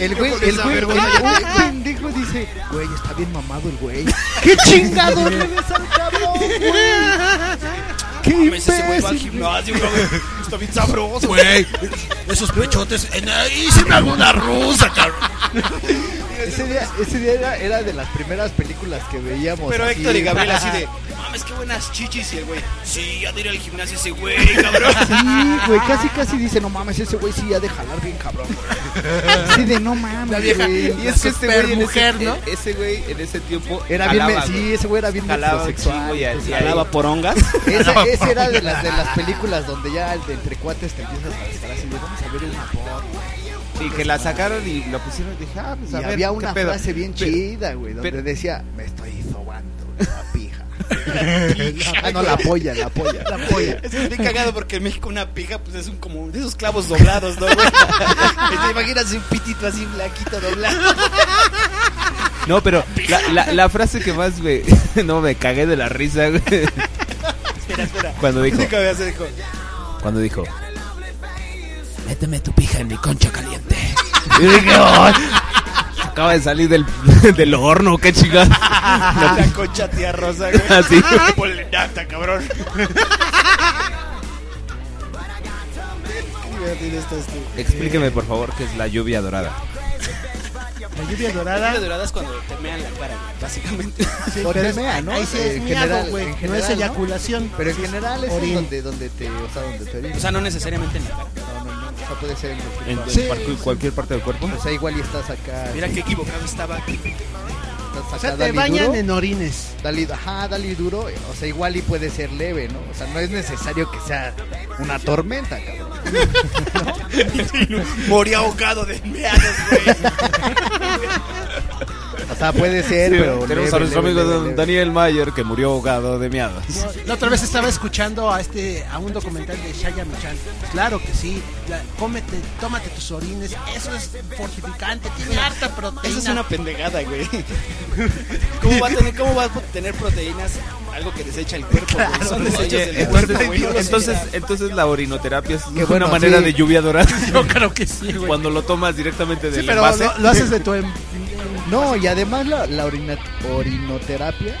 Speaker 3: El güey,
Speaker 4: Yo con
Speaker 3: el
Speaker 4: esa
Speaker 3: güey, el
Speaker 4: vergüenza ya
Speaker 3: güey pendejo dice, güey, está bien mamado el güey. ¡Qué chingado le ves al cabrón, güey! ¡Qué
Speaker 6: <laughs> Mames, ese güey va al
Speaker 3: imbécil!
Speaker 6: gimnasio, güey.
Speaker 12: está bien sabroso.
Speaker 15: Güey, esos pechotes. En ahí se me hago una rusa, cabrón.
Speaker 3: Ese día, ese día era, era de las primeras películas que veíamos.
Speaker 6: Pero
Speaker 3: así.
Speaker 6: Héctor y Gabriel así
Speaker 3: <laughs>
Speaker 6: de, mames, qué buenas chichis. Y el güey, sí, ya de ir al gimnasio ese güey,
Speaker 3: <laughs>
Speaker 6: cabrón.
Speaker 3: Sí, güey, casi casi dice, no mames, ese güey sí ha de jalar bien cabrón, güey. <laughs> Sí, de no mames.
Speaker 12: La vieja,
Speaker 3: güey.
Speaker 12: y es que este güey en ese,
Speaker 3: ¿no?
Speaker 12: e- ese güey en ese tiempo
Speaker 3: Era bien, me-
Speaker 12: jalaba, güey.
Speaker 3: sí, ese güey era bien
Speaker 12: Jalaba un
Speaker 3: metrosexual,
Speaker 12: chingo y
Speaker 6: Pues,
Speaker 12: a-
Speaker 3: entonces,
Speaker 12: y a-
Speaker 3: jalaba
Speaker 16: porongas.
Speaker 3: Ese, ese era de las de las películas donde ya el de entre cuates te empiezas a estar así de vamos a ver una foto.
Speaker 12: Y que la sacaron y lo pusieron y dije, ah, pues a
Speaker 3: Y
Speaker 12: ver,
Speaker 3: había
Speaker 12: ¿qué
Speaker 3: una
Speaker 12: pedo?
Speaker 3: frase bien
Speaker 12: Pero-
Speaker 3: chida, güey, donde <laughs>
Speaker 12: pero-
Speaker 3: decía, me estoy sobando la pija. <laughs> ah, no, la polla, la polla. La <laughs> polla.
Speaker 6: Es que <laughs> bien cagado porque en México una pija pues es un como de esos clavos doblados, ¿no?
Speaker 3: <laughs>
Speaker 6: güey? ¿Te imaginas un pitito así blanquito doblado?
Speaker 4: No, pero la, la- la frase que más
Speaker 3: <laughs>
Speaker 4: me... No, me cagué de la risa,
Speaker 12: <laughs>
Speaker 4: güey.
Speaker 6: espera, espera.
Speaker 4: Cuando
Speaker 6: <laughs>
Speaker 4: dijo-
Speaker 6: Nunca había sido dijo,
Speaker 4: Cuando dijo... Méteme tu pija en mi concha caliente. <laughs> Y dije, "Ay, acaba de salir del, <laughs> del horno,
Speaker 3: <laughs>
Speaker 4: qué chingada. <laughs>
Speaker 6: La concha tía rosa, güey. <laughs>
Speaker 4: Así.
Speaker 6: Ponle nata, cabrón. Qué divertido este". estás tú.
Speaker 4: Explíqueme, por favor, qué es la lluvia dorada.
Speaker 6: La lluvia dorada. La lluvia dorada es cuando te mean la cara, güey, básicamente.
Speaker 3: O
Speaker 5: pero
Speaker 3: te
Speaker 5: es-
Speaker 3: mea, ¿no?
Speaker 5: ahí sí es
Speaker 3: En
Speaker 5: miado,
Speaker 3: general-
Speaker 5: güey,
Speaker 3: en
Speaker 5: no
Speaker 3: general,
Speaker 5: es eyaculación.
Speaker 3: Pero en
Speaker 5: Sí, es
Speaker 3: general es
Speaker 5: orín.
Speaker 3: donde, donde te, o sea, donde te
Speaker 6: O sea, no necesariamente en la cara.
Speaker 3: No, no, no. O sea, puede ser en cualquier
Speaker 4: En
Speaker 3: parte.
Speaker 4: en cualquier, cualquier parte del cuerpo.
Speaker 3: O sea, Pues igual y estás acá.
Speaker 6: Mira qué equivocado estaba.
Speaker 3: estás
Speaker 5: O
Speaker 3: acá,
Speaker 5: sea, te
Speaker 3: dale
Speaker 5: bañan
Speaker 3: duro,
Speaker 5: en orines.
Speaker 3: dale- ajá, dale duro. O sea, igual y puede ser leve, ¿no? O sea, no es necesario que sea una tormenta, cabrón.
Speaker 6: <laughs> Morí ahogado de meados, güey.
Speaker 3: O sea, puede ser,
Speaker 4: Sí,
Speaker 3: pero.
Speaker 4: tenemos
Speaker 3: leve,
Speaker 4: a nuestro
Speaker 3: leve,
Speaker 4: amigo
Speaker 3: leve,
Speaker 4: don
Speaker 3: leve.
Speaker 4: Daniel Mayer que murió ahogado de miados.
Speaker 5: La otra vez estaba escuchando a este a un documental de Shaya Michan. Claro que sí. la- cómete, tómate tus orines. Eso es fortificante. Tiene harta proteína.
Speaker 6: Eso es una pendejada, güey. ¿Cómo va a tener, cómo va a tener proteínas algo que desecha el cuerpo? güey? Son desechos
Speaker 4: Oye,
Speaker 6: del
Speaker 4: entonces,
Speaker 6: cuerpo, güey, no los
Speaker 4: entonces,
Speaker 6: genera.
Speaker 4: entonces la orinoterapia es una
Speaker 3: bueno,
Speaker 4: manera
Speaker 3: sí.
Speaker 4: de lluvia dorada. Yo creo que sí, Cuando lo tomas directamente del
Speaker 3: Sí, pero
Speaker 4: envase.
Speaker 3: lo- lo haces
Speaker 4: <laughs>
Speaker 5: <laughs>
Speaker 3: de- em- No, y además la, la orina- orinoterapia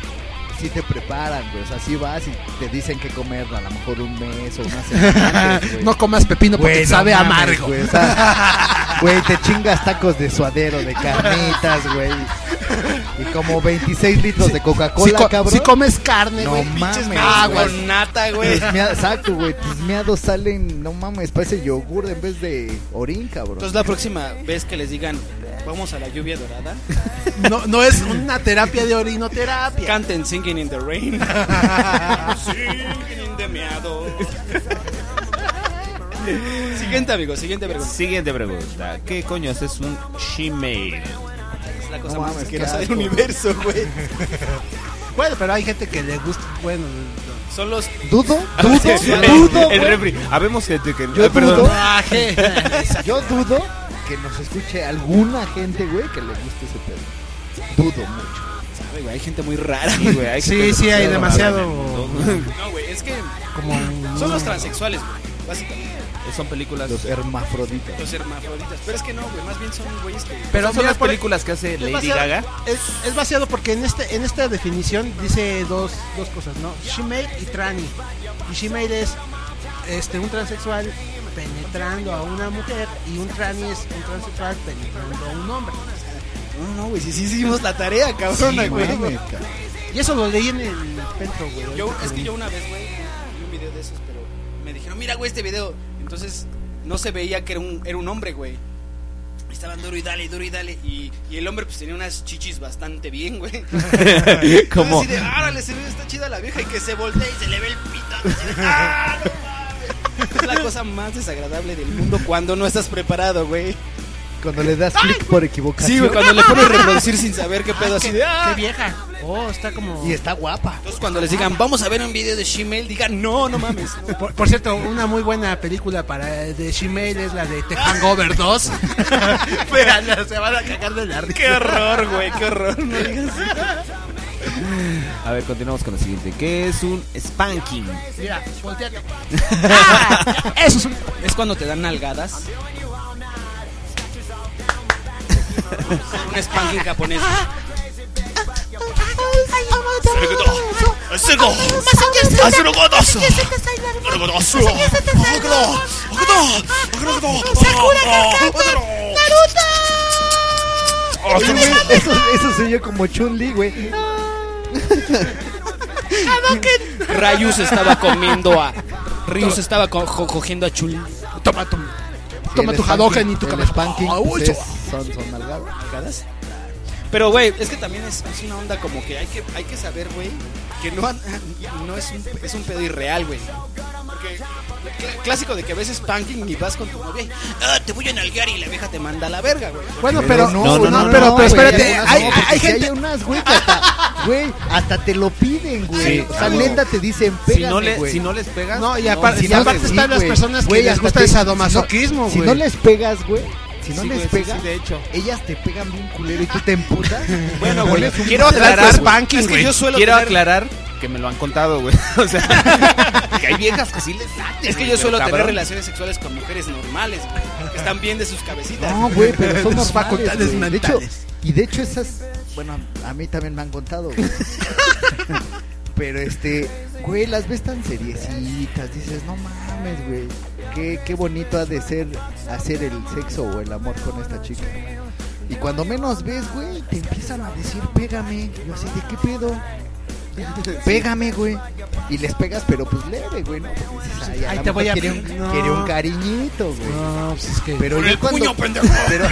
Speaker 3: sí te preparan, güey. O sea, sí vas y te dicen que comer a lo mejor un mes o una
Speaker 5: <laughs>
Speaker 3: semana. antes, güey.
Speaker 5: No comas pepino porque
Speaker 3: Güey, no
Speaker 5: sabe
Speaker 3: mames,
Speaker 5: amargo.
Speaker 3: Güey, o sea, güey, te chingas tacos de suadero, de carnitas, güey. Y como 26 litros de
Speaker 5: si,
Speaker 3: Coca-Cola,
Speaker 5: co-
Speaker 3: cabrón.
Speaker 5: si comes carne,
Speaker 3: No
Speaker 5: güey,
Speaker 3: mames,
Speaker 5: pinches
Speaker 3: güey.
Speaker 5: aguas.
Speaker 6: Con nata, güey.
Speaker 3: Tus mea- Exacto, güey. Tus meados salen, no mames, parece yogur en vez de orín, cabrón.
Speaker 6: Entonces la próxima vez que les digan, vamos a la lluvia dorada,
Speaker 5: No, no es una terapia de orinoterapia.
Speaker 6: canten Singing in
Speaker 4: <laughs>
Speaker 6: the Rain. Singing in the meado. Siguiente, amigo, siguiente pregunta.
Speaker 4: Siguiente pregunta. ¿Qué coño haces un Gmail?
Speaker 6: Es la cosa
Speaker 5: No
Speaker 6: más
Speaker 5: mames,
Speaker 6: asquerosa
Speaker 5: qué
Speaker 6: del
Speaker 5: asco.
Speaker 6: universo, güey.
Speaker 5: <laughs> Bueno, pero hay gente que le gusta. Bueno,
Speaker 6: Son los.
Speaker 4: <laughs>
Speaker 3: ¿Dudo?
Speaker 4: Ah,
Speaker 3: ¿Dudo?
Speaker 4: sí, sí,
Speaker 3: ¿Dudo?
Speaker 4: El
Speaker 3: güey?
Speaker 4: refri. Habemos gente que.
Speaker 3: Yo
Speaker 4: ah, perdón.
Speaker 3: dudo. Yo dudo que nos escuche alguna gente, güey, que le guste ese pedo. Dudo mucho.
Speaker 6: Ay, güey, hay gente muy rara,
Speaker 4: Sí, güey, hay
Speaker 5: Sí,
Speaker 4: gente
Speaker 5: sí, hay
Speaker 4: demasiado
Speaker 5: demasiado.
Speaker 4: rara en el mundo.
Speaker 6: No, güey,
Speaker 4: <laughs>
Speaker 6: es que
Speaker 5: Como.
Speaker 6: son los transexuales, güey, básicamente.
Speaker 4: Son películas.
Speaker 3: Los hermafroditas.
Speaker 6: Los hermafroditas. Pero es que no, güey, más bien son güeyes que.
Speaker 4: Pero son
Speaker 5: mira,
Speaker 4: las
Speaker 5: por-
Speaker 4: películas que hace
Speaker 5: Es
Speaker 4: Lady
Speaker 5: vaciado-
Speaker 6: ¿Eh?
Speaker 4: Gaga.
Speaker 5: Es, es vaciado porque en, este, en esta definición dice dos, dos cosas, ¿no? Shemale y Trani. Y Shemale es este, un transexual penetrando a una mujer y un Trani es un transexual penetrando a un hombre.
Speaker 6: No, no, güey, sí, sí hicimos la tarea, cabrona,
Speaker 3: Sí,
Speaker 6: güey.
Speaker 3: mames, cabrón.
Speaker 5: Y eso lo leí en el Petro, güey.
Speaker 6: Yo, es que yo una vez, güey, vi un video de esos, pero me dijeron, mira, güey, este video. Entonces, no se veía que era un, era un hombre, güey. Y Estaban duro y dale, duro y dale. Y, y el hombre, pues tenía unas chichis bastante bien, <laughs> güey. Entonces,
Speaker 4: Como-
Speaker 6: así de, árale, se ve, está chida la vieja. Y que se voltea y se le ve el pito. así de, "Ah, no mames". Es la cosa más desagradable del mundo cuando no estás preparado, güey.
Speaker 3: Cuando le das clic por equivocación.
Speaker 6: Sí, güey, cuando le pones reproducir sin saber qué pedo, así de,
Speaker 5: Qué
Speaker 6: "Ah".
Speaker 5: vieja. Oh, está como...
Speaker 3: Y está guapa.
Speaker 6: Entonces, cuando les digan, vamos a ver un video de Shemale, digan, no, no mames. no".
Speaker 5: <laughs> Por, por cierto, una muy buena película para de Shemale es la de The Hangover <laughs> 2. Veanla, se van a cagar de la risa.
Speaker 6: <laughs> Qué horror, güey, qué horror. No digas
Speaker 4: A ver, continuamos con lo siguiente. ¿Qué es un spanking?
Speaker 5: Mira,
Speaker 6: <laughs>
Speaker 5: volteate.
Speaker 6: Eso es, un- es cuando te dan nalgadas. un spanking japonés. ¡Hacelo godoso!
Speaker 3: Oh, Sí, güey, eso, eso se oye como Chun-Li, güey.
Speaker 6: Ryu se estaba comiendo a. Ryu se estaba co- co- cogiendo a Chuli.
Speaker 5: Toma, toma. Toma
Speaker 3: El
Speaker 5: tu
Speaker 3: spanking-
Speaker 5: Hadoken y tu
Speaker 3: el
Speaker 5: cabeza.
Speaker 3: spanking,
Speaker 5: Ah, uy,
Speaker 3: ustedes
Speaker 5: chua.
Speaker 3: son, son nalgadas.
Speaker 6: Pero, güey, es que
Speaker 17: También es, es una onda como que hay que, hay que saber, güey, que no, han- no es, un, es un pedo irreal, güey. Porque cl- clásico de que a veces panking y vas con tu novia y, ah, te voy a nalguear y la vieja te manda a la verga, güey.
Speaker 5: Bueno, pero, no,
Speaker 3: güey,
Speaker 5: no, pero, pero
Speaker 3: güey,
Speaker 5: espérate,
Speaker 3: algunas
Speaker 5: hay-
Speaker 3: no, porque
Speaker 5: hay
Speaker 3: si
Speaker 5: gente-
Speaker 3: Hay unas, güey,
Speaker 6: <laughs>
Speaker 3: que hasta, güey, hasta te lo piden, güey.
Speaker 4: Sí,
Speaker 3: o sea,
Speaker 4: claro.
Speaker 3: neta te dicen,
Speaker 4: Si
Speaker 3: pégame,
Speaker 4: no, le-
Speaker 3: güey".
Speaker 4: si no les pegas.
Speaker 5: No, y aparte-
Speaker 3: si
Speaker 5: y
Speaker 3: no
Speaker 5: aparte
Speaker 3: les-
Speaker 5: están
Speaker 3: sí,
Speaker 5: las
Speaker 3: güey.
Speaker 5: personas que
Speaker 3: Güey,
Speaker 5: les
Speaker 3: hasta
Speaker 5: gusta
Speaker 3: te-
Speaker 5: el
Speaker 3: Si
Speaker 5: sadomasoquismo,
Speaker 3: no, si
Speaker 5: güey.
Speaker 3: no les pegas, güey. Si no
Speaker 5: Sí,
Speaker 3: les
Speaker 5: güey, sí,
Speaker 3: pegas,
Speaker 5: sí, de hecho.
Speaker 3: ellas te pegan bien culero y tú te emputas.
Speaker 4: <laughs> Bueno, güey,
Speaker 3: Pones un-
Speaker 4: quiero
Speaker 3: te das
Speaker 4: aclarar,
Speaker 3: tu
Speaker 4: spanking,
Speaker 3: spanking,
Speaker 4: es que
Speaker 3: güey.
Speaker 4: yo suelo
Speaker 6: Quiero
Speaker 4: tener-
Speaker 6: aclarar
Speaker 4: que me lo han contado, güey. <laughs> O sea, que hay viejas que sí les late.
Speaker 6: Es que
Speaker 4: güey,
Speaker 6: yo suelo
Speaker 4: pero
Speaker 6: tener
Speaker 4: cabrón.
Speaker 6: relaciones sexuales con mujeres normales, güey, que están bien de sus cabecitas.
Speaker 3: No, Ah, güey,
Speaker 5: <laughs>
Speaker 3: pero son normales,
Speaker 6: facultades
Speaker 3: güey. De hecho,
Speaker 6: mentales.
Speaker 3: y de hecho esas, bueno, a mí también me han contado.
Speaker 5: <laughs>
Speaker 3: güey. pero este, güey, las ves tan seriecitas, dices, no mames, güey. Qué, qué bonito ha de ser hacer el sexo o el amor con esta chica. Y cuando menos ves, güey, te empiezan a decir, pégame. Yo así, ¿de qué pedo? Pégame, güey. Y les pegas, pero pues leve, güey, ¿no? Porque dices, ay, a
Speaker 5: Ay,
Speaker 3: la
Speaker 5: te
Speaker 3: mejor
Speaker 5: voy a
Speaker 3: quiere,
Speaker 5: pe-
Speaker 3: un,
Speaker 5: no.
Speaker 3: quiere un cariñito, güey.
Speaker 5: No, pues es que.
Speaker 3: Pero ya cuando-
Speaker 5: <laughs>
Speaker 3: Pero,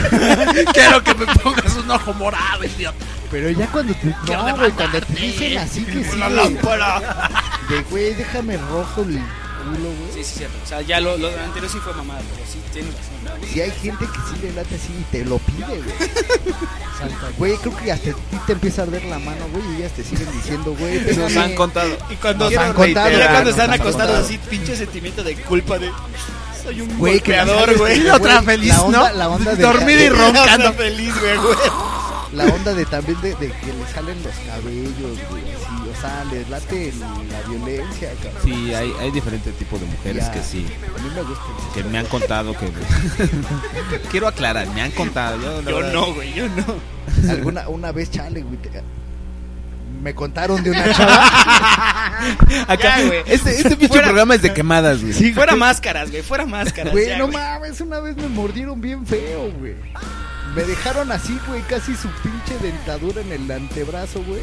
Speaker 5: Quiero que me pongas un ojo morado, idiota.
Speaker 3: pero ya cuando te. No, güey, cuando te dicen así que sí.
Speaker 5: La
Speaker 3: güey.
Speaker 5: lámpara.
Speaker 3: De güey, déjame rojo el culo, güey.
Speaker 6: Sí, sí, cierto. O sea, ya lo, lo anterior sí fue mamada, pero sí tienes razón.
Speaker 3: Si hay gente que sí le late así y te lo pide, güey. Güey, creo que hasta a ti te empieza a arder la mano, güey, y ellas te siguen diciendo, güey.
Speaker 6: Nos
Speaker 3: pégame.
Speaker 6: han contado.
Speaker 3: Nos
Speaker 6: Y cuando,
Speaker 3: han contado,
Speaker 6: ya
Speaker 3: güey,
Speaker 6: cuando
Speaker 3: nos
Speaker 6: están
Speaker 3: han
Speaker 6: acostados
Speaker 3: contado.
Speaker 6: así, pinche sentimiento de culpa de. Soy un
Speaker 3: Güey, que no
Speaker 6: golpeador,
Speaker 3: sabes,
Speaker 6: güey.
Speaker 3: <laughs> güey, otra feliz,
Speaker 6: la onda-
Speaker 3: ¿no?
Speaker 6: La onda de
Speaker 3: Dormida y
Speaker 6: <laughs>
Speaker 3: roncando.
Speaker 6: Otra feliz, güey, güey.
Speaker 3: La onda de también de, de que le salen los cabellos, güey, así. O sea, les late el- la violencia, cabrón.
Speaker 4: Sí, hay, hay diferentes tipos de mujeres
Speaker 3: Ya.
Speaker 4: que sí.
Speaker 3: A mí me gusta.
Speaker 4: Que me han contado que. Quiero aclarar, me <laughs> han contado. Yo, la
Speaker 6: Yo
Speaker 4: verdad-
Speaker 6: no, güey, yo no.
Speaker 3: Alguna una vez, chale, güey. te- me contaron de
Speaker 6: <laughs>
Speaker 3: una chava.
Speaker 4: Acá, este, este pinche
Speaker 6: Fuera-
Speaker 4: programa es de quemadas, güey.
Speaker 3: Sí,
Speaker 6: Fuera máscaras, güey, fuera máscaras.
Speaker 3: Güey,
Speaker 6: ya,
Speaker 3: no
Speaker 6: güey.
Speaker 3: mames, una vez me mordieron bien feo, güey. Me dejaron así, güey, casi su pinche dentadura en el antebrazo, güey.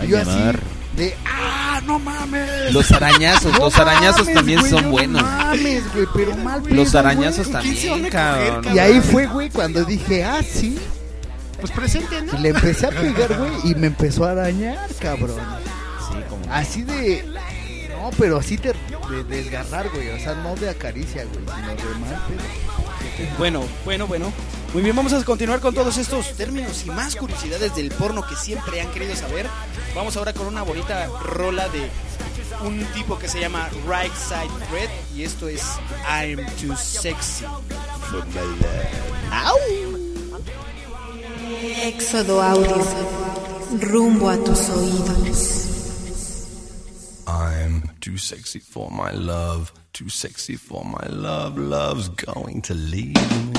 Speaker 4: Ay,
Speaker 3: Y yo así,
Speaker 4: amar.
Speaker 3: de, ah, no mames.
Speaker 4: Los arañazos,
Speaker 3: No
Speaker 4: los arañazos
Speaker 3: mames,
Speaker 4: también
Speaker 3: güey,
Speaker 4: son
Speaker 3: no
Speaker 4: buenos.
Speaker 3: mames, güey, pero mal pedo,
Speaker 4: Los arañazos
Speaker 3: güey.
Speaker 4: también, cabrón.
Speaker 3: Y ahí fue, güey, cuando dije, ah, sí.
Speaker 5: Pues presente, ¿no?
Speaker 3: Y le empecé a pegar, güey, y me empezó a arañar, cabrón.
Speaker 4: Sí, como.
Speaker 3: Así de. No, pero así de, de desgarrar, güey. O sea, no de acaricia, güey, sino de mal pedo.
Speaker 6: Bueno, bueno, bueno. Muy bien, vamos a continuar con todos estos términos y más curiosidades del porno que siempre han querido saber. Vamos ahora con una bonita rola de un tipo que se llama Right Side Red y esto es I'm Too Sexy. ¡Au!
Speaker 12: Éxodo audio, rumbo a tus oídos.
Speaker 18: I'm too sexy for my love, too sexy for my love. Love's going to leave me.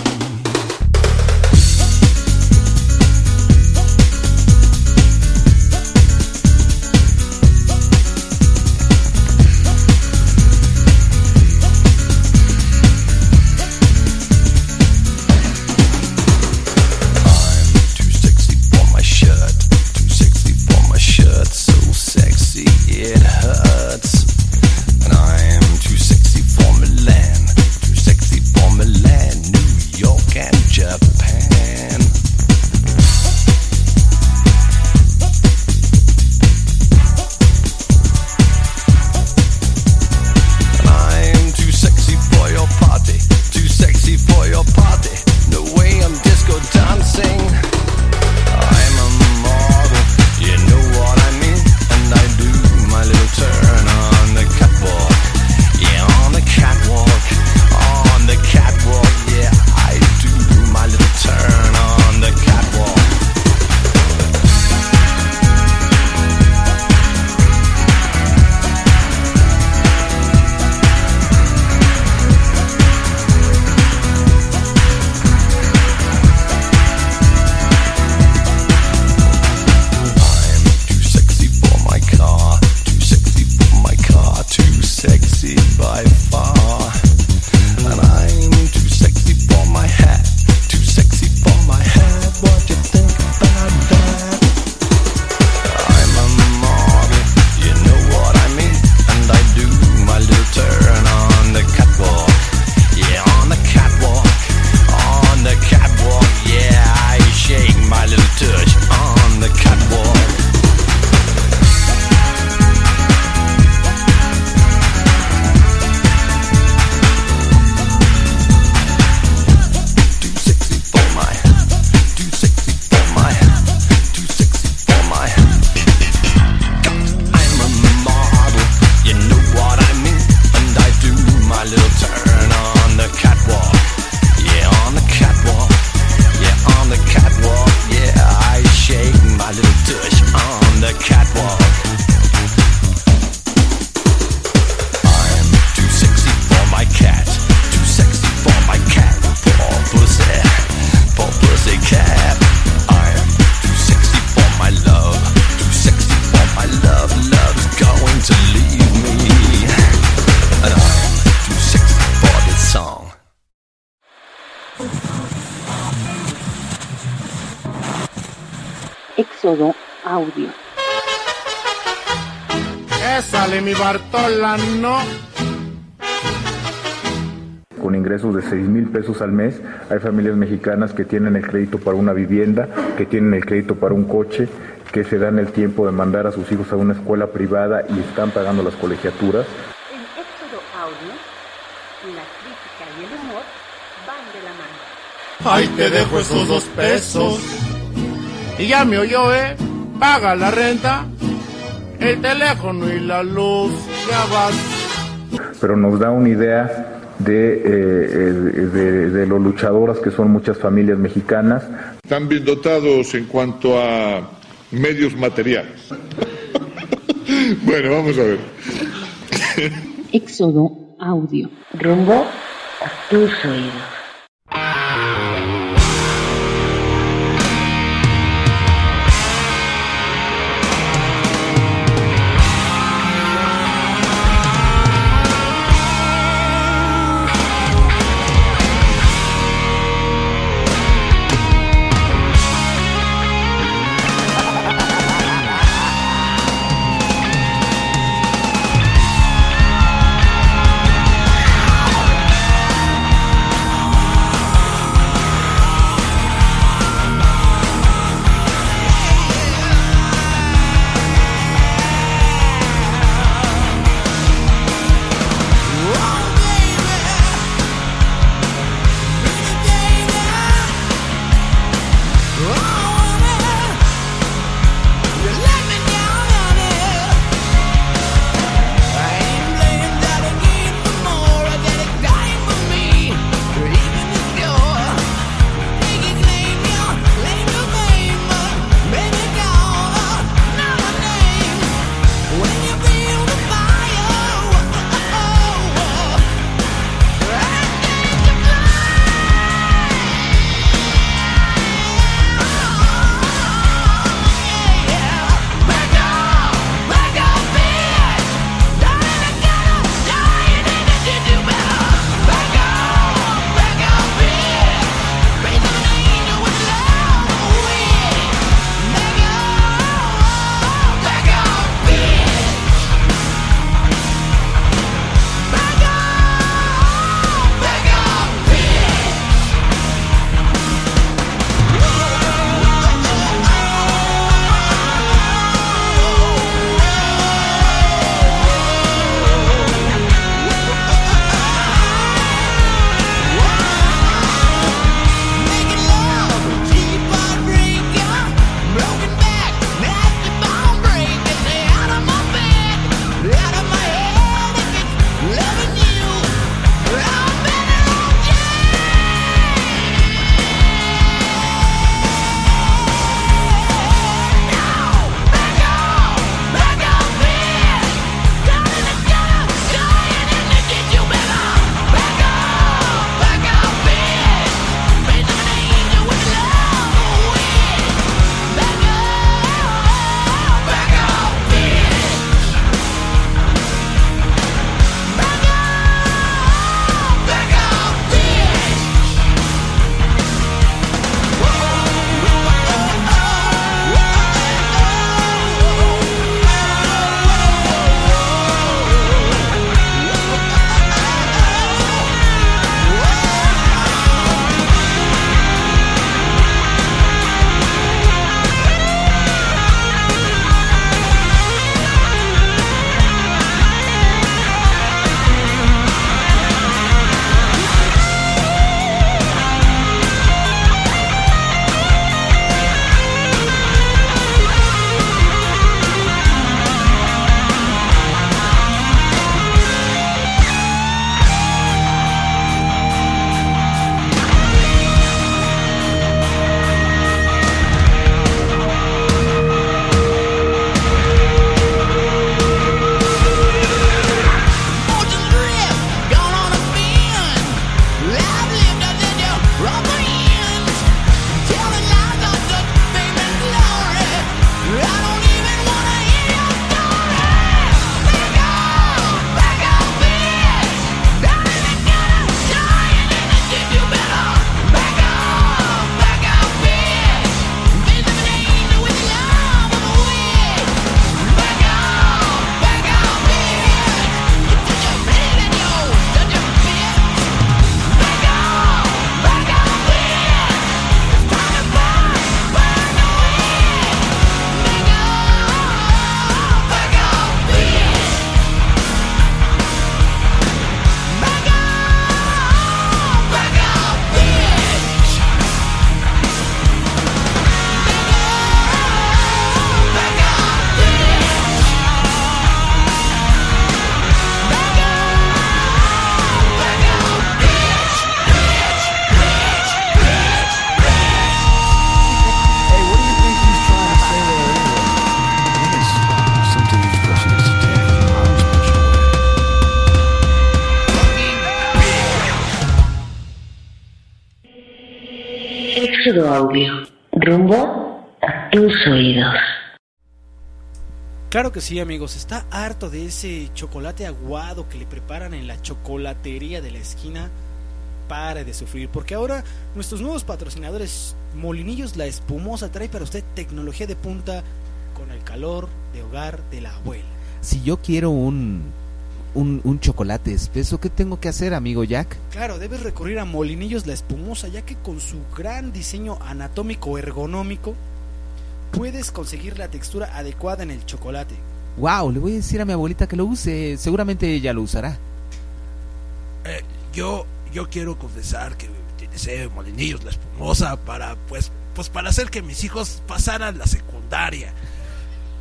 Speaker 18: Too sexy for my shirt, too sexy for my shirt, so sexy it hurts. And I'm too sexy for Milan, too sexy for Milan, New York
Speaker 4: <laughs>
Speaker 7: Éxodo Audio.
Speaker 10: sale mi Bartola, no.
Speaker 19: Con ingresos de 6 mil pesos al mes, hay familias mexicanas que tienen el crédito para una vivienda, que tienen el crédito para un coche, que se dan el tiempo de mandar a sus hijos a una escuela privada y están pagando las colegiaturas.
Speaker 7: En Éxodo Audio, la crítica y el humor van de la mano.
Speaker 10: Ahí te dejo esos dos pesos. Y ya me oyó, ¿eh? Paga la renta, el teléfono y la luz. Ya vas.
Speaker 19: pero nos da una idea de, eh, eh, de- de lo luchadoras que son muchas familias mexicanas.
Speaker 11: Están bien dotados en cuanto a medios materiales. <laughs> bueno, vamos a ver.
Speaker 7: Éxodo Audio. Rumbo a tus oídos. Exodo Audio, rumbo a tus oídos.
Speaker 6: Claro que sí, amigos. Está harto de ese chocolate aguado que le preparan en la chocolatería de la esquina. Pare de sufrir, porque ahora nuestros nuevos patrocinadores Molinillos La Espumosa trae para usted tecnología de punta con el calor de hogar de la abuela.
Speaker 4: Si yo quiero un, un, un chocolate espeso, ¿qué tengo que hacer, amigo Jack?
Speaker 6: Claro, debes recurrir a Molinillos La Espumosa, ya que con su gran diseño anatómico ergonómico puedes conseguir la textura adecuada en el chocolate.
Speaker 4: Wow, le voy a decir a mi abuelita que lo use. Seguramente ella lo usará.
Speaker 20: Eh, yo, yo quiero confesar que utilicé molinillos la espumosa para, pues, pues para hacer que mis hijos pasaran la secundaria.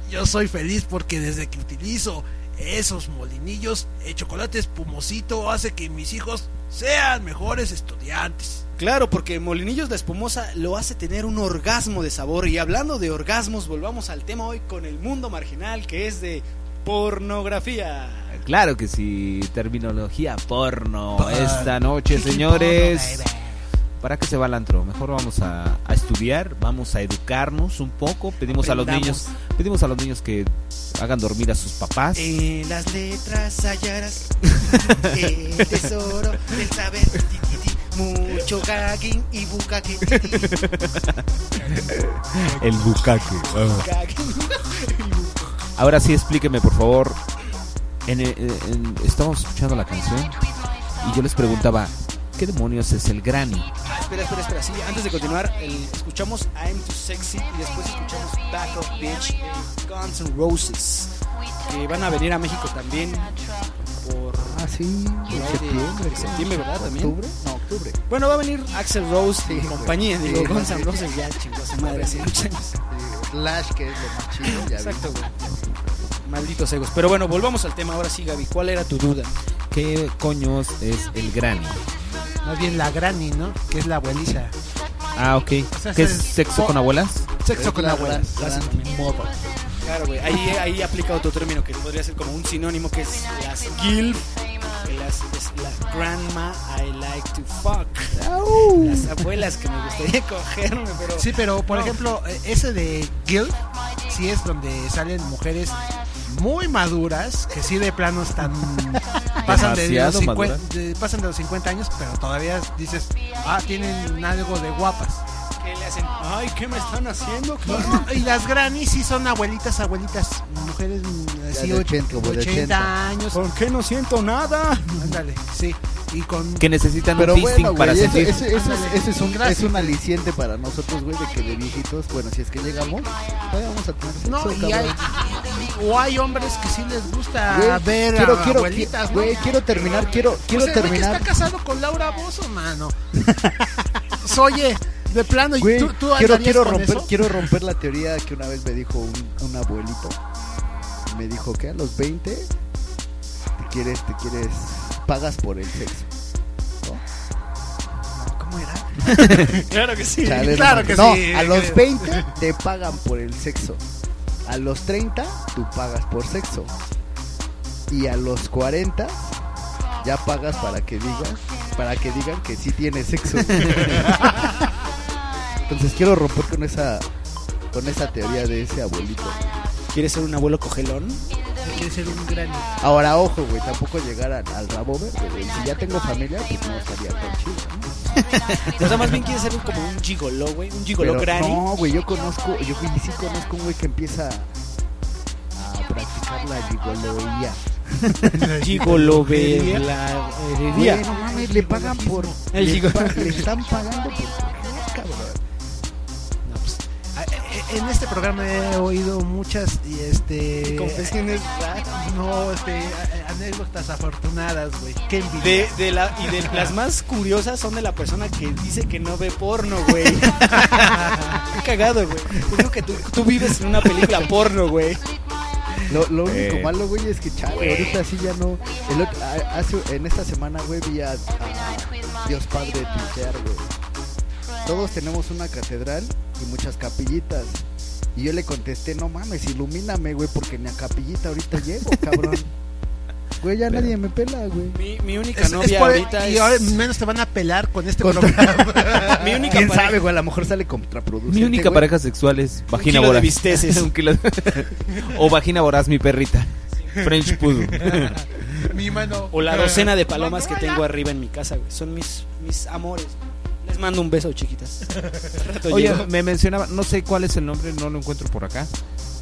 Speaker 20: Yo soy feliz porque desde que utilizo esos molinillos, el chocolate espumosito hace que mis hijos sean mejores estudiantes.
Speaker 6: Claro, porque Molinillos la Espumosa lo hace tener un orgasmo de sabor. Y hablando de orgasmos, volvamos al tema hoy con el mundo marginal que es de pornografía.
Speaker 4: Claro que sí, terminología porno. Esta noche, señores. ¿Para qué se va al antro? Mejor vamos a, a estudiar, vamos a educarnos un poco. Pedimos a los niños,
Speaker 6: Aprendamos.
Speaker 4: pedimos a los niños que hagan dormir a sus papás.
Speaker 12: En las letras hallarás
Speaker 6: <laughs>
Speaker 12: el tesoro del saber. Ti, ti, ti. Mucho gagging y bucaque. ti, ti.
Speaker 4: <laughs> El bucaque. ah.
Speaker 12: Gagging.
Speaker 6: <laughs>
Speaker 12: <laughs>
Speaker 4: Ahora sí, explíqueme, por favor. En, eh, en- estábamos escuchando la canción y yo les preguntaba, ¿qué demonios es el granny?
Speaker 21: Ah, espera, espera, espera. Sí, antes de continuar, el- escuchamos I'm Too Sexy y después escuchamos Back of Bitch de Guns N' Roses. Que van a venir a México también por.
Speaker 3: Ah, sí,
Speaker 21: por
Speaker 3: en
Speaker 21: ahí de-
Speaker 3: septiembre,
Speaker 21: de septiembre, ¿verdad? También.
Speaker 3: ¿Octubre? No, octubre.
Speaker 21: Bueno, va a venir Axel Rose y
Speaker 3: güey.
Speaker 21: compañía. Digo,
Speaker 3: Sí,
Speaker 21: Guns
Speaker 3: sí.
Speaker 21: N' Roses ya chingó a su madre hace muchos años.
Speaker 3: Flash, que es lo más chido. Ya
Speaker 21: Exacto, güey. Malditos egos. Pero bueno, volvamos al tema ahora sí, Gaby. ¿Cuál era tu duda?
Speaker 4: ¿Qué coños es el granny?
Speaker 5: Más bien la granny, ¿no? Que es la abuelita.
Speaker 4: Ah, ok.
Speaker 5: O sea,
Speaker 4: ¿Qué es
Speaker 5: es-
Speaker 4: sexo con abuelas?
Speaker 5: Sexo con
Speaker 21: la
Speaker 5: abuelas.
Speaker 21: gran-
Speaker 5: básicamente.
Speaker 6: Claro, güey. Ahí, ahí aplica otro término que podría ser como un sinónimo que es las gilf. que Las, es la grandma I like to fuck. Las abuelas que me gustaría <laughs> cogerme, pero.
Speaker 5: Sí, pero por
Speaker 6: No.
Speaker 5: ejemplo, eh, ese de Guild, sí es donde salen mujeres muy maduras, que sí de
Speaker 6: <laughs>
Speaker 5: plano están. pasan, de los
Speaker 4: Demasiado
Speaker 5: 50, de- pasan de los 50 años, pero todavía dices, ah, tienen algo de guapas.
Speaker 6: Que le hacen, ay, ¿qué me están haciendo?
Speaker 5: Y, no, y las granny sí son abuelitas, abuelitas, mujeres mm, así,
Speaker 3: de
Speaker 5: och-
Speaker 3: 80, como de
Speaker 5: 80 años. ¿Por
Speaker 6: qué no siento nada?
Speaker 5: Ándale, sí. Y con.
Speaker 4: Que necesitan
Speaker 3: Pero
Speaker 4: un fisting
Speaker 3: bueno,
Speaker 4: para
Speaker 3: güey, eso,
Speaker 4: sentir.
Speaker 3: eso- eso es-
Speaker 5: Ándale,
Speaker 3: eso es un,
Speaker 5: gracias.
Speaker 3: es un aliciente para nosotros, güey, de que de viejitos, bueno, si es que llegamos, todavía vamos a tener sexo,
Speaker 5: No, y
Speaker 3: cabrón.
Speaker 5: hay, o hay hombres que sí les gusta
Speaker 3: Güey,
Speaker 5: ver
Speaker 3: quiero,
Speaker 5: a
Speaker 3: quiero,
Speaker 5: abuelitas,
Speaker 3: qui-
Speaker 5: ¿no?
Speaker 3: güey, quiero terminar, quiero, quiero
Speaker 5: Pues el güey que
Speaker 3: terminar.
Speaker 5: está casado con Laura Bozo, mano. Pues, Oye, de plano, ¿y
Speaker 3: Güey,
Speaker 5: tú, tú
Speaker 3: quiero,
Speaker 5: andarías
Speaker 3: quiero
Speaker 5: con
Speaker 3: romper,
Speaker 5: eso?
Speaker 3: quiero romper la teoría que una vez me dijo un, un abuelito. Me dijo que a los 20 te quieres, te quieres, pagas por el sexo.
Speaker 5: ¿Cómo era?
Speaker 6: <laughs> Claro que sí.
Speaker 3: Chale, no
Speaker 6: claro
Speaker 3: mames.
Speaker 6: que
Speaker 3: no,
Speaker 6: sí.
Speaker 3: a
Speaker 6: que-
Speaker 3: los 20 te pagan por el sexo. A los 30 tú pagas por sexo. Y a los 40 ya pagas para que digan, para que digan que sí tienes sexo. Entonces quiero romper con esa con esa teoría de ese abuelito.
Speaker 6: ¿Quieres ser un abuelo cogelón?
Speaker 5: Quiere ser un gran.
Speaker 3: Ahora ojo, güey, tampoco llegar al, al rabo verde, güey. Si ya tengo familia, pues no estaría tan chido. ¿no?
Speaker 6: O sea, más bien quieres ser un- como un gigoló, güey. <laughs> Un gigoló
Speaker 3: Pero
Speaker 6: granny.
Speaker 3: No, güey, yo conozco, yo güey, sí conozco un güey que empieza a practicar la gigoloía.
Speaker 6: Gigolo ve la
Speaker 3: Güey,
Speaker 6: heredia.
Speaker 3: no mames, le pagan por.
Speaker 6: El
Speaker 3: le
Speaker 6: gigolo-
Speaker 3: pa- <laughs> Le están pagando por coger, cabrón.
Speaker 5: Ah, eh, eh, En este programa he oído muchas y este
Speaker 6: confesiones raras.
Speaker 5: no este a- a- anécdotas afortunadas, güey. Qué envidia.
Speaker 6: De, de la, y de las más curiosas son de la persona que dice que no ve porno, güey. Qué cagado, güey. Yo digo que tú, tú vives en una película porno, güey.
Speaker 3: Lo, lo único
Speaker 6: Eh.
Speaker 3: malo, güey, es que chale, ahorita sí ya no. el otro- a- hace- en esta semana, güey, vi a, a Dios Padre tuitear, güey. Todos tenemos una catedral y muchas capillitas. Y
Speaker 4: <laughs>
Speaker 3: yo le contesté, no mames, ilumíname, güey, porque ni a capillita ahorita llego, cabrón. Güey, ya nadie me pela, güey.
Speaker 6: Mi, mi única
Speaker 5: Es- es
Speaker 6: novia
Speaker 5: por- e
Speaker 6: ahorita
Speaker 5: y
Speaker 6: es-
Speaker 5: ahora menos te van a pelar con este
Speaker 6: Con-
Speaker 3: <laughs>
Speaker 5: programa.
Speaker 6: <laughs> Mi única
Speaker 3: ¿Quién
Speaker 6: pareja-
Speaker 3: sabe, güey? A lo mejor sale contraproducente.
Speaker 4: Mi única
Speaker 3: güey.
Speaker 4: pareja sexual es vagina
Speaker 6: kilo de
Speaker 4: voraz.
Speaker 6: <laughs>
Speaker 4: <laughs>
Speaker 6: bisteces.
Speaker 4: Un
Speaker 3: <laughs>
Speaker 4: kilo de- O vagina voraz, mi perrita. French Poodle.
Speaker 6: <laughs>
Speaker 5: <laughs> Mi mano.
Speaker 6: O la docena de palomas que tengo arriba en mi casa, güey. Son mis, mis amores. Les mando un beso, <laughs> chiquitas. Al rato
Speaker 4: Oye,
Speaker 6: llego.
Speaker 4: me mencionaba, no sé cuál es el nombre, no lo encuentro por acá.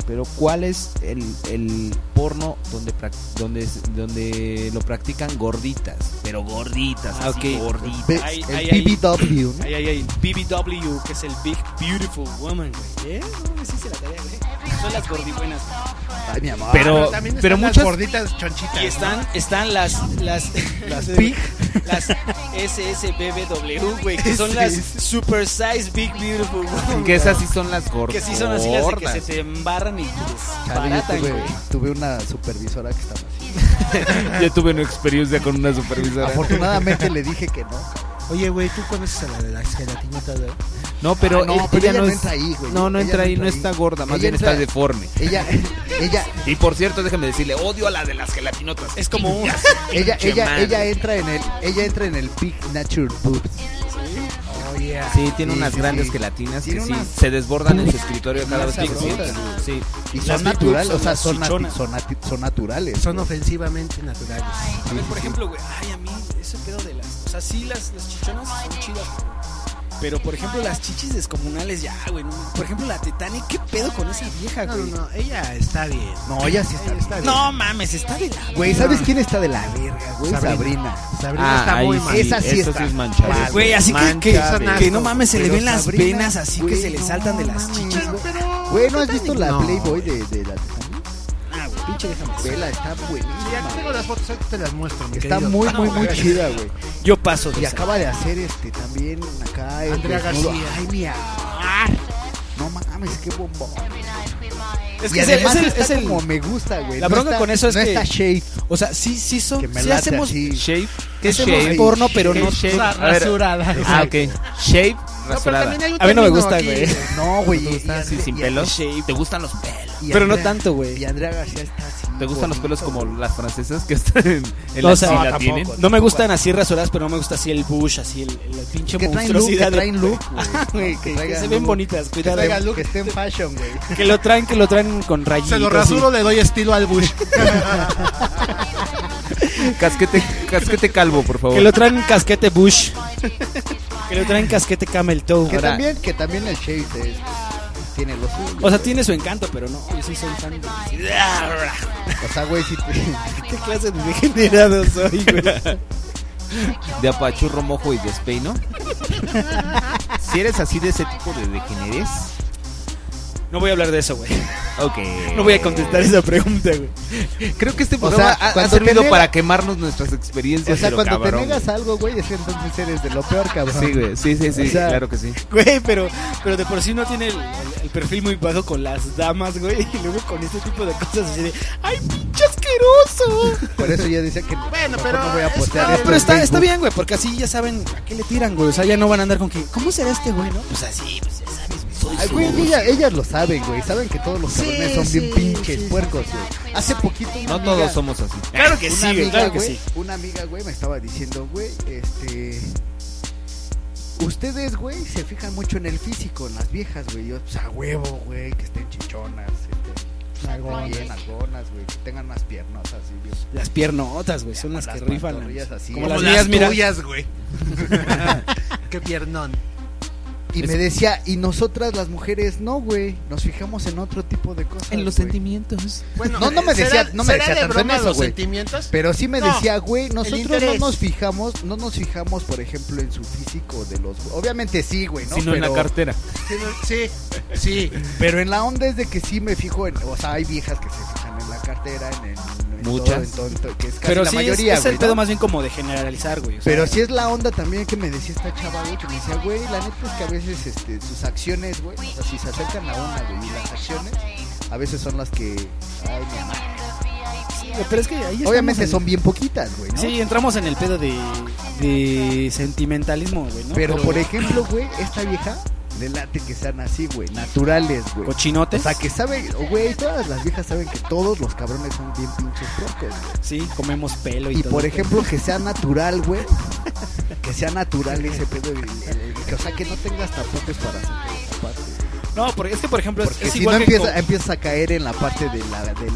Speaker 4: Pero ¿cuál es el, el porno donde prac- donde es- donde lo practican gorditas? Pero gorditas,
Speaker 6: Ah,
Speaker 4: así,
Speaker 6: ok.
Speaker 4: gorditas.
Speaker 6: Ahí-
Speaker 3: el
Speaker 6: ahí- ahí-
Speaker 3: BBW, ¿no?
Speaker 6: Ahí, ahí, ahí. BBW, que es el Big Beautiful Woman, güey. ¿Eh? No, sí se la tarea, güey. Son las gordibuenas.
Speaker 3: Ay, mi amor.
Speaker 4: Pero-
Speaker 5: Pero también
Speaker 4: pero
Speaker 5: están las
Speaker 4: muchas-
Speaker 5: gorditas chonchitas.
Speaker 6: Y están, están las, las,
Speaker 5: Las Big.
Speaker 6: las SSBBW, güey, que son
Speaker 5: Sí,
Speaker 6: las
Speaker 5: sí.
Speaker 6: Super Size Big Beautiful Woman.
Speaker 4: Que esas
Speaker 6: güey.
Speaker 4: sí son las gordas.
Speaker 6: Que sí son así las de que se te embarran y
Speaker 3: Chale, yo
Speaker 6: desbaratan,
Speaker 3: tuve,
Speaker 6: güey.
Speaker 3: tuve una supervisora que estaba así.
Speaker 4: <laughs> Yo tuve una experiencia con una supervisora.
Speaker 3: Afortunadamente le dije que no.
Speaker 5: Oye, güey, tú conoces a la de las gelatinitas, ¿verdad?
Speaker 4: No, pero,
Speaker 3: Ah, no,
Speaker 4: él-
Speaker 3: pero
Speaker 4: ella,
Speaker 3: ella
Speaker 4: no,
Speaker 3: no
Speaker 4: es-
Speaker 3: entra ahí, güey.
Speaker 4: No, no
Speaker 3: Ella
Speaker 4: entra
Speaker 3: no
Speaker 4: ahí,
Speaker 3: entra
Speaker 4: no
Speaker 3: ahí.
Speaker 4: está gorda, más
Speaker 3: Ella
Speaker 4: bien
Speaker 3: entra-
Speaker 4: está deforme.
Speaker 3: Ella, ella,
Speaker 4: Y por cierto, déjame decirle, odio a la de las gelatinotas.
Speaker 6: Es
Speaker 4: <laughs>
Speaker 6: como un...
Speaker 3: ella,
Speaker 4: Pinche
Speaker 3: ella,
Speaker 4: madre.
Speaker 3: ella entra en el, ella entra en el Big Nature Boobs.
Speaker 6: Oh,
Speaker 5: Oye,
Speaker 4: Sí, tiene
Speaker 3: Sí,
Speaker 4: unas
Speaker 3: sí,
Speaker 4: grandes
Speaker 3: sí.
Speaker 4: gelatinas que
Speaker 3: Tiene
Speaker 4: sí
Speaker 3: unas-
Speaker 4: se desbordan en su escritorio cada vez que se
Speaker 3: sabrosas.
Speaker 4: sientan. Sí.
Speaker 3: Y
Speaker 4: Las
Speaker 3: son
Speaker 4: Big Boobs
Speaker 3: naturales,
Speaker 4: son
Speaker 3: o sea,
Speaker 4: las
Speaker 3: son, nati-
Speaker 4: chichonas.
Speaker 3: son, nati- son naturales.
Speaker 5: Son
Speaker 3: güey.
Speaker 5: ofensivamente naturales.
Speaker 6: A ver, por ejemplo, güey, ay, a mí ese pedo de las... O sea, sí, las, las chichonas son chidas, pero- pero, por ejemplo, las chichis descomunales ya, güey. no, Por ejemplo, la Tetani, ¿qué pedo con esa vieja,
Speaker 5: No,
Speaker 6: güey?
Speaker 5: no, no, ella está bien.
Speaker 3: No, ella sí está.
Speaker 5: bien.
Speaker 6: No mames, está de la...
Speaker 3: Güey, ¿sabes quién está de la verga, güey?
Speaker 5: Sabrina.
Speaker 3: Sabrina.
Speaker 5: Sabrina está muy mal.
Speaker 3: Esa Ah, sí está
Speaker 4: eso Ah, sí es manchada.
Speaker 3: mal,
Speaker 6: Güey, así que, que,
Speaker 3: Mancha,
Speaker 6: que
Speaker 3: güey.
Speaker 6: no mames, se le
Speaker 3: Pero
Speaker 6: ven las
Speaker 3: Sabrina,
Speaker 6: venas así que
Speaker 3: güey,
Speaker 6: se le
Speaker 3: no
Speaker 6: saltan de las
Speaker 3: mames,
Speaker 6: chichas.
Speaker 3: güey.
Speaker 6: güey.
Speaker 3: Güey, ¿no has visto la
Speaker 5: No,
Speaker 3: Playboy de, de la Tiffany?
Speaker 6: Ah, güey, pinche déjame.
Speaker 3: Vela, está buenísima.
Speaker 5: Ya tengo las fotos, ahorita te las muestro, mi
Speaker 3: Está
Speaker 5: querido.
Speaker 3: muy, muy, muy chida, güey.
Speaker 6: Yo paso de
Speaker 3: Y
Speaker 6: esa.
Speaker 3: acaba de hacer este también acá. el
Speaker 5: Andrea
Speaker 3: desnudo.
Speaker 5: García.
Speaker 3: Ay, mi amor. No mames, qué bombón.
Speaker 6: Es
Speaker 3: y
Speaker 6: que es el,
Speaker 3: además
Speaker 6: es el-
Speaker 3: está
Speaker 6: es el-
Speaker 3: como me gusta, güey.
Speaker 6: La
Speaker 3: No
Speaker 6: bronca
Speaker 3: está-
Speaker 6: con eso es
Speaker 3: no
Speaker 6: que-
Speaker 3: está shade.
Speaker 6: O sea, sí, sí son,
Speaker 3: Que me
Speaker 6: sí
Speaker 3: late
Speaker 6: hacemos,
Speaker 3: así.
Speaker 4: Shape.
Speaker 6: sí hacemos
Speaker 3: shape.
Speaker 6: porno, pero no
Speaker 4: shape.
Speaker 5: ra-
Speaker 4: A ver,
Speaker 5: rasurada.
Speaker 4: Ah,
Speaker 5: Exacto.
Speaker 4: ok. Shape,
Speaker 5: No, pero
Speaker 4: rasurada.
Speaker 5: también hay un
Speaker 6: A mí no me
Speaker 5: término
Speaker 6: gusta,
Speaker 5: aquí.
Speaker 6: güey.
Speaker 3: No,
Speaker 4: <laughs>
Speaker 3: güey. y- y-
Speaker 4: así
Speaker 3: y-
Speaker 4: sin
Speaker 3: y-
Speaker 4: pelos.
Speaker 6: shape.
Speaker 4: ¿Te gustan los pelos?
Speaker 3: y
Speaker 6: Pero no
Speaker 3: Andrea-
Speaker 6: tanto, güey.
Speaker 3: Y Andrea García está así.
Speaker 4: ¿Te gustan los
Speaker 3: bonito,
Speaker 4: pelos como
Speaker 3: güey.
Speaker 4: las francesas que están en, en
Speaker 6: No,
Speaker 4: la
Speaker 6: o sea,
Speaker 4: axila
Speaker 6: no,
Speaker 4: tienen?
Speaker 3: tampoco.
Speaker 6: No me gustan así rasuradas, pero no me gusta así el bush, así el, el pinche
Speaker 3: Que traen look, que
Speaker 6: monstruosidad. de-
Speaker 3: traen look, güey.
Speaker 6: Ajá, <laughs> güey, que, que
Speaker 3: traigan
Speaker 6: se ven
Speaker 3: look.
Speaker 6: bonitas,
Speaker 3: Que
Speaker 6: cuidado. eh.
Speaker 3: traiga look, que esté en fashion, güey.
Speaker 6: <laughs> Que lo traen, que lo traen con rayitos.
Speaker 5: Se lo
Speaker 6: y-
Speaker 5: rasuro, le doy estilo al Bush.
Speaker 4: Casquete, casquete calvo, por favor.
Speaker 6: Que lo traen casquete <laughs> bush. que lo traen casquete camel toe.
Speaker 3: Que
Speaker 4: Ahora-
Speaker 3: también, que también el shade es- tiene los suyo.
Speaker 6: O sea, tiene su encanto, pero no, yo sí soy fan de...
Speaker 3: O sea, güey, si te... <laughs>
Speaker 6: ¿Qué clase de degenerado soy, güey?
Speaker 4: De apachurro mojo y despeino. si eres así de ese tipo de degeneres,
Speaker 6: No voy a hablar de eso, güey.
Speaker 4: ok.
Speaker 6: No voy a contestar esa pregunta, güey.
Speaker 4: Creo que este
Speaker 3: sea,
Speaker 4: programa ha- ha,
Speaker 3: cuando
Speaker 4: servido
Speaker 3: te nega-
Speaker 4: para quemarnos nuestras experiencias.
Speaker 3: O sea,
Speaker 4: pero
Speaker 3: cuando
Speaker 4: cabrón,
Speaker 3: te negas algo, güey, es que entonces eres de lo peor, cabrón.
Speaker 4: güey. Sí, güey. Sí, sí, sí.
Speaker 3: O sea,
Speaker 4: claro que sí. <laughs>
Speaker 6: Güey, pero, pero de por sí no tiene el, el- el perfil muy bajo con las damas, güey. Y luego con este tipo de cosas así de... ¡Ay, pinche asqueroso!
Speaker 3: Por eso yo decía que bueno,
Speaker 5: pero
Speaker 3: no voy a
Speaker 5: es-
Speaker 3: postear
Speaker 5: no,
Speaker 3: esto
Speaker 6: Pero
Speaker 3: en
Speaker 6: está, está
Speaker 3: Facebook.
Speaker 6: bien, güey, porque así ya saben a qué le tiran, güey. O sea, ya no van a andar con que... ¿Cómo será este güey, no? Pues así, pues ya sabes, güey, soy
Speaker 3: Ay,
Speaker 6: su-
Speaker 3: güey, ellas, ellas lo saben, güey. Saben que todos los
Speaker 5: Sí,
Speaker 3: cabrones son
Speaker 5: sí,
Speaker 3: bien pinches
Speaker 5: sí, sí.
Speaker 3: puercos, güey. Hace poquito una
Speaker 4: No
Speaker 3: amiga-
Speaker 4: todos somos así.
Speaker 6: Claro que
Speaker 3: una
Speaker 6: sí, güey,
Speaker 3: amiga,
Speaker 6: claro que
Speaker 3: güey,
Speaker 6: sí.
Speaker 3: Una amiga, güey, me estaba diciendo, güey, este... Ustedes, güey, se fijan mucho en el físico, en las viejas, güey. Yo, pues, a huevo, güey, que estén chichonas, este... Bien, algonas, güey, que tengan unas piernas así, bien
Speaker 6: Las piernotas, güey, son las que
Speaker 3: las
Speaker 6: rifan.
Speaker 3: pantorrillas así.
Speaker 6: Como
Speaker 3: Como
Speaker 6: las
Speaker 5: Como
Speaker 6: mías,
Speaker 5: las
Speaker 6: mira.
Speaker 3: <laughs>
Speaker 6: <laughs>
Speaker 5: tuyas, güey. <laughs> Qué piernón.
Speaker 3: Y me decía, y nosotras las mujeres no, güey, nos fijamos en otro tipo de cosas.
Speaker 22: En los
Speaker 3: güey.
Speaker 22: sentimientos.
Speaker 5: Bueno,
Speaker 3: No, no me
Speaker 5: ¿será-
Speaker 3: decía- no me
Speaker 5: será
Speaker 3: decía
Speaker 5: de
Speaker 3: tanto
Speaker 5: broma
Speaker 3: en eso,
Speaker 5: los
Speaker 3: güey.
Speaker 5: sentimientos?
Speaker 3: Pero sí me
Speaker 5: No,
Speaker 3: decía, güey, nosotros no
Speaker 5: interés.
Speaker 3: nos fijamos, no nos fijamos, por ejemplo, en su físico de los... Obviamente sí, güey, ¿no?
Speaker 4: Sino en la
Speaker 3: Pero-
Speaker 4: cartera.
Speaker 5: Sí, no- Sí, sí.
Speaker 3: Pero en la onda es de que sí me fijo en... O sea, hay viejas que se fijan en la cartera, en el... en
Speaker 4: Muchas.
Speaker 3: todo, en todo, en todo, que es casi
Speaker 6: Pero
Speaker 3: la
Speaker 6: sí, es-
Speaker 3: mayoría,
Speaker 6: es, el
Speaker 3: güey,
Speaker 6: pedo
Speaker 3: ¿no?
Speaker 6: más bien como de generalizar, güey. o sea,
Speaker 3: Pero sí es la onda también que me decía esta chava, güey, que me decía, güey, la neta es que a veces este, sus acciones, güey, o sea, si se acercan a una, güey, y las acciones, a veces son las que... Ay, mi amor.
Speaker 6: Pero es que ahí estamos
Speaker 3: Obviamente
Speaker 6: en-
Speaker 3: son bien poquitas, güey, ¿no?
Speaker 6: Sí, entramos en el pedo de, de sentimentalismo, güey, ¿no?
Speaker 3: Pero por ejemplo, güey, esta vieja, me late que sean así, güey. Naturales, güey.
Speaker 6: ¿Cochinotes?
Speaker 3: O sea, que saben, güey, todas las viejas saben que todos los cabrones son bien pinches puercos, güey.
Speaker 6: Sí, comemos pelo y,
Speaker 3: Y
Speaker 6: todo.
Speaker 3: por ejemplo, que sea natural, güey. Que sea natural ese pedo. el- el- el- que, o sea, que no tengas tapotes para sacar esa parte.
Speaker 6: No, porque es que por ejemplo es-
Speaker 3: Porque
Speaker 6: es,
Speaker 3: si
Speaker 6: igual
Speaker 3: no
Speaker 6: que
Speaker 3: empieza,
Speaker 6: con-
Speaker 3: empiezas a caer en la parte de la, del,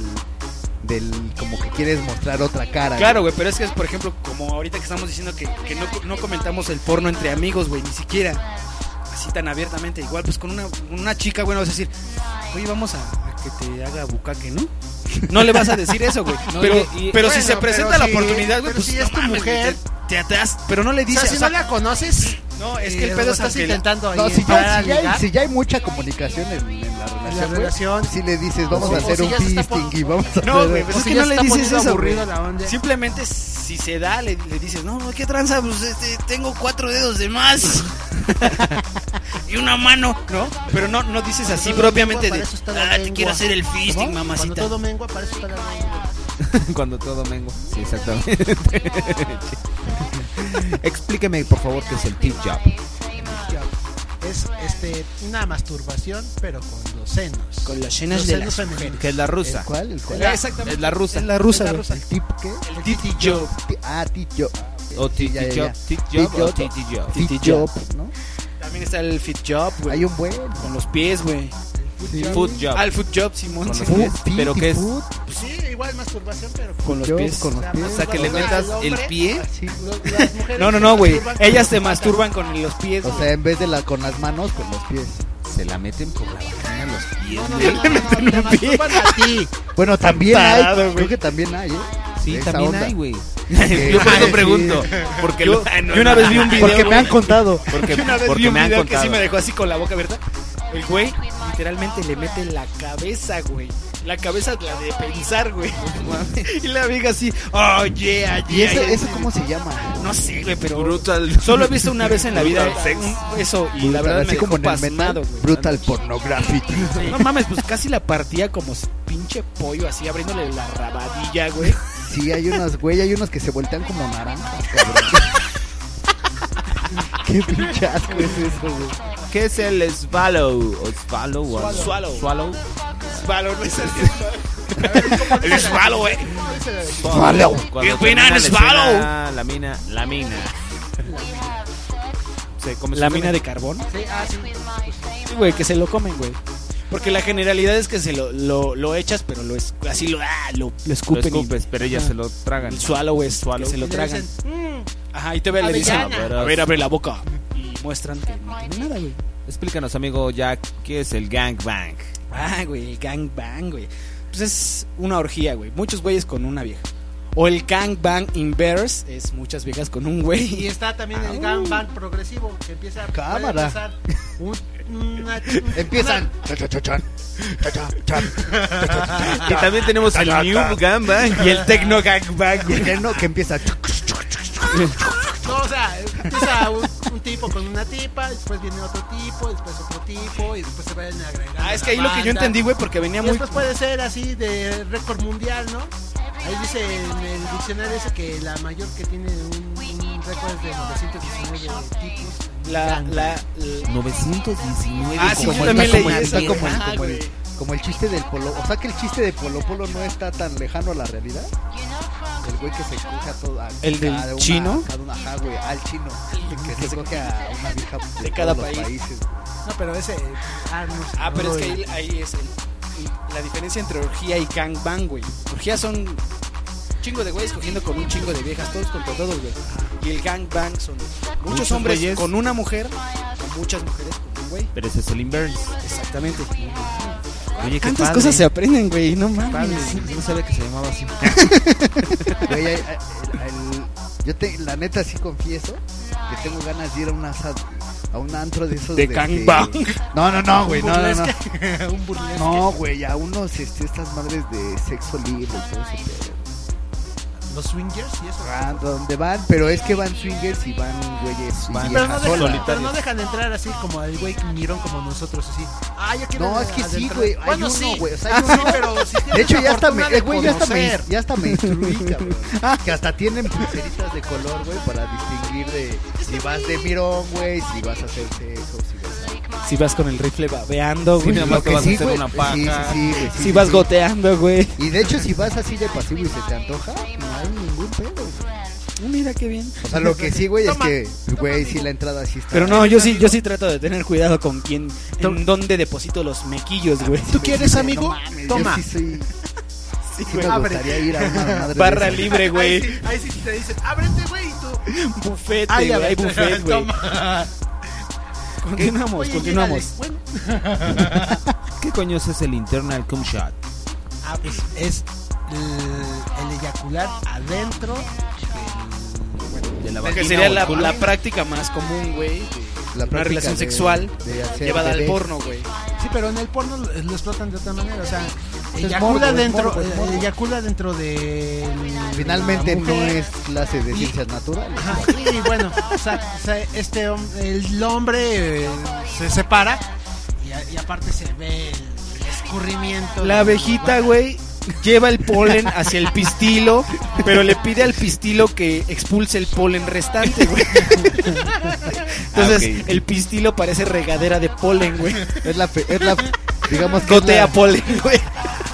Speaker 3: del. Como que quieres mostrar otra cara.
Speaker 6: Claro, güey, pero es que es por ejemplo como ahorita que estamos diciendo que, que no, no comentamos el porno entre amigos, güey, ni siquiera así tan abiertamente. Igual pues con una, una chica, bueno, vas a decir, oye, vamos a, a que te haga bucaque, ¿no? <laughs> No le vas a decir eso, güey.
Speaker 5: No,
Speaker 6: pero
Speaker 5: y- y-
Speaker 6: pero si
Speaker 5: Bueno,
Speaker 6: se presenta
Speaker 5: pero
Speaker 6: la
Speaker 5: si-
Speaker 6: oportunidad, güey,
Speaker 5: pero
Speaker 6: pues
Speaker 5: si
Speaker 6: no
Speaker 5: es tu
Speaker 6: mames, güey,
Speaker 5: mujer.
Speaker 6: te, te- te das- pero no le dices,
Speaker 5: o sea, si
Speaker 6: o sea,
Speaker 5: no la conoces. eh,
Speaker 6: No,
Speaker 3: es
Speaker 6: que el pedo es
Speaker 5: estás
Speaker 6: aunque la-
Speaker 5: intentando
Speaker 3: No,
Speaker 5: ahí
Speaker 3: si
Speaker 5: entrar
Speaker 3: ya,
Speaker 5: a
Speaker 3: si, ya
Speaker 5: ligar.
Speaker 3: hay, si ya hay mucha comunicación en, en la relación, güey,
Speaker 5: relación.
Speaker 3: si le dices, vamos
Speaker 5: O-
Speaker 3: a
Speaker 5: o
Speaker 3: hacer
Speaker 5: si
Speaker 3: un
Speaker 5: ya se está
Speaker 3: fisting y vamos a
Speaker 6: No,
Speaker 3: hacer-
Speaker 6: güey, pues es
Speaker 5: Porque
Speaker 6: que
Speaker 5: ya
Speaker 6: no le
Speaker 5: está
Speaker 6: dices
Speaker 5: poniendo
Speaker 6: eso. güey.
Speaker 5: aburrido la onda.
Speaker 6: Simplemente si se da, le, le dices, no, güey, ¿qué tranza? Pues este, tengo cuatro dedos de más. <laughs> y una mano, ¿no? Pero no, no dices así
Speaker 5: Cuando todo
Speaker 6: propiamente
Speaker 5: mengua,
Speaker 6: de,
Speaker 5: para eso está la
Speaker 6: ah, te
Speaker 5: lengua".
Speaker 6: quiero hacer el fisting,
Speaker 5: ¿Cómo?
Speaker 6: mamacita.
Speaker 5: Cuando todo mengua, para eso está la lengua.
Speaker 4: Cuando todo mengo. Sí, <laughs> exactamente. Explíqueme, por favor, qué es el tip job.
Speaker 5: Es este, una masturbación, pero con los senos.
Speaker 6: Con los senos de las
Speaker 5: femeninos.
Speaker 4: Que es la rusa.
Speaker 5: ¿El cuál? ¿El cuál?
Speaker 4: Es la-
Speaker 5: Exactamente.
Speaker 4: Es la rusa.
Speaker 5: Es la rusa, güey.
Speaker 4: El tip qué?
Speaker 5: El titi job.
Speaker 3: Ah, tit job.
Speaker 4: O tit
Speaker 3: ya, ya,
Speaker 4: job,
Speaker 3: ya.
Speaker 4: tit job o
Speaker 3: Tit
Speaker 4: titi job.
Speaker 3: Tit
Speaker 6: Titi
Speaker 3: job,
Speaker 6: job.
Speaker 3: ¿no?
Speaker 6: También está el fit job, güey.
Speaker 3: Hay un buen.
Speaker 6: Con los pies, güey.
Speaker 3: Sí.
Speaker 6: Foot job. Ah, el foot job, Simón.
Speaker 4: Con
Speaker 6: sí.
Speaker 4: los pies.
Speaker 6: Foot,
Speaker 4: Pero
Speaker 6: titi
Speaker 4: que es-
Speaker 6: foot.
Speaker 5: Sí, igual masturbación, pero
Speaker 6: Con los
Speaker 4: Yo,
Speaker 6: pies.
Speaker 4: con los pies.
Speaker 6: O sea, que le
Speaker 5: masturbación
Speaker 6: metas
Speaker 5: al
Speaker 6: el
Speaker 5: hombre,
Speaker 6: pie.
Speaker 5: así, lo- las mujeres
Speaker 6: No, no,
Speaker 5: se
Speaker 6: no, güey.
Speaker 5: masturban con
Speaker 6: Ellas
Speaker 5: las
Speaker 6: se
Speaker 5: patas.
Speaker 6: masturban con los pies.
Speaker 3: O sea, en vez de la con las manos, con los pies.
Speaker 4: Se la meten por la vagina los pies.
Speaker 5: No, no,
Speaker 4: güey.
Speaker 5: no, no, no, te masturban a ti.
Speaker 3: Bueno, también
Speaker 4: Tarado,
Speaker 3: hay.
Speaker 4: güey.
Speaker 3: Creo que también hay, ¿eh?
Speaker 4: Sí,
Speaker 3: Esa
Speaker 4: también
Speaker 3: onda.
Speaker 4: hay, güey.
Speaker 3: Que-
Speaker 4: Yo por
Speaker 3: Ah,
Speaker 4: eso
Speaker 3: sí.
Speaker 4: pregunto. Porque
Speaker 6: Yo-
Speaker 4: lo- Ah, no,
Speaker 6: yo una
Speaker 4: no,
Speaker 6: vez
Speaker 4: no.
Speaker 6: vi un video.
Speaker 3: Porque me han <laughs> contado.
Speaker 4: Porque,
Speaker 6: Una vez
Speaker 4: porque
Speaker 6: vi un
Speaker 4: me han
Speaker 6: video que
Speaker 4: contado.
Speaker 6: sí me dejó así con la boca abierta. El güey literalmente le mete la cabeza, güey. La cabeza la de pensar, güey. <laughs> y la amiga así, oh yeah,
Speaker 3: ¿Y
Speaker 6: yeah,
Speaker 3: eso,
Speaker 6: yeah".
Speaker 3: eso cómo se llama?
Speaker 6: No sé, güey, pero. Solo he visto una vez en la vida un- eso y la
Speaker 3: Brutal,
Speaker 6: verdad
Speaker 3: así
Speaker 6: me
Speaker 3: como
Speaker 6: dejó
Speaker 3: en el metal,
Speaker 6: pasmado, güey.
Speaker 3: brutal pornographic.
Speaker 6: <laughs> No mames, pues casi la partía como s- pinche pollo, así abriéndole la rabadilla, güey.
Speaker 3: Sí, hay unos, güey, hay unos que se voltean como naranjas, cabrón. Qué pinche asco es eso, güey.
Speaker 4: ¿Qué es el swallow? ¿O swallow? o algo?
Speaker 6: Swallow.
Speaker 4: Swallow.
Speaker 6: Swallow, no <laughs> es el. El swallow, eh. güey.
Speaker 4: Swallow.
Speaker 6: ¿Qué opinan, swallow?
Speaker 4: La mina, la mina. Se come su
Speaker 6: La
Speaker 4: semen.
Speaker 6: mina de carbón.
Speaker 5: Sí, ah, sí.
Speaker 6: Sí, güey, que se lo comen, güey. Porque la generalidad es que se lo, lo, lo echas, pero lo es, así lo, ah, lo, lo
Speaker 4: Lo
Speaker 6: escupen. y-
Speaker 4: escupes, pero ellas
Speaker 6: Ajá.
Speaker 4: se lo tragan.
Speaker 6: El swallow es
Speaker 4: Swallow.
Speaker 6: que se lo
Speaker 5: Y le
Speaker 6: tragan.
Speaker 5: dicen, "Mm,
Speaker 6: Ajá, y te ve, le dicen, a
Speaker 5: Avellana.
Speaker 6: ver, a ver, abre la boca. Y muestran que no tiene nada, güey.
Speaker 4: Explícanos, amigo Jack, ¿qué es el gangbang?
Speaker 6: Ah, güey, el gangbang, güey. Pues es una orgía, güey. Muchos güeyes con una vieja. O el gangbang inverse es muchas viejas con un
Speaker 5: Y
Speaker 6: güey. Ah,
Speaker 5: está también el gangbang progresivo que empieza puede
Speaker 3: Cámara.
Speaker 5: empezar un- una-
Speaker 3: Empiezan.
Speaker 4: Y también tenemos el new gangbang.
Speaker 6: Y el techno gangbang,
Speaker 3: Y
Speaker 6: güey.
Speaker 3: el geno que empieza.
Speaker 5: No, o sea, empieza un, un tipo con una tipa, después viene otro tipo, después otro tipo, y después se vayan agregando.
Speaker 6: Ah, es
Speaker 5: la
Speaker 6: que ahí lo que yo
Speaker 5: banda.
Speaker 6: entendí, güey, porque venía
Speaker 5: Y
Speaker 6: muy...
Speaker 5: después puede ser así de récord mundial, ¿no? Ahí dice en el diccionario ese que la mayor que tiene un, un récord es de 919 tipos.
Speaker 6: La, la,
Speaker 4: 919.
Speaker 6: Ah, sí,
Speaker 4: como
Speaker 6: yo
Speaker 4: el-
Speaker 6: también
Speaker 4: como
Speaker 6: leí
Speaker 4: el-
Speaker 6: eso,
Speaker 4: está
Speaker 6: güey.
Speaker 4: como el-
Speaker 6: Ah,
Speaker 3: como el,
Speaker 6: güey.
Speaker 3: como el chiste del polo. O sea que el chiste de Polo Polo no está tan lejano a la realidad. El güey que se coge a todo.
Speaker 5: Ah,
Speaker 3: a-
Speaker 6: ¿El del
Speaker 3: a una-
Speaker 6: chino?
Speaker 3: a Cada una, ajá, güey, al chino. Que se coge a una vieja de,
Speaker 6: De cada
Speaker 3: todos los
Speaker 6: país.
Speaker 3: países. güey.
Speaker 5: No, pero ese. Ah, no,
Speaker 6: Ah,
Speaker 5: no
Speaker 6: pero
Speaker 5: lo
Speaker 6: es que
Speaker 5: veo.
Speaker 6: ahí, ahí es el- la diferencia entre orgía y gangbang, güey. Orgía son chingo de güeyes cogiendo con un chingo de viejas, todos contra todos, güey. Y el gangbang son muchos,
Speaker 4: Muchos
Speaker 6: hombres
Speaker 4: güeyes.
Speaker 6: con una mujer o muchas mujeres con un güey.
Speaker 4: Pero ese es el inverse.
Speaker 6: Exactamente.
Speaker 4: Oye, qué
Speaker 6: ¿Cuántas
Speaker 4: padre,
Speaker 6: cosas se aprenden, güey? No
Speaker 4: padre.
Speaker 6: mames.
Speaker 4: No sabía que se llamaba así.
Speaker 3: <laughs> Güey, hay- hay- el- yo te, la neta sí confieso que tengo ganas de ir a una sa- a un antro de esos
Speaker 6: De gangbang.
Speaker 3: No, no, no, güey, no, no, no.
Speaker 5: <laughs> un burlesque.
Speaker 3: No, güey, a unos este, estas madres de sexo libre y todo ese pedo.
Speaker 5: Los swingers y eso.
Speaker 3: Ah, donde van, pero es que van swingers y van güeyes y
Speaker 4: Van-
Speaker 5: Pero no,
Speaker 3: viejas
Speaker 5: dejan,
Speaker 3: solas.
Speaker 5: pero no dejan entrar así como el güey mirón como nosotros, así. Ah, yo quiero
Speaker 3: No, es que sí,
Speaker 5: adentrar.
Speaker 3: güey, hay
Speaker 5: Bueno,
Speaker 3: uno,
Speaker 5: sí.
Speaker 3: güey, o
Speaker 5: <laughs>
Speaker 3: sea,
Speaker 5: Ah,
Speaker 3: hay uno.
Speaker 5: sí, pero si tienes
Speaker 3: De hecho,
Speaker 5: la
Speaker 3: ya hasta,
Speaker 5: fortuna
Speaker 3: me,
Speaker 5: de
Speaker 3: eh, güey, ya hasta me,
Speaker 5: conocer.
Speaker 3: ya hasta me <laughs> instruí, cabrón. Que hasta tienen pulseritas de color, güey, para distinguir de si vas de mirón, güey, si vas a hacer sexo, si vas a...
Speaker 6: Si vas con el rifle babeando, güey.
Speaker 3: Sí, lo que sí, güey. Sí, sí, sí, güey, sí,
Speaker 6: si vas
Speaker 3: sí.
Speaker 6: goteando, güey.
Speaker 3: Y de hecho, si vas así de pasivo y se te antoja, no hay ningún pedo.
Speaker 12: Oh,
Speaker 6: Mira qué bien.
Speaker 3: O
Speaker 12: <laughs>
Speaker 3: sea, lo que sí, güey, es que, güey, si la entrada sí está.
Speaker 6: Pero no, yo sí, yo sí trato de tener cuidado con quién, en dónde deposito los mequillos, güey.
Speaker 5: ¿Tú quieres, amigo?
Speaker 3: Yo
Speaker 5: Toma.
Speaker 3: sí soy- sí me
Speaker 5: güey.
Speaker 3: gustaría ir a
Speaker 6: <laughs>
Speaker 3: una madre de
Speaker 6: Barra
Speaker 3: esas.
Speaker 6: libre,
Speaker 5: Ahí
Speaker 6: güey.
Speaker 5: sí, ahí sí te dicen, ábrete, güey, y tú.
Speaker 6: Bufete,
Speaker 5: Ay,
Speaker 6: güey.
Speaker 5: a ver,
Speaker 6: Hay buffet, güey.
Speaker 5: toma.
Speaker 6: Continuamos,
Speaker 5: Oye,
Speaker 6: <laughs> continuamos.
Speaker 5: llégale. Bueno.
Speaker 4: <laughs> ¿Qué coño es el internal cum shot?
Speaker 5: Ah, pues es el, el eyacular adentro
Speaker 4: De la
Speaker 6: Que
Speaker 4: vagina
Speaker 6: sería
Speaker 4: o
Speaker 6: la,
Speaker 4: el culo.
Speaker 6: la práctica más común, güey. de-
Speaker 3: La
Speaker 6: Una
Speaker 3: práctica
Speaker 6: relación
Speaker 3: de-
Speaker 6: sexual
Speaker 3: de hacer
Speaker 6: llevada al
Speaker 3: bebés.
Speaker 6: porno, güey.
Speaker 5: Sí, pero en el porno lo lo explotan de otra manera, o sea,
Speaker 3: Es morbo,
Speaker 5: eyacula
Speaker 3: es
Speaker 5: dentro,
Speaker 3: morbo, es morbo.
Speaker 5: eh, eyacula dentro de
Speaker 3: Finalmente
Speaker 5: la
Speaker 3: no
Speaker 5: mujer.
Speaker 3: es clase de ciencias naturales.
Speaker 5: Ajá, y bueno, o sea, o sea, este hom- el hombre eh, se separa y, a- y aparte se ve el escurrimiento.
Speaker 6: La abejita, güey, lleva el polen hacia el pistilo, pero le pide al pistilo que expulse el polen restante, güey. Entonces,
Speaker 3: Ah, ok.
Speaker 6: el pistilo parece regadera de polen, güey.
Speaker 3: Es la, fe- es la digamos que es
Speaker 6: Gotea
Speaker 3: la,
Speaker 6: polen, güey.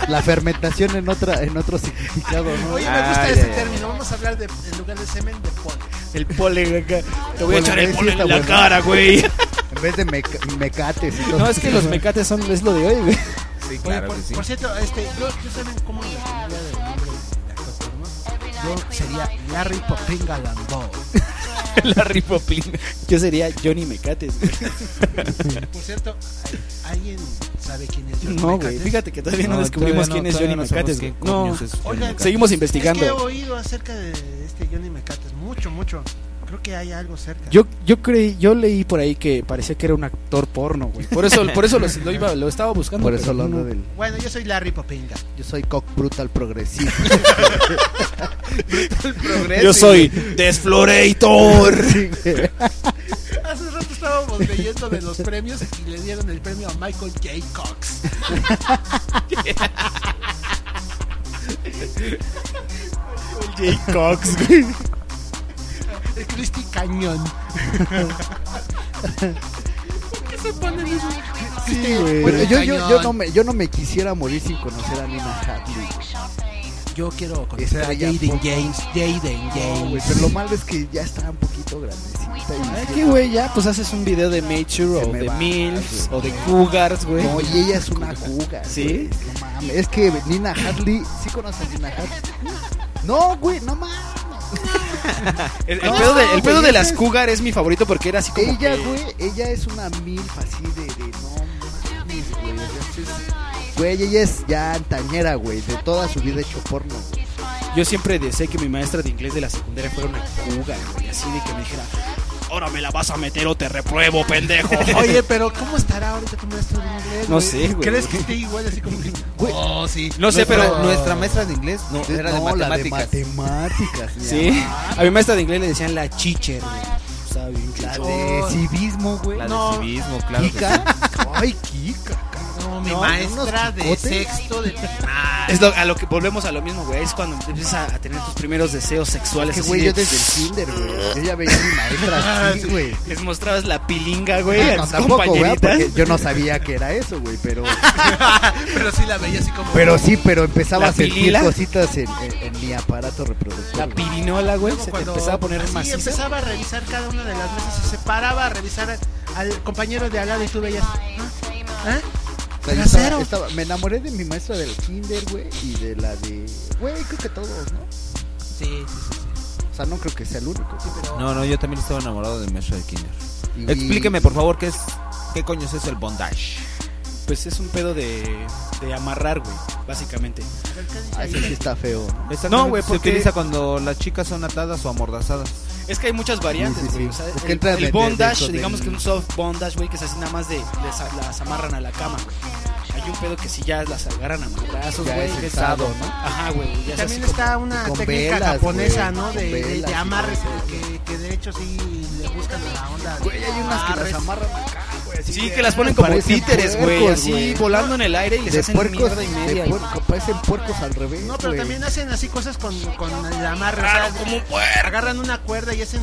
Speaker 3: la fermentación en otra en otro significado, ¿no?
Speaker 5: Oye, me gusta ese término. Vamos a hablar de, en lugar de semen de pol.
Speaker 6: El polen acá. Te voy
Speaker 3: Bueno,
Speaker 6: a echar el
Speaker 3: sí
Speaker 6: polen
Speaker 3: está
Speaker 6: en la
Speaker 3: bueno.
Speaker 6: cara, güey.
Speaker 3: En vez de meca- mecates y todo.
Speaker 6: No, es que los mecates son es lo de hoy, güey.
Speaker 23: Sí,
Speaker 5: Oye,
Speaker 23: claro
Speaker 5: por,
Speaker 23: que sí.
Speaker 5: por cierto, este, yo, yo saben cómo es la película del nombre de actor porno? Yo sería Larry Popinga Lambeau.
Speaker 3: <laughs>
Speaker 6: La ripopina. Yo sería Johnny Mecates, güey.
Speaker 5: <laughs> Por cierto, ¿al- ¿alguien sabe quién es Johnny
Speaker 6: No, güey.
Speaker 5: Mecates?
Speaker 6: Fíjate que todavía no,
Speaker 4: No, todavía
Speaker 6: descubrimos
Speaker 4: no,
Speaker 6: quién es
Speaker 4: todavía
Speaker 6: Johnny
Speaker 4: no sabemos
Speaker 6: Mecates,
Speaker 4: qué
Speaker 6: güey. No,
Speaker 4: coños es Johnny
Speaker 5: Oigan,
Speaker 4: Mecates.
Speaker 6: seguimos
Speaker 5: Es que he
Speaker 6: investigando.
Speaker 5: oído acerca de este Johnny Mecates mucho, mucho. Creo que hay algo cerca.
Speaker 6: Yo, yo creí, yo leí por ahí que parecía que era un actor porno, güey. Por eso, por eso lo, lo iba- lo estaba buscando.
Speaker 3: Por
Speaker 6: pero
Speaker 3: eso lo
Speaker 6: no.
Speaker 3: hablo del
Speaker 5: Bueno, yo soy Larry Popinga.
Speaker 3: yo soy cock brutal progresivo.
Speaker 6: Yo soy Desflorator.
Speaker 3: Sí, güey.
Speaker 5: Hace rato estábamos leyendo de los premios y le dieron el premio a Michael J. Cox.
Speaker 6: El J. Cox, güey.
Speaker 5: El Christy Cañón.
Speaker 6: <laughs>
Speaker 5: ¿Por qué se ponen esos? Este,
Speaker 3: Bueno, yo, yo, yo
Speaker 5: Cañón.
Speaker 3: no me yo no me quisiera morir sin conocer a Nina Hatley.
Speaker 5: Yo quiero conocer a
Speaker 3: Estrella
Speaker 5: Jaden
Speaker 3: pop.
Speaker 5: James. Jaden
Speaker 3: No, güey,
Speaker 5: James.
Speaker 3: pero lo malo es que ya está un poquito grandecita
Speaker 6: Ay,
Speaker 3: y
Speaker 6: qué güey, ya, pues haces un video de Mature
Speaker 3: Se
Speaker 6: o
Speaker 3: me
Speaker 6: de
Speaker 3: va,
Speaker 6: Mills o de Cougars, güey.
Speaker 3: No, y ella es una juga. güey.
Speaker 6: ¿Sí?
Speaker 3: No mames. Es que Nina Hartley. ¿Sí conoces a Nina Hartley? No, güey, no mames.
Speaker 6: El, el
Speaker 3: No,
Speaker 6: pedo de, el
Speaker 3: güey,
Speaker 6: pedo de
Speaker 3: ese
Speaker 6: las
Speaker 3: es-
Speaker 6: Cougar es mi favorito porque era así como.
Speaker 3: Ella,
Speaker 6: que-
Speaker 3: güey, ella es una milf así de, de no mames, güey. o sea, es- Güey, ella es ya antañera, güey. De toda su vida hecho porno. güey.
Speaker 6: Yo siempre deseé que mi maestra de inglés de la secundaria fuera una Cougar, güey. Así de que me dijera, ahora me la vas a meter o te repruebo,
Speaker 3: <laughs>
Speaker 6: pendejo.
Speaker 5: Oye, pero ¿cómo estará ahorita tu maestro de inglés?
Speaker 6: No sé, güey.
Speaker 5: ¿Crees que esté igual así como.? Oh, sí.
Speaker 6: no
Speaker 23: Nuestra-
Speaker 6: sé, pero.
Speaker 23: nuestra maestra de inglés no,
Speaker 3: De-
Speaker 23: era
Speaker 3: no,
Speaker 23: de
Speaker 3: la de
Speaker 23: matemáticas.
Speaker 3: matemáticas. mi
Speaker 6: Sí.
Speaker 3: amor.
Speaker 6: A mi maestra de inglés le decían la chicher, güey. Estaba bien
Speaker 3: La
Speaker 6: chichona.
Speaker 3: de civismo, güey.
Speaker 4: La
Speaker 5: No.
Speaker 4: de civismo, claro. que sí.
Speaker 3: Kika. Ay, Kika.
Speaker 5: No, mi
Speaker 3: No,
Speaker 5: maestra
Speaker 3: unos
Speaker 5: de
Speaker 3: chicotes.
Speaker 5: sexto de primaria.
Speaker 6: Es lo- a lo que volvemos a lo mismo, güey. Es cuando empiezas a, a tener tus primeros deseos sexuales.
Speaker 3: Que,
Speaker 6: así
Speaker 3: güey,
Speaker 6: de-
Speaker 3: yo <laughs> desde el kinder, güey. Yo ya
Speaker 6: <laughs>
Speaker 3: veía a mi maestra así, güey.
Speaker 6: Les mostrabas la pilinga, güey, a
Speaker 3: No,
Speaker 6: tus
Speaker 3: tampoco, güey,
Speaker 6: compañeritas.
Speaker 3: porque yo no sabía que era eso, güey,
Speaker 6: <laughs>
Speaker 3: pero...
Speaker 5: <laughs> Pero sí la veía así como.
Speaker 3: Pero sí, pero empezaba
Speaker 6: ¿La
Speaker 3: a sentir
Speaker 6: pilila?
Speaker 3: cositas en, en- en
Speaker 6: <laughs>
Speaker 3: mi aparato reproductor.
Speaker 6: La
Speaker 3: güey.
Speaker 6: pirinola, güey, se te
Speaker 5: cuando
Speaker 6: empezaba a poner
Speaker 5: así
Speaker 6: maciza.
Speaker 5: empezaba a revisar cada una de las mesas y se paraba a revisar al compañero de al lado y tú veías. ¿Ah?
Speaker 3: O sea, yo
Speaker 5: Trasero.
Speaker 3: estaba, estaba- me enamoré de mi maestra del kinder, güey, y de la de... Güey, creo que todos, ¿no?
Speaker 5: Sí, sí, sí.
Speaker 3: O sea, no creo que sea el único.
Speaker 4: No, no, yo también estaba enamorado de Mesha del Kinder.
Speaker 3: Y-
Speaker 4: Explíqueme, por favor, qué es qué coños es el bondage.
Speaker 6: Pues es un pedo de, de amarrar, güey, básicamente.
Speaker 3: Ah, ese sí está feo. ¿no?
Speaker 4: Exactamente,
Speaker 6: güey,
Speaker 4: se
Speaker 6: porque-
Speaker 4: utiliza cuando las chicas son atadas o amordazadas.
Speaker 6: Es que hay muchas variantes,
Speaker 3: Sí, sí,
Speaker 6: güey.
Speaker 3: sí.
Speaker 6: o sea,
Speaker 3: Es que
Speaker 6: el,
Speaker 3: entra
Speaker 6: el
Speaker 3: de- de-
Speaker 6: bondage,
Speaker 3: de- de-
Speaker 6: digamos que un soft bondage, güey, que es así nada más de les- las amarran a la cama. güey. Hay un pedo que si ya las agarran a madrazos,
Speaker 3: Ya
Speaker 6: güey.
Speaker 3: es
Speaker 6: que es-
Speaker 3: sado, ¿no?
Speaker 6: Ajá, güey. ya es
Speaker 5: También
Speaker 6: así como-
Speaker 5: está una
Speaker 3: con
Speaker 5: técnica
Speaker 3: velas,
Speaker 5: japonesa,
Speaker 3: güey,
Speaker 5: ¿no?
Speaker 3: con
Speaker 5: De, de- de
Speaker 3: velas y
Speaker 5: amarres,
Speaker 3: todo
Speaker 5: que, que de hecho sí le buscan la onda. de "Ah,
Speaker 3: Güey, hay unas que las
Speaker 5: amarres.
Speaker 3: amarran acá, güey. así
Speaker 6: Sí, que las ponen como
Speaker 3: pues, parecen
Speaker 6: títeres, güey.
Speaker 3: puercos,
Speaker 6: Así
Speaker 3: güey.
Speaker 6: volando en el aire y les
Speaker 3: De
Speaker 6: hacen
Speaker 3: puercos,
Speaker 6: mierda y
Speaker 3: de
Speaker 6: media.
Speaker 3: puerco, parecen puercos al revés,
Speaker 5: No, pero
Speaker 3: güey.
Speaker 5: también hacen así cosas con, con el amarre. o sea, agarran una cuerda y hacen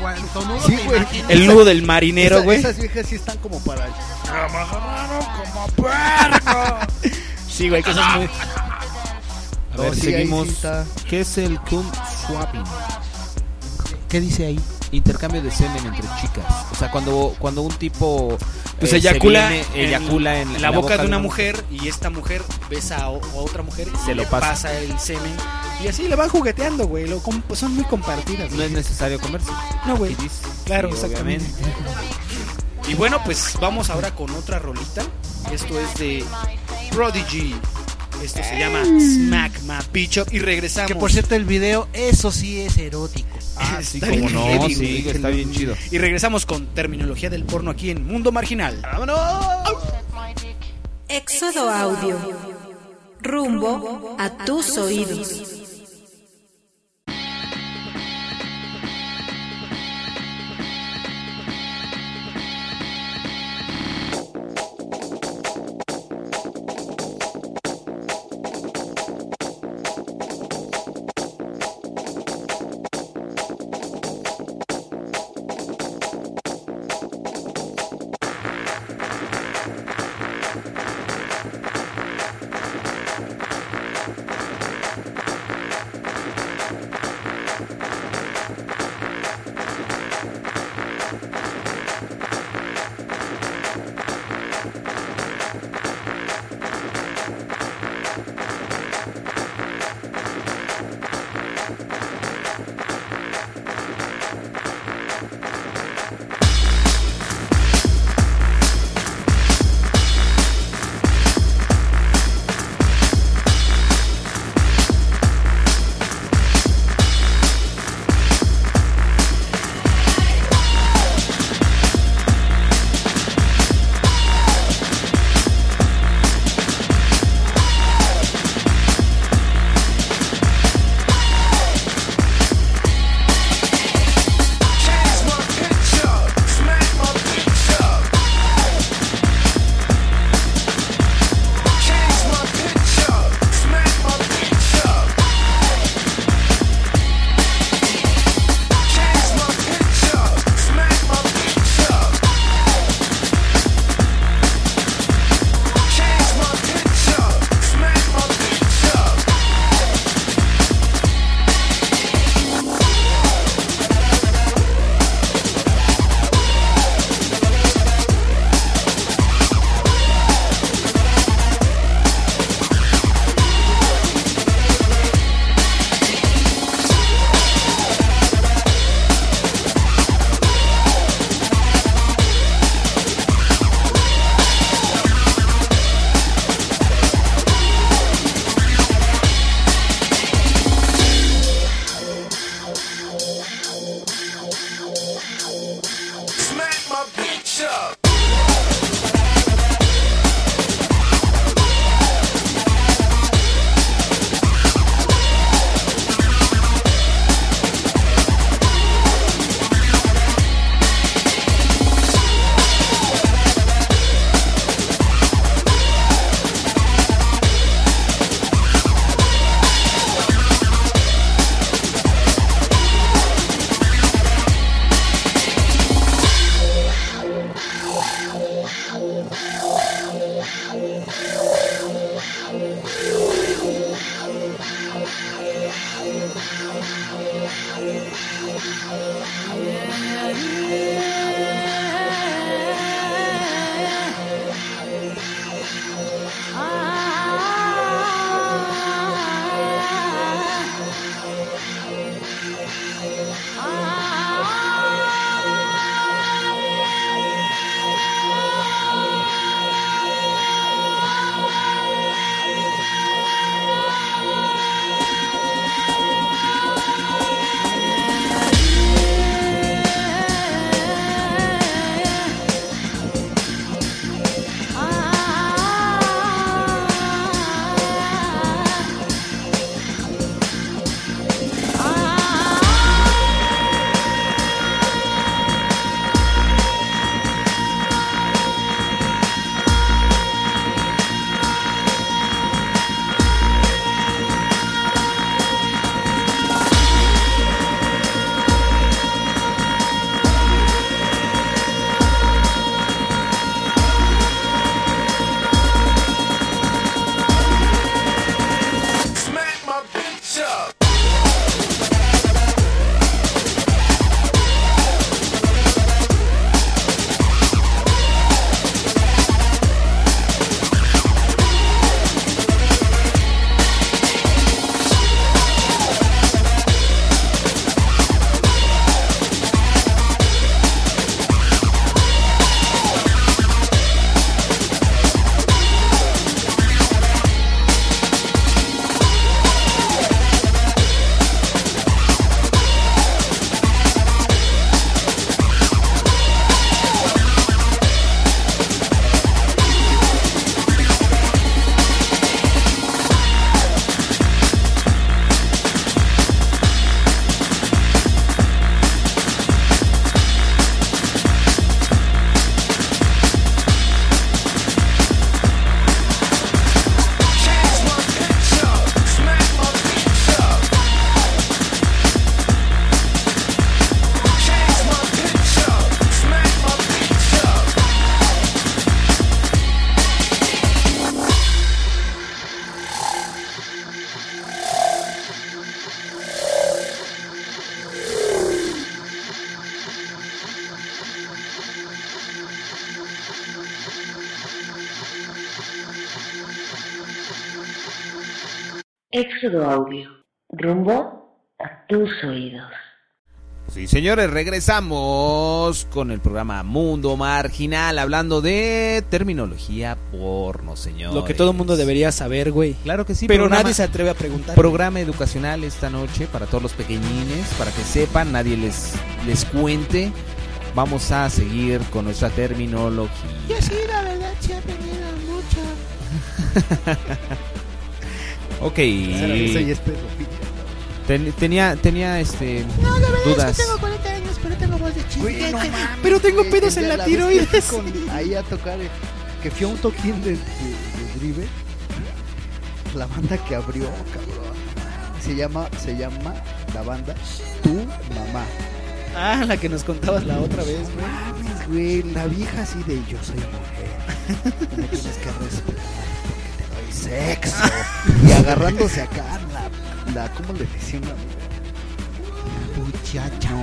Speaker 3: cuanto nudo
Speaker 5: Sí,
Speaker 3: te
Speaker 5: güey.
Speaker 3: imagines-
Speaker 6: El nudo del marinero,
Speaker 5: Esa-
Speaker 6: güey.
Speaker 5: Esas viejas sí están como para.
Speaker 6: Sí, güey, que eso es muy.
Speaker 4: A
Speaker 3: Oh,
Speaker 5: No,
Speaker 4: ver,
Speaker 5: sí, ahí
Speaker 4: seguimos.
Speaker 5: sí está.
Speaker 4: ¿Qué es el cum swapping?
Speaker 24: ¿Qué dice ahí?
Speaker 4: Intercambio de semen entre chicas. O sea, cuando, cuando un tipo
Speaker 6: Pues
Speaker 4: eh, se
Speaker 6: eyacula,
Speaker 4: viene- eyacula en, en
Speaker 6: la boca de una
Speaker 4: una
Speaker 6: mujer y esta mujer besa a, o- a otra mujer y
Speaker 4: Se lo
Speaker 6: le
Speaker 4: pasa.
Speaker 6: pasa. el semen. Y así le van jugueteando, güey. Lo com- son muy compartidas.
Speaker 4: No es necesario comerse.
Speaker 6: No, güey.
Speaker 4: Aquí dice,
Speaker 6: Claro,
Speaker 4: sí,
Speaker 6: exactamente. Y bueno, pues vamos ahora con otra rolita. Esto es de Prodigy. Esto se llama Smack My Bitch Up. Y regresamos.
Speaker 3: Que por cierto, el video, eso sí es erótico.
Speaker 6: Ah, sí,
Speaker 3: Está bien heavy, güey.
Speaker 4: está bien chido.
Speaker 6: Y regresamos con terminología del porno aquí en Mundo Marginal.
Speaker 11: Éxodo Audio. Rumbo a tus oídos.
Speaker 25: Thank you.
Speaker 7: Éxodo Audio, rumbo a tus oídos.
Speaker 4: Sí, señores, regresamos con el programa Mundo Marginal, hablando de terminología porno, señor.
Speaker 6: Lo que todo el mundo debería saber, güey.
Speaker 4: Claro que sí,
Speaker 6: Pero
Speaker 4: programa-
Speaker 6: nadie se atreve a preguntar.
Speaker 4: Programa educacional esta noche para todos los pequeñines, para que sepan, nadie les, les cuente. Vamos a seguir con nuestra terminología.
Speaker 11: Yo sí, la verdad, sí he aprendido
Speaker 4: <laughs>
Speaker 11: mucho.
Speaker 4: Ok.
Speaker 3: Eso ya es pedofilia.
Speaker 4: Ten- tenía tenía este
Speaker 11: No, la verdad
Speaker 4: dudas.
Speaker 11: es que tengo 40 años, pero tengo voz de chiste.
Speaker 3: no mames,
Speaker 11: pero tengo
Speaker 3: güey,
Speaker 11: pedos
Speaker 3: ya
Speaker 11: en la
Speaker 3: vez que
Speaker 11: tiroides.
Speaker 3: fui con- ahí a tocar, eh, que fui a un toquín de, de, de Drive. La banda que abrió, cabrón. Se llama, se llama la banda Tu Mamá.
Speaker 6: Ah, la que nos contabas la otra vez, güey.
Speaker 3: Mames, güey, la vieja así de yo soy mujer. y Me tienes que respetar porque te doy
Speaker 6: <laughs>
Speaker 3: sexo. Y agarrándose acá, la, la ¿cómo le decían? La muchacha.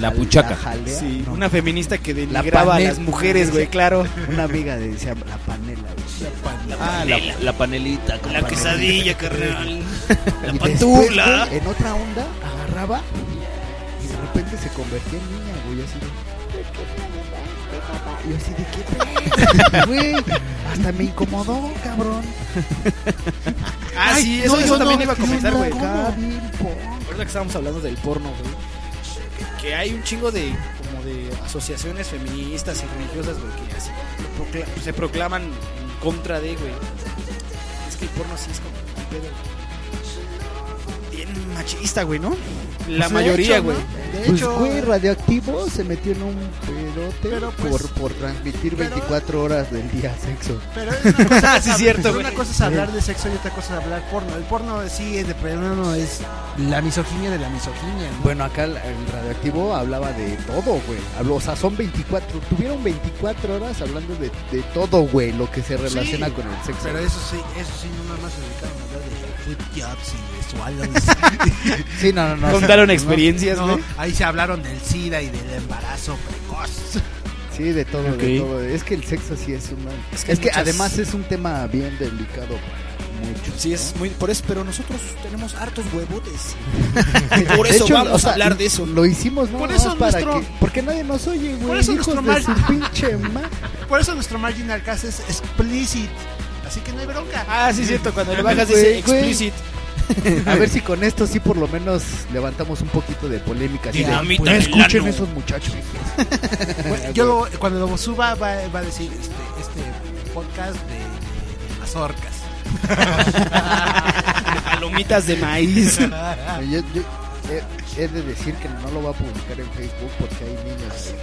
Speaker 4: La puchaca.
Speaker 6: Sí, una feminista que
Speaker 3: La
Speaker 6: denigraba a
Speaker 3: panel-
Speaker 6: las mujeres, güey, claro.
Speaker 3: Una amiga de decía la panela, güey.
Speaker 4: Ah, la, la panelita.
Speaker 3: La quesadilla, <laughs> carnal.
Speaker 4: La
Speaker 3: Y después, güey, en otra onda, agarraba y de repente se convertía en niña, güey, así de. Y yo así de qué pedo?"
Speaker 5: <laughs>
Speaker 3: güey. Hasta me incomodó, cabrón.
Speaker 6: Ah,
Speaker 3: Ay,
Speaker 6: sí, eso,
Speaker 3: no,
Speaker 6: eso
Speaker 3: yo
Speaker 6: también
Speaker 3: no
Speaker 6: iba a comentar,
Speaker 3: entiendo
Speaker 6: güey.
Speaker 3: cómo.
Speaker 4: Ah.
Speaker 6: Ahorita que estábamos hablando del porno, güey. Que hay un chingo de como de asociaciones feministas y religiosas, güey, que así procla- se proclaman en contra de, güey. Es que el porno sí es como un pedo bien machista, güey, ¿no?
Speaker 3: Pues,
Speaker 6: La
Speaker 3: de
Speaker 6: mayoría,
Speaker 3: hecho,
Speaker 6: güey.
Speaker 3: ¿no? Pues, güey, radioactivo se metió en un
Speaker 5: pues,
Speaker 3: pedote por, por transmitir 24 horas del día sexo.
Speaker 5: Pero es una
Speaker 3: <laughs> Ah,
Speaker 5: cosa, <laughs>
Speaker 6: Sí, cierto,
Speaker 5: Una
Speaker 6: güey.
Speaker 5: cosa es hablar de sexo y otra cosa es hablar porno. El porno sí es de plano es la misoginia de la misoginia. ¿no?
Speaker 3: Bueno, acá el, el radioactivo hablaba de todo, güey. Habló, o sea, son 24. Tuvieron 24 horas hablando de, de todo, güey, lo que se relaciona
Speaker 5: Sí,
Speaker 3: con el sexo.
Speaker 5: Pero eso sí, eso sí, no nada más se dedicaron a hablar de food jobs y de swallows.
Speaker 3: <laughs> Sí, no, no, no.
Speaker 6: Contaron experiencias,
Speaker 5: no,
Speaker 6: güey.
Speaker 5: Ahí se hablaron del SIDA y del embarazo precoz.
Speaker 3: Sí, de todo, de
Speaker 6: Ok.
Speaker 3: todo. Es que el sexo sí es una. Es
Speaker 6: que
Speaker 3: que,
Speaker 6: muchas-
Speaker 3: además es un tema bien delicado para muchos.
Speaker 6: Sí, es muy por eso, pero nosotros tenemos hartos
Speaker 3: <laughs>
Speaker 6: huevotes.
Speaker 3: De
Speaker 6: Por eso
Speaker 3: hecho,
Speaker 6: vamos
Speaker 3: o sea,
Speaker 6: a hablar de eso.
Speaker 3: Lo hicimos, ¿no?
Speaker 5: Por eso
Speaker 3: para
Speaker 5: nuestro-
Speaker 3: que- Porque nadie nos oye, güey.
Speaker 5: Por eso
Speaker 3: hijos
Speaker 5: nuestro
Speaker 3: de su
Speaker 5: mal- <laughs>
Speaker 3: pinche ma-
Speaker 5: Por eso nuestro marginal cast es explicit. Así que no hay bronca.
Speaker 6: Ah, sí, cierto, cuando le bajas
Speaker 3: Güey,
Speaker 6: dice
Speaker 3: güey.
Speaker 6: explicit.
Speaker 3: A ver si con esto sí por lo menos levantamos un poquito de polémica. así de,
Speaker 6: Dinamita
Speaker 3: "Pues,
Speaker 6: en el
Speaker 3: escuchen
Speaker 6: ano".
Speaker 3: esos
Speaker 6: <laughs>
Speaker 3: muchachos.
Speaker 5: Bueno, Yo lo- cuando lo suba va, va a decir este, este podcast de, de- de mazorcas.
Speaker 6: <laughs> Palomitas <laughs> de maíz.
Speaker 3: Yo- yo- eh, he, he de decir que no lo va a publicar en Facebook porque hay niños.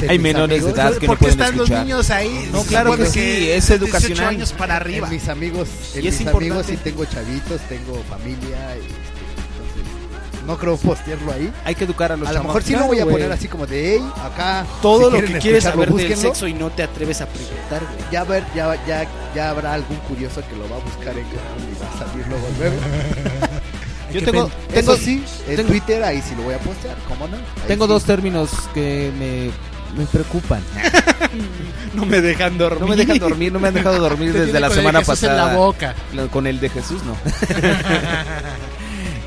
Speaker 3: ahí.
Speaker 4: <laughs> Hay
Speaker 3: Mis
Speaker 4: menores de
Speaker 3: amigos-
Speaker 4: edad que no
Speaker 5: ¿Por qué
Speaker 4: pueden
Speaker 5: están
Speaker 4: escuchar.
Speaker 5: los niños ahí?
Speaker 4: No, claro que
Speaker 5: Porque
Speaker 4: sí, es
Speaker 5: 18
Speaker 4: educacional.
Speaker 5: años para arriba.
Speaker 3: En mis amigos, en
Speaker 4: Y es
Speaker 3: mis
Speaker 4: importante.
Speaker 3: amigos sí tengo chavitos, tengo familia, este, entonces no creo postearlo ahí.
Speaker 4: Hay que educar a los
Speaker 3: A lo
Speaker 4: chamacos.
Speaker 3: mejor sí lo
Speaker 4: Claro,
Speaker 3: voy a
Speaker 4: güey.
Speaker 3: poner así como de, hey, acá.
Speaker 6: Todo
Speaker 3: Ah, si
Speaker 6: lo
Speaker 3: quieren
Speaker 6: que
Speaker 3: escucharlo,
Speaker 6: quieres saber del
Speaker 3: búsquenlo".
Speaker 6: <laughs> sexo y no te atreves a preguntar, güey.
Speaker 3: Ya, ver, <laughs> ya, ya, ya habrá algún curioso que lo va a buscar en Google y va a salir luego luego.
Speaker 4: Yo
Speaker 3: Qué
Speaker 4: tengo-
Speaker 3: pena.
Speaker 4: tengo-
Speaker 3: Eso sí, en
Speaker 4: tengo-
Speaker 3: Twitter ahí sí lo voy a postear, ¿cómo no? Ahí
Speaker 4: Tengo
Speaker 3: sí.
Speaker 4: dos términos que me, me preocupan.
Speaker 6: <laughs> No me dejan dormir.
Speaker 4: No me dejan dormir, no me han dejado
Speaker 6: <laughs>
Speaker 4: dormir
Speaker 6: Te
Speaker 4: desde
Speaker 6: tiene
Speaker 4: la
Speaker 6: con el
Speaker 4: semana
Speaker 6: Jesús en
Speaker 4: pasada.
Speaker 6: la boca.
Speaker 4: Lo- Con el de Jesús,
Speaker 6: <laughs>
Speaker 4: no.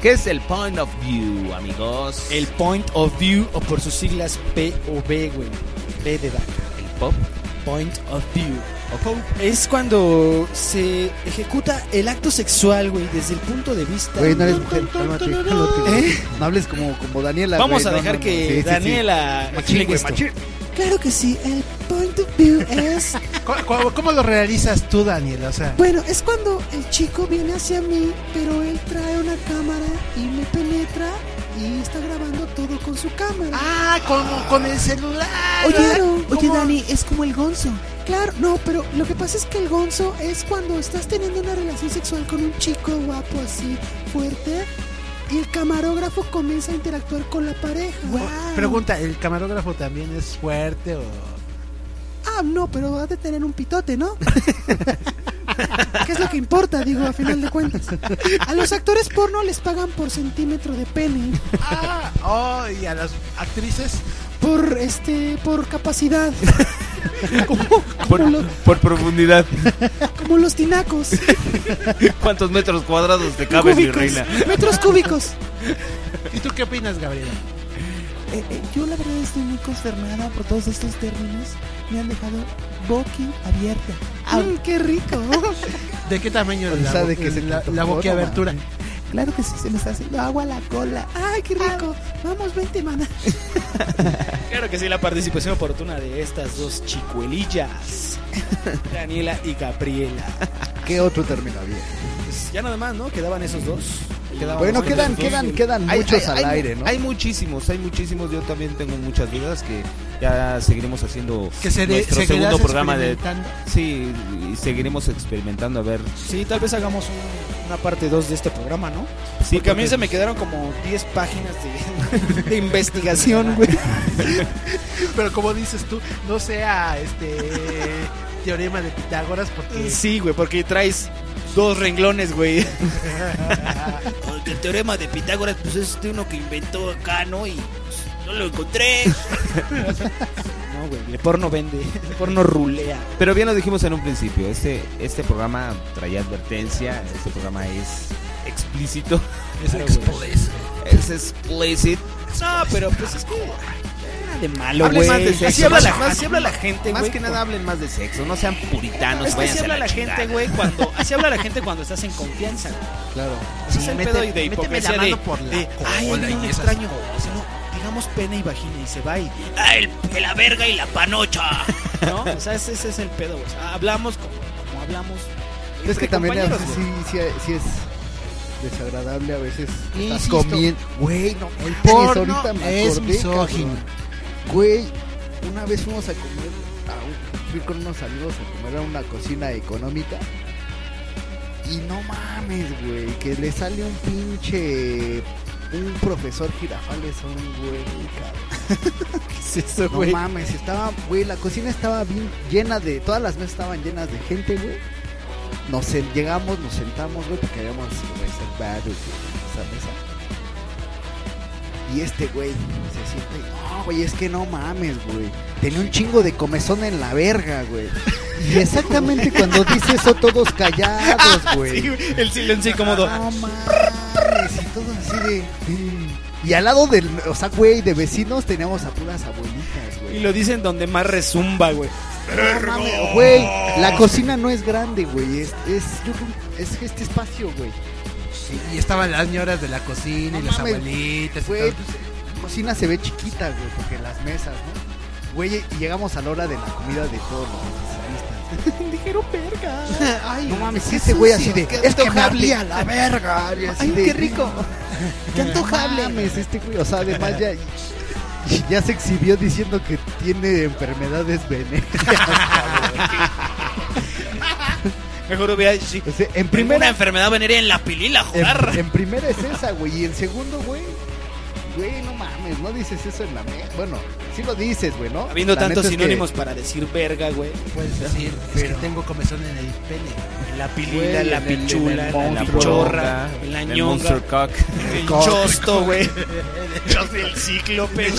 Speaker 4: ¿Qué es el point of view, amigos?
Speaker 6: El Point of View, o por sus siglas POV, güey. P de vaca.
Speaker 4: El pop.
Speaker 6: Point of View. Es cuando se ejecuta el acto sexual, güey, desde el punto de vista.
Speaker 3: Güey, no eres mujer, cálmate, cálmate.
Speaker 6: ¿Eh?
Speaker 3: No hables como, como Daniela.
Speaker 6: Vamos
Speaker 3: güey, no,
Speaker 6: a dejar
Speaker 3: no, no.
Speaker 6: que
Speaker 3: Sí, sí, sí.
Speaker 6: Daniela.
Speaker 3: Machín, güey,
Speaker 6: esto.
Speaker 3: machín.
Speaker 12: Claro que sí, el point of view
Speaker 5: <laughs>
Speaker 12: es... Pues,
Speaker 5: ¿Cómo- ¿Cómo, cómo lo realizas tú, Daniel? O sea,
Speaker 12: Bueno, es cuando el chico viene hacia mí, pero él trae una cámara y me penetra y está grabando todo con su cámara.
Speaker 5: Ah, como con el celular.
Speaker 12: Oye,
Speaker 5: Claro,
Speaker 12: oye
Speaker 5: ¿cómo?
Speaker 12: Dani, es como el gonzo. Claro, no, pero lo que pasa es que el gonzo es cuando estás teniendo una relación sexual con un chico guapo así, fuerte, y el camarógrafo comienza a interactuar con la pareja.
Speaker 5: pregunta, ¿el camarógrafo también es fuerte o...?
Speaker 12: Ah, no, pero ha de tener un pitote, ¿no? <laughs> ¿Qué es lo que importa, digo, a final de cuentas? A los actores porno les pagan por centímetro de pene.
Speaker 5: Ah, oh, y a las actrices...
Speaker 12: Por, este, por capacidad.
Speaker 4: Por, por profundidad. <laughs>
Speaker 12: Como
Speaker 5: <laughs>
Speaker 12: los tinacos.
Speaker 4: ¿Cuántos metros cuadrados te cabes, mi
Speaker 12: Cúbicos,
Speaker 4: reina?
Speaker 12: Metros cúbicos.
Speaker 5: ¿Y tú qué opinas, Gabriela?
Speaker 12: Eh, eh, yo la verdad estoy muy consternada por todos estos términos. Me han dejado boqui abierta. ¡Ay, qué rico!
Speaker 5: ¿De qué tamaño es la,
Speaker 12: Sabe
Speaker 5: bo-
Speaker 12: que se
Speaker 5: la,
Speaker 12: quitó
Speaker 5: la
Speaker 12: todo,
Speaker 5: boquiabertura?
Speaker 12: claro que sí, se me está haciendo agua la cola. ¡Ay, qué rico! Vamos, vente, mana.
Speaker 6: Claro que sí, la participación oportuna de estas dos
Speaker 3: <laughs>
Speaker 6: chicuelillas, Daniela y Gabriela.
Speaker 3: ¿Qué otro término había?
Speaker 6: Pues ya nada más, ¿no? Quedaban esos dos. Quedaban
Speaker 3: Bueno,
Speaker 6: otros
Speaker 3: quedan,
Speaker 6: dos.
Speaker 3: quedan, quedan
Speaker 4: Hay-
Speaker 3: muchos
Speaker 4: hay-
Speaker 3: al
Speaker 4: hay-
Speaker 3: aire, ¿no?
Speaker 4: Hay muchísimos, hay muchísimos. Yo también tengo muchas dudas que ya seguiremos haciendo
Speaker 5: Que se-
Speaker 4: nuestro
Speaker 5: seguirás
Speaker 4: segundo programa de...
Speaker 5: experimentando.
Speaker 4: Sí, y seguiremos experimentando a ver.
Speaker 6: Sí, tal vez hagamos un- una parte 2 de este programa, ¿no?
Speaker 4: Sí,
Speaker 6: porque a mí
Speaker 4: porque-
Speaker 6: se me quedaron como 10 páginas de, <laughs> de investigación, güey.
Speaker 5: Pero como dices tú, no sea este teorema de Pitágoras porque
Speaker 6: Sí, güey, porque traes dos renglones, güey. <laughs> Porque el teorema de Pitágoras, pues es de uno que inventó acá, ¿no? Y pues, no lo <laughs> encontré. no, güey, el porno vende, el porno rulea.
Speaker 4: Pero bien lo dijimos en un principio, este, este programa traía advertencia, este programa es explícito.
Speaker 6: Es explícito.
Speaker 4: Es explícito.
Speaker 6: No, pero pues es que. Nada de malo,
Speaker 4: Hablen
Speaker 6: güey.
Speaker 4: más de sexo.
Speaker 6: Así habla la,
Speaker 4: Más-
Speaker 6: así habla la gente,
Speaker 4: Más
Speaker 6: güey,
Speaker 4: que nada
Speaker 6: cuando-
Speaker 4: hablen más de sexo, no sean puritanos.
Speaker 6: Es que así
Speaker 4: váyanse a
Speaker 6: habla la,
Speaker 4: chingada.
Speaker 6: gente, güey, cuando. Así habla la gente cuando estás en confianza, güey.
Speaker 3: Claro.
Speaker 6: Ese es el
Speaker 5: Mete-
Speaker 6: pedo de
Speaker 5: méteme la
Speaker 6: hipocresía de,
Speaker 5: mano por la
Speaker 6: de, ay,
Speaker 5: cola
Speaker 6: hay
Speaker 5: y
Speaker 6: un
Speaker 5: esas
Speaker 6: extraño, sino, digamos pene y vagina y se va y, ah, el, de la verga y la panocha, ¿no? O sea, ese, ese es el pedo, güey. O sea, hablamos como, como hablamos.
Speaker 3: Pero es que
Speaker 6: entre
Speaker 3: también a
Speaker 6: compañeros,
Speaker 3: veces sí,
Speaker 6: güey.
Speaker 3: sí, sí es desagradable a veces estás
Speaker 6: Insisto.
Speaker 3: comiendo. Güey, no, el
Speaker 5: porno
Speaker 3: tenis ahorita me
Speaker 5: es
Speaker 3: acordé,
Speaker 5: misógino.
Speaker 3: cabrón. Güey, una vez fuimos a comer, a un- fui con unos amigos a comer a una cocina económica. Y no mames, güey, que le sale un pinche... Un profesor girafales a un güey, cabrón.
Speaker 6: <laughs> ¿Qué es eso,
Speaker 3: No
Speaker 6: güey?
Speaker 3: mames, estaba, güey, la cocina estaba bien llena de... Todas las mesas estaban llenas de gente, güey. Nos sen- llegamos, nos sentamos, güey, porque habíamos reservado güey, esa mesa. Y este güey se siente, no, güey, es que no mames, güey. Tenía un chingo de comezón en la verga, güey. Y exactamente cuando dice eso, todos callados, güey.
Speaker 6: <laughs> Sí, el silencio incómodo.
Speaker 3: No mames, y todos así de. Y al lado del, o sea, güey, de vecinos teníamos a puras abuelitas, güey.
Speaker 6: Y lo dicen donde más resumba, güey.
Speaker 3: No mames, güey,
Speaker 5: Oh.
Speaker 3: la cocina no es grande, güey. Es, es, yo creo- es este espacio, güey.
Speaker 5: y estaban las señoras de la cocina y
Speaker 3: No
Speaker 5: las
Speaker 3: mames,
Speaker 5: abuelitas y
Speaker 3: Güey,
Speaker 5: todo.
Speaker 3: pues, la cocina se ve chiquita, güey, porque las mesas, ¿no? Güey, y llegamos a la hora de la comida de todos los especialistas.
Speaker 12: Dijeron verga. Ay,
Speaker 3: No mames,
Speaker 12: qué
Speaker 3: este güey así
Speaker 12: sucio,
Speaker 3: de,
Speaker 12: qué
Speaker 3: es que me
Speaker 12: antojable".
Speaker 3: abría la verga. y así
Speaker 12: Ay,
Speaker 3: de,
Speaker 12: qué rico. Qué antojable.
Speaker 3: No mames, este güey, o sea, además ya, ya se exhibió diciendo que tiene enfermedades
Speaker 12: <laughs>
Speaker 3: venéreas.
Speaker 6: Mejor hubiera sí.
Speaker 3: O sea, en primera
Speaker 6: Una enfermedad venera en la pilila,
Speaker 3: en,
Speaker 6: jugar.
Speaker 3: en primera es esa, güey. Y en segundo, güey,
Speaker 11: Güey, no mames, no dices eso en la mesa. Bueno, sí lo dices, güey, ¿no?
Speaker 6: Habiendo
Speaker 11: La
Speaker 6: tantos
Speaker 11: neta es que-
Speaker 6: sinónimos para decir verga, güey.
Speaker 5: Puedes decir, es que tengo comezón en el pene.
Speaker 6: La
Speaker 5: Güey,
Speaker 6: pilila,
Speaker 5: en
Speaker 6: la
Speaker 5: el- en el
Speaker 6: pichula, la, la
Speaker 5: monstruo,
Speaker 6: pichorra,
Speaker 5: en el
Speaker 6: la
Speaker 5: monster
Speaker 6: ñonga,
Speaker 5: cock.
Speaker 6: el
Speaker 5: Cock.
Speaker 6: chosto, güey.
Speaker 5: El cíclope.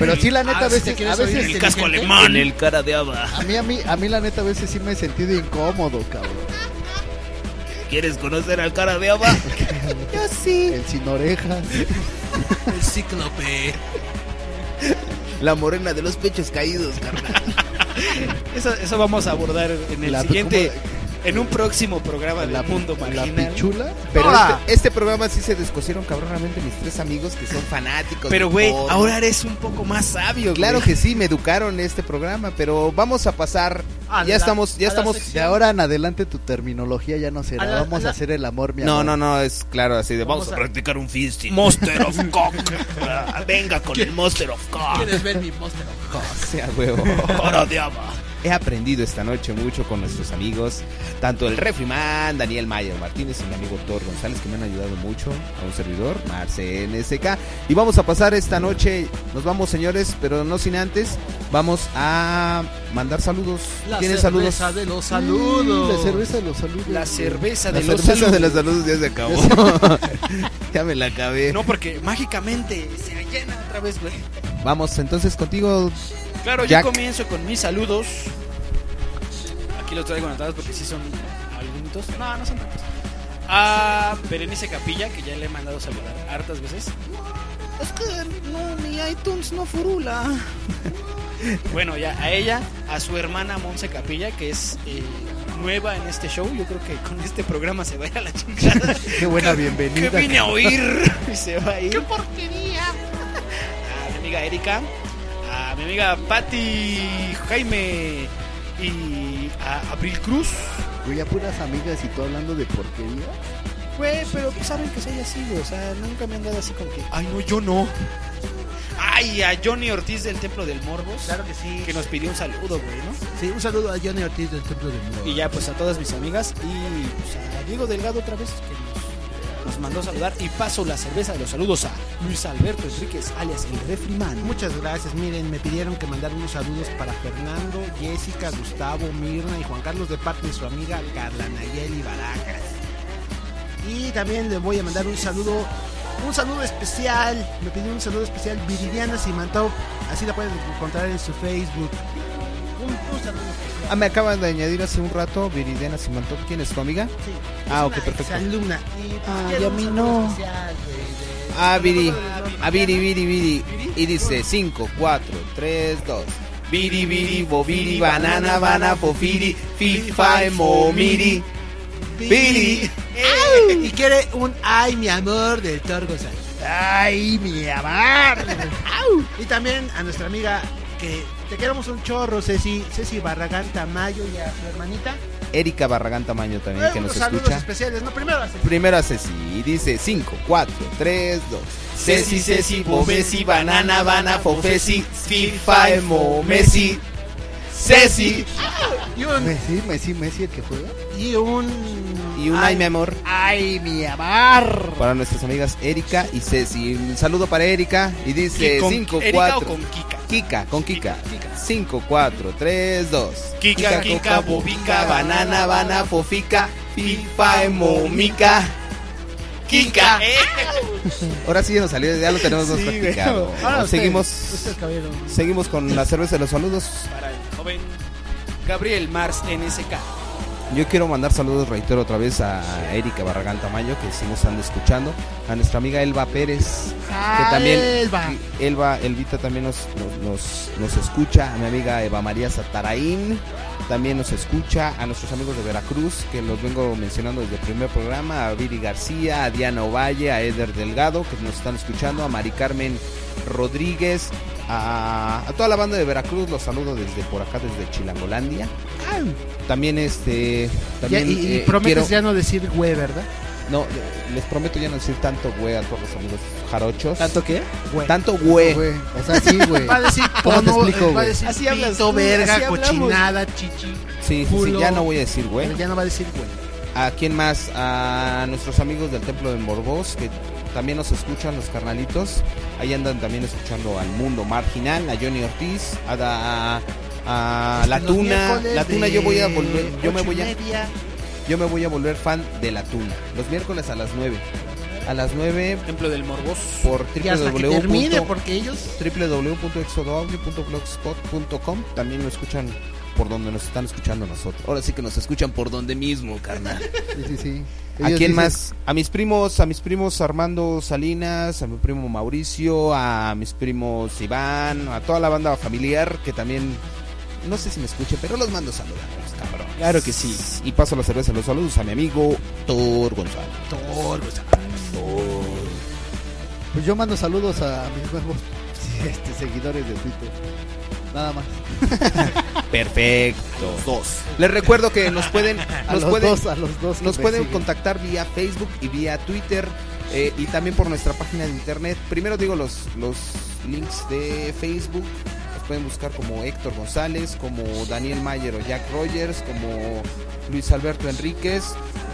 Speaker 11: Pero sí, la neta, a
Speaker 5: Ah, ¿sí
Speaker 11: veces-
Speaker 5: te quieres
Speaker 11: a veces
Speaker 5: oír
Speaker 11: el
Speaker 5: inteligente?
Speaker 11: casco alemán.
Speaker 9: En el cara de
Speaker 3: <laughs>
Speaker 9: haba.
Speaker 11: A mí, a mí, a mí la neta a veces sí me he sentido incómodo, cabrón.
Speaker 9: ¿Quieres conocer al cara de haba?
Speaker 11: Yo sí. El sin orejas.
Speaker 5: El cíclope.
Speaker 9: La morena de los pechos caídos, carnal.
Speaker 6: <laughs> Eso, eso vamos a abordar en el
Speaker 4: La-
Speaker 6: siguiente, en un próximo programa del Mundo Marginal.
Speaker 4: Pero
Speaker 6: Ahora,
Speaker 4: este, este programa sí se descosieron cabronamente mis tres amigos que son fanáticos.
Speaker 6: Pero,
Speaker 4: del
Speaker 6: güey,
Speaker 4: porno.
Speaker 6: ahora eres un poco más sabio. güey.
Speaker 4: Claro que sí, me educaron este programa, pero vamos a pasar. ya estamos, ya estamos.
Speaker 11: De ahora en adelante tu terminología ya no será.
Speaker 4: A la-
Speaker 11: vamos
Speaker 4: a la-
Speaker 11: a hacer el amor, mi
Speaker 4: No,
Speaker 11: amor.
Speaker 4: no, no, es claro así de vamos,
Speaker 11: Vamos
Speaker 4: a
Speaker 11: a-
Speaker 4: practicar un <laughs> fisting.
Speaker 11: Monster of
Speaker 4: cock. Venga con el monster of cock.
Speaker 5: ¿Quieres ver mi monster of cock?
Speaker 4: sea huevo.
Speaker 5: Ahora de ama.
Speaker 4: <laughs> He aprendido esta noche mucho con nuestros amigos, tanto el Refriman, Daniel Mayer Martínez y mi amigo Thor González, que me han ayudado mucho, a un servidor, Marce NSK. Y vamos a pasar esta noche, nos vamos señores, pero no sin antes, vamos a mandar saludos.
Speaker 5: La
Speaker 4: ¿Tienen
Speaker 5: cerveza
Speaker 4: saludos?
Speaker 5: de los saludos.
Speaker 11: Mm, La cerveza de los saludos.
Speaker 6: La cerveza
Speaker 4: La
Speaker 6: de los
Speaker 4: cerveza de los
Speaker 6: saludos.
Speaker 4: saludos <laughs> ya se
Speaker 6: <laughs>
Speaker 4: acabó. ya me la acabé.
Speaker 6: No, porque
Speaker 9: este-
Speaker 6: mágicamente se llena otra vez, güey.
Speaker 4: Vamos entonces contigo.
Speaker 6: Claro,
Speaker 4: Jack.
Speaker 6: yo comienzo con mis saludos. Aquí los traigo anotados porque sí son algunos. No, no son tantos. A Berenice Capilla, que ya le he mandado saludar hartas veces.
Speaker 26: Es que no, mi iTunes no furula.
Speaker 6: Bueno, ya a ella, a su hermana Monse Capilla, que es eh, nueva en este show. Yo creo que con este programa se va a ir a la chingada.
Speaker 11: <laughs> Qué buena bienvenida.
Speaker 6: ¿Qué vine a oír? <laughs> Y se va a ir. ¡Qué porquería! A mi amiga Erika, a mi amiga Patti Jaime y a Abril Cruz.
Speaker 11: Güey, ya puras amigas y tú hablando de porquería.
Speaker 6: Güey, pero pues, saben que soy así, güey. O sea, nunca me han dado así como que. Ay, no, yo no. Ay, a Johnny Ortiz del Templo del Morbos. Claro que sí. Que nos pidió un saludo, güey, ¿no?
Speaker 5: Sí, un saludo a Johnny Ortiz del Templo del Mundo.
Speaker 6: Y ya, pues a todas mis amigas y pues, a Diego Delgado otra vez que nos, nos mandó a saludar. Y paso la cerveza de los saludos a Luis Alberto Enríquez, alias el Refriman.
Speaker 5: Muchas gracias. Miren, me pidieron que mandar unos saludos para Fernando, Jessica, Gustavo, Mirna y Juan Carlos de parte de su amiga Carla Nayeli Barajas. Y también le voy a mandar un saludo, un saludo especial. Me pidió un saludo especial Viridiana Simantau. Así la pueden encontrar en su Facebook. Un, un saludo especial.
Speaker 4: Ah, me acaban de añadir hace un rato Viridiana Simantov. ¿Quién es tu amiga? Sí. Ah, ok, perfecto.
Speaker 5: Alumna. Y,
Speaker 4: Ay, Ah,
Speaker 5: quiero
Speaker 4: a
Speaker 5: un
Speaker 4: mí
Speaker 5: saludo
Speaker 4: no.
Speaker 5: especial de- de-
Speaker 4: A Ah, Viri, a Viri, Viri, Viri. Y dice 5, 4, 3, 2. Viri, Viri, Boviri, Banana, Banana, Fofiri, Fifa, Momiri. Viri.
Speaker 5: Y quiere un ay, mi amor del Thor González. Ay, mi amor. y también a nuestra amiga que te queremos un chorro, Ceci, Ceci Barragán Tamayo y a su hermanita.
Speaker 4: Erika Barragán Tamaño también
Speaker 5: Eh,
Speaker 4: que nos
Speaker 5: unos saludos
Speaker 4: escucha.
Speaker 5: especiales, no primero a Ceci.
Speaker 4: Primero a Ceci. Y dice 5, 4, 3, 2. Ceci, Ceci, Bobesi, Banana, Banana, Fofesi, Fifa, Momesi. Ceci.
Speaker 5: Y un
Speaker 11: Messi, Messi, Messi el que juega.
Speaker 5: Y un
Speaker 4: Y un ay, mi amor.
Speaker 5: Ay, mi amor.
Speaker 4: Para nuestras amigas Erika y Ceci. Un saludo para Erika. Y dice
Speaker 6: ¿Y con
Speaker 4: 5,
Speaker 6: Erika
Speaker 4: 4.
Speaker 6: o con Kika?
Speaker 4: Kika, con Kika. 5, 4, 3, 2.
Speaker 6: Kika, Kika, Bobica, Banana, Banana,
Speaker 4: Fofica, Fifa, Momica.
Speaker 6: Kika.
Speaker 4: Ahora sí ya nos salió, ya lo tenemos más
Speaker 6: Sí, güey.
Speaker 4: practicado.
Speaker 6: Ahora usted,
Speaker 4: seguimos,
Speaker 6: usted, caballero.
Speaker 4: seguimos con la cerveza de los saludos.
Speaker 6: Para el joven Gabriel Mars NSK.
Speaker 4: Yo quiero mandar saludos, reitero otra vez, a Erika Barragán Tamayo, que sí nos están escuchando. A nuestra amiga Elba Pérez, que también.
Speaker 5: Elba.
Speaker 4: Elba, Elvita también nos, nos, nos- nos escucha. A mi amiga Eva María Sataraín también nos escucha. A nuestros amigos de Veracruz, que los vengo mencionando desde el primer programa. A Viri García, a Diana Ovalle, a Eder Delgado, que nos están escuchando. A Mari Carmen Rodríguez. A, a toda la banda de Veracruz los saludo desde por acá, desde Chilangolandia. También este... También,
Speaker 5: Ya, y y
Speaker 4: eh,
Speaker 5: prometes
Speaker 4: quiero-
Speaker 5: ya no decir güey, ¿verdad?
Speaker 4: no, eh, les prometo ya no decir tanto güey a todos los amigos jarochos.
Speaker 5: ¿Tanto qué? Güey.
Speaker 4: Tanto güey.
Speaker 11: O sea, sí, güey.
Speaker 5: Va a decir,
Speaker 4: ¿Cómo te
Speaker 5: porno,
Speaker 4: explico,
Speaker 5: va a
Speaker 4: güey?
Speaker 5: decir
Speaker 4: Así
Speaker 5: pito,
Speaker 4: hablas tú,
Speaker 5: verga,
Speaker 4: así hablamos.
Speaker 5: cochinada, chichi.
Speaker 4: Sí, sí, sí,
Speaker 5: culo.
Speaker 4: ya no voy a decir güey.
Speaker 5: Ya no va a decir güey.
Speaker 4: ¿A quién más? A nuestros amigos del Templo de Morbos que También nos escuchan los carnalitos. Ahí andan también escuchando al mundo marginal, a Johnny Ortiz, a, da- a-
Speaker 5: Pues
Speaker 4: a la
Speaker 27: Los
Speaker 4: tuna.
Speaker 27: miércoles
Speaker 4: La tuna
Speaker 27: de
Speaker 4: yo voy a volver, yo me
Speaker 27: ocho y
Speaker 4: voy a
Speaker 27: media.
Speaker 4: yo me voy a volver fan de la tuna. Los miércoles a las 9. A las 9
Speaker 6: Templo del Morbos
Speaker 4: por
Speaker 5: Y hasta que termine,
Speaker 4: www.
Speaker 5: porque ellos
Speaker 4: www.exodoaudio.blogspot.com También lo escuchan por donde nos están escuchando nosotros. Ahora sí que nos escuchan por donde mismo,
Speaker 5: <laughs>
Speaker 4: carnal.
Speaker 11: Sí, sí, sí.
Speaker 4: ¿A
Speaker 11: Ellos
Speaker 4: quién
Speaker 11: dicen-
Speaker 4: más? A mis primos, a mis primos Armando Salinas, a mi primo Mauricio, a mis primos Iván, a toda la banda familiar que también no sé si me escuche, pero los mando saludos, cabrón. Claro que sí. Y paso la cerveza, los saludos a mi amigo Thor González.
Speaker 5: Thor González.
Speaker 11: Pues yo mando saludos a mis nuevos <laughs> este, seguidores de Twitter. Nada más.
Speaker 4: Perfecto. dos. Les recuerdo que nos <laughs> pueden
Speaker 11: A
Speaker 4: nos
Speaker 11: los
Speaker 4: pueden
Speaker 11: dos, a los dos que
Speaker 4: nos
Speaker 11: me
Speaker 4: pueden
Speaker 11: siguen.
Speaker 4: contactar vía Facebook y vía Twitter eh, y también por nuestra página de internet. Primero digo los los links de Facebook. Nos pueden buscar como Héctor González, como Daniel Mayer o Jack Rogers, como Luis Alberto Enríquez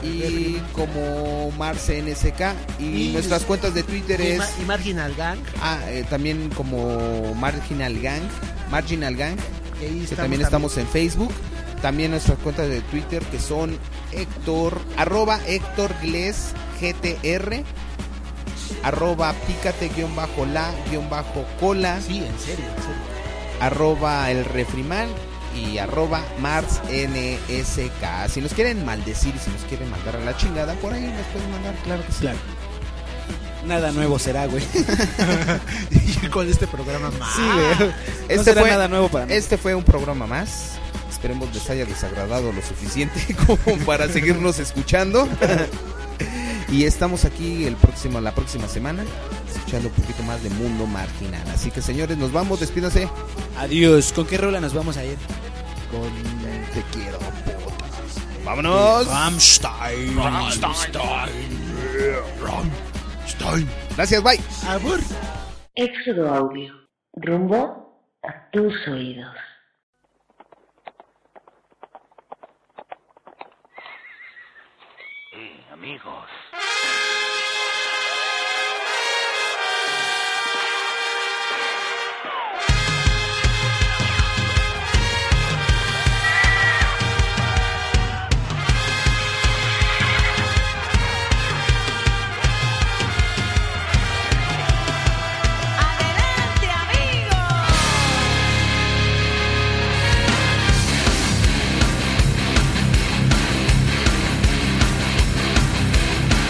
Speaker 4: y como Marce NSK y,
Speaker 5: Y-
Speaker 4: nuestras cuentas de Twitter
Speaker 5: y,
Speaker 4: es
Speaker 5: Ma- y Marginal Gang.
Speaker 4: Ah, eh, también como Marginal Gang, Marginal Gang,
Speaker 5: Y ahí
Speaker 4: que
Speaker 5: estamos
Speaker 4: también estamos en Facebook. También nuestras cuentas de Twitter que son Héctor, arroba Héctor Gles GTR, arroba pícate guión bajo la guión bajo cola.
Speaker 5: Sí, en serio, en serio.
Speaker 4: Arroba el refriman y arroba Mars NSK. Si nos quieren maldecir, si nos quieren mandar a la chingada, por ahí nos pueden mandar, claro que sí.
Speaker 6: Nada nuevo
Speaker 4: <laughs>
Speaker 6: será, güey.
Speaker 5: Y con este programa más.
Speaker 4: Sí, güey.
Speaker 6: No será nada nuevo para mí.
Speaker 4: Este fue un programa más. Esperemos les haya desagradado lo suficiente <laughs> como para seguirnos escuchando. y estamos aquí el próximo, la próxima semana escuchando un poquito más de Mundo Marginal. Así que señores, nos vamos, despídase.
Speaker 6: Adiós. ¿Con qué rola nos vamos a ir?
Speaker 4: Con Te quiero. Vámonos.
Speaker 6: Rammstein.
Speaker 4: Gracias, bye.
Speaker 28: Éxodo Audio. Rumbo a tus oídos.
Speaker 29: Hey, amigos.
Speaker 30: Adelante, amigos.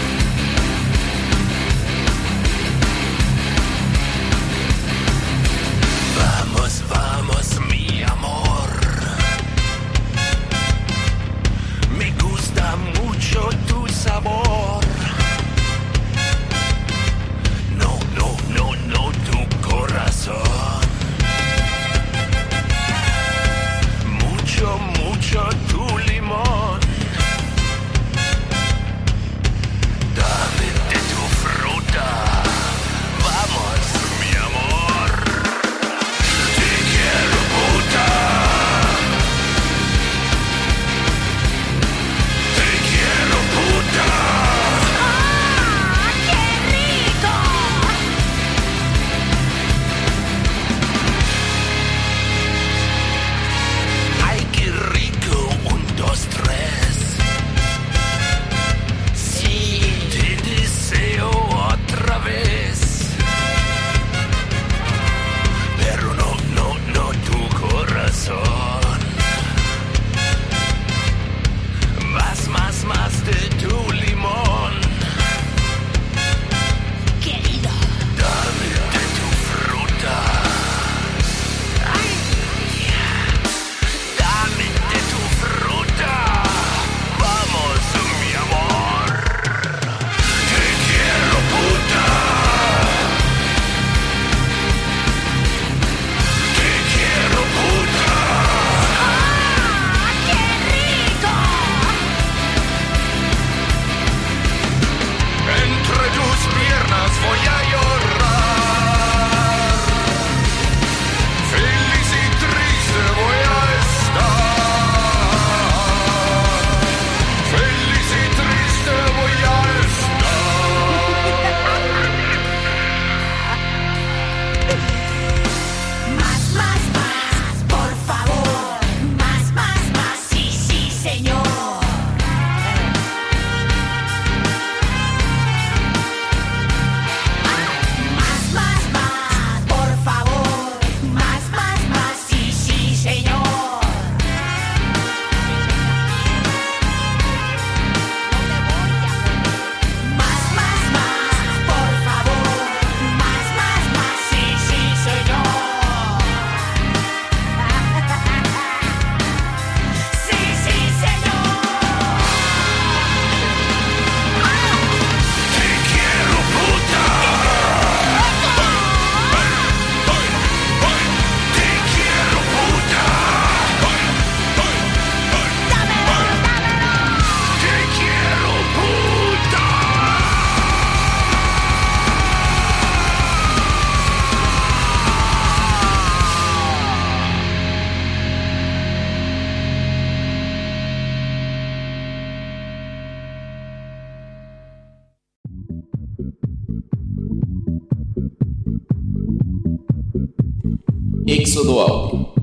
Speaker 11: <laughs>
Speaker 29: Éxodo Audio.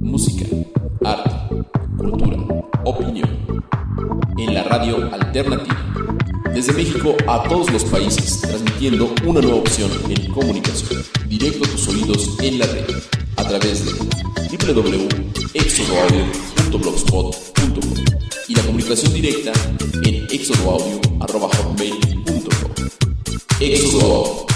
Speaker 29: Música, arte, cultura, opinión. En la radio alternativa. Desde México a todos los países, transmitiendo una nueva opción en comunicación. Directo a tus oídos en la red. A través de www.exodoaudio.blogspot.com y la comunicación directa en exodoaudio.com. Éxodo Audio.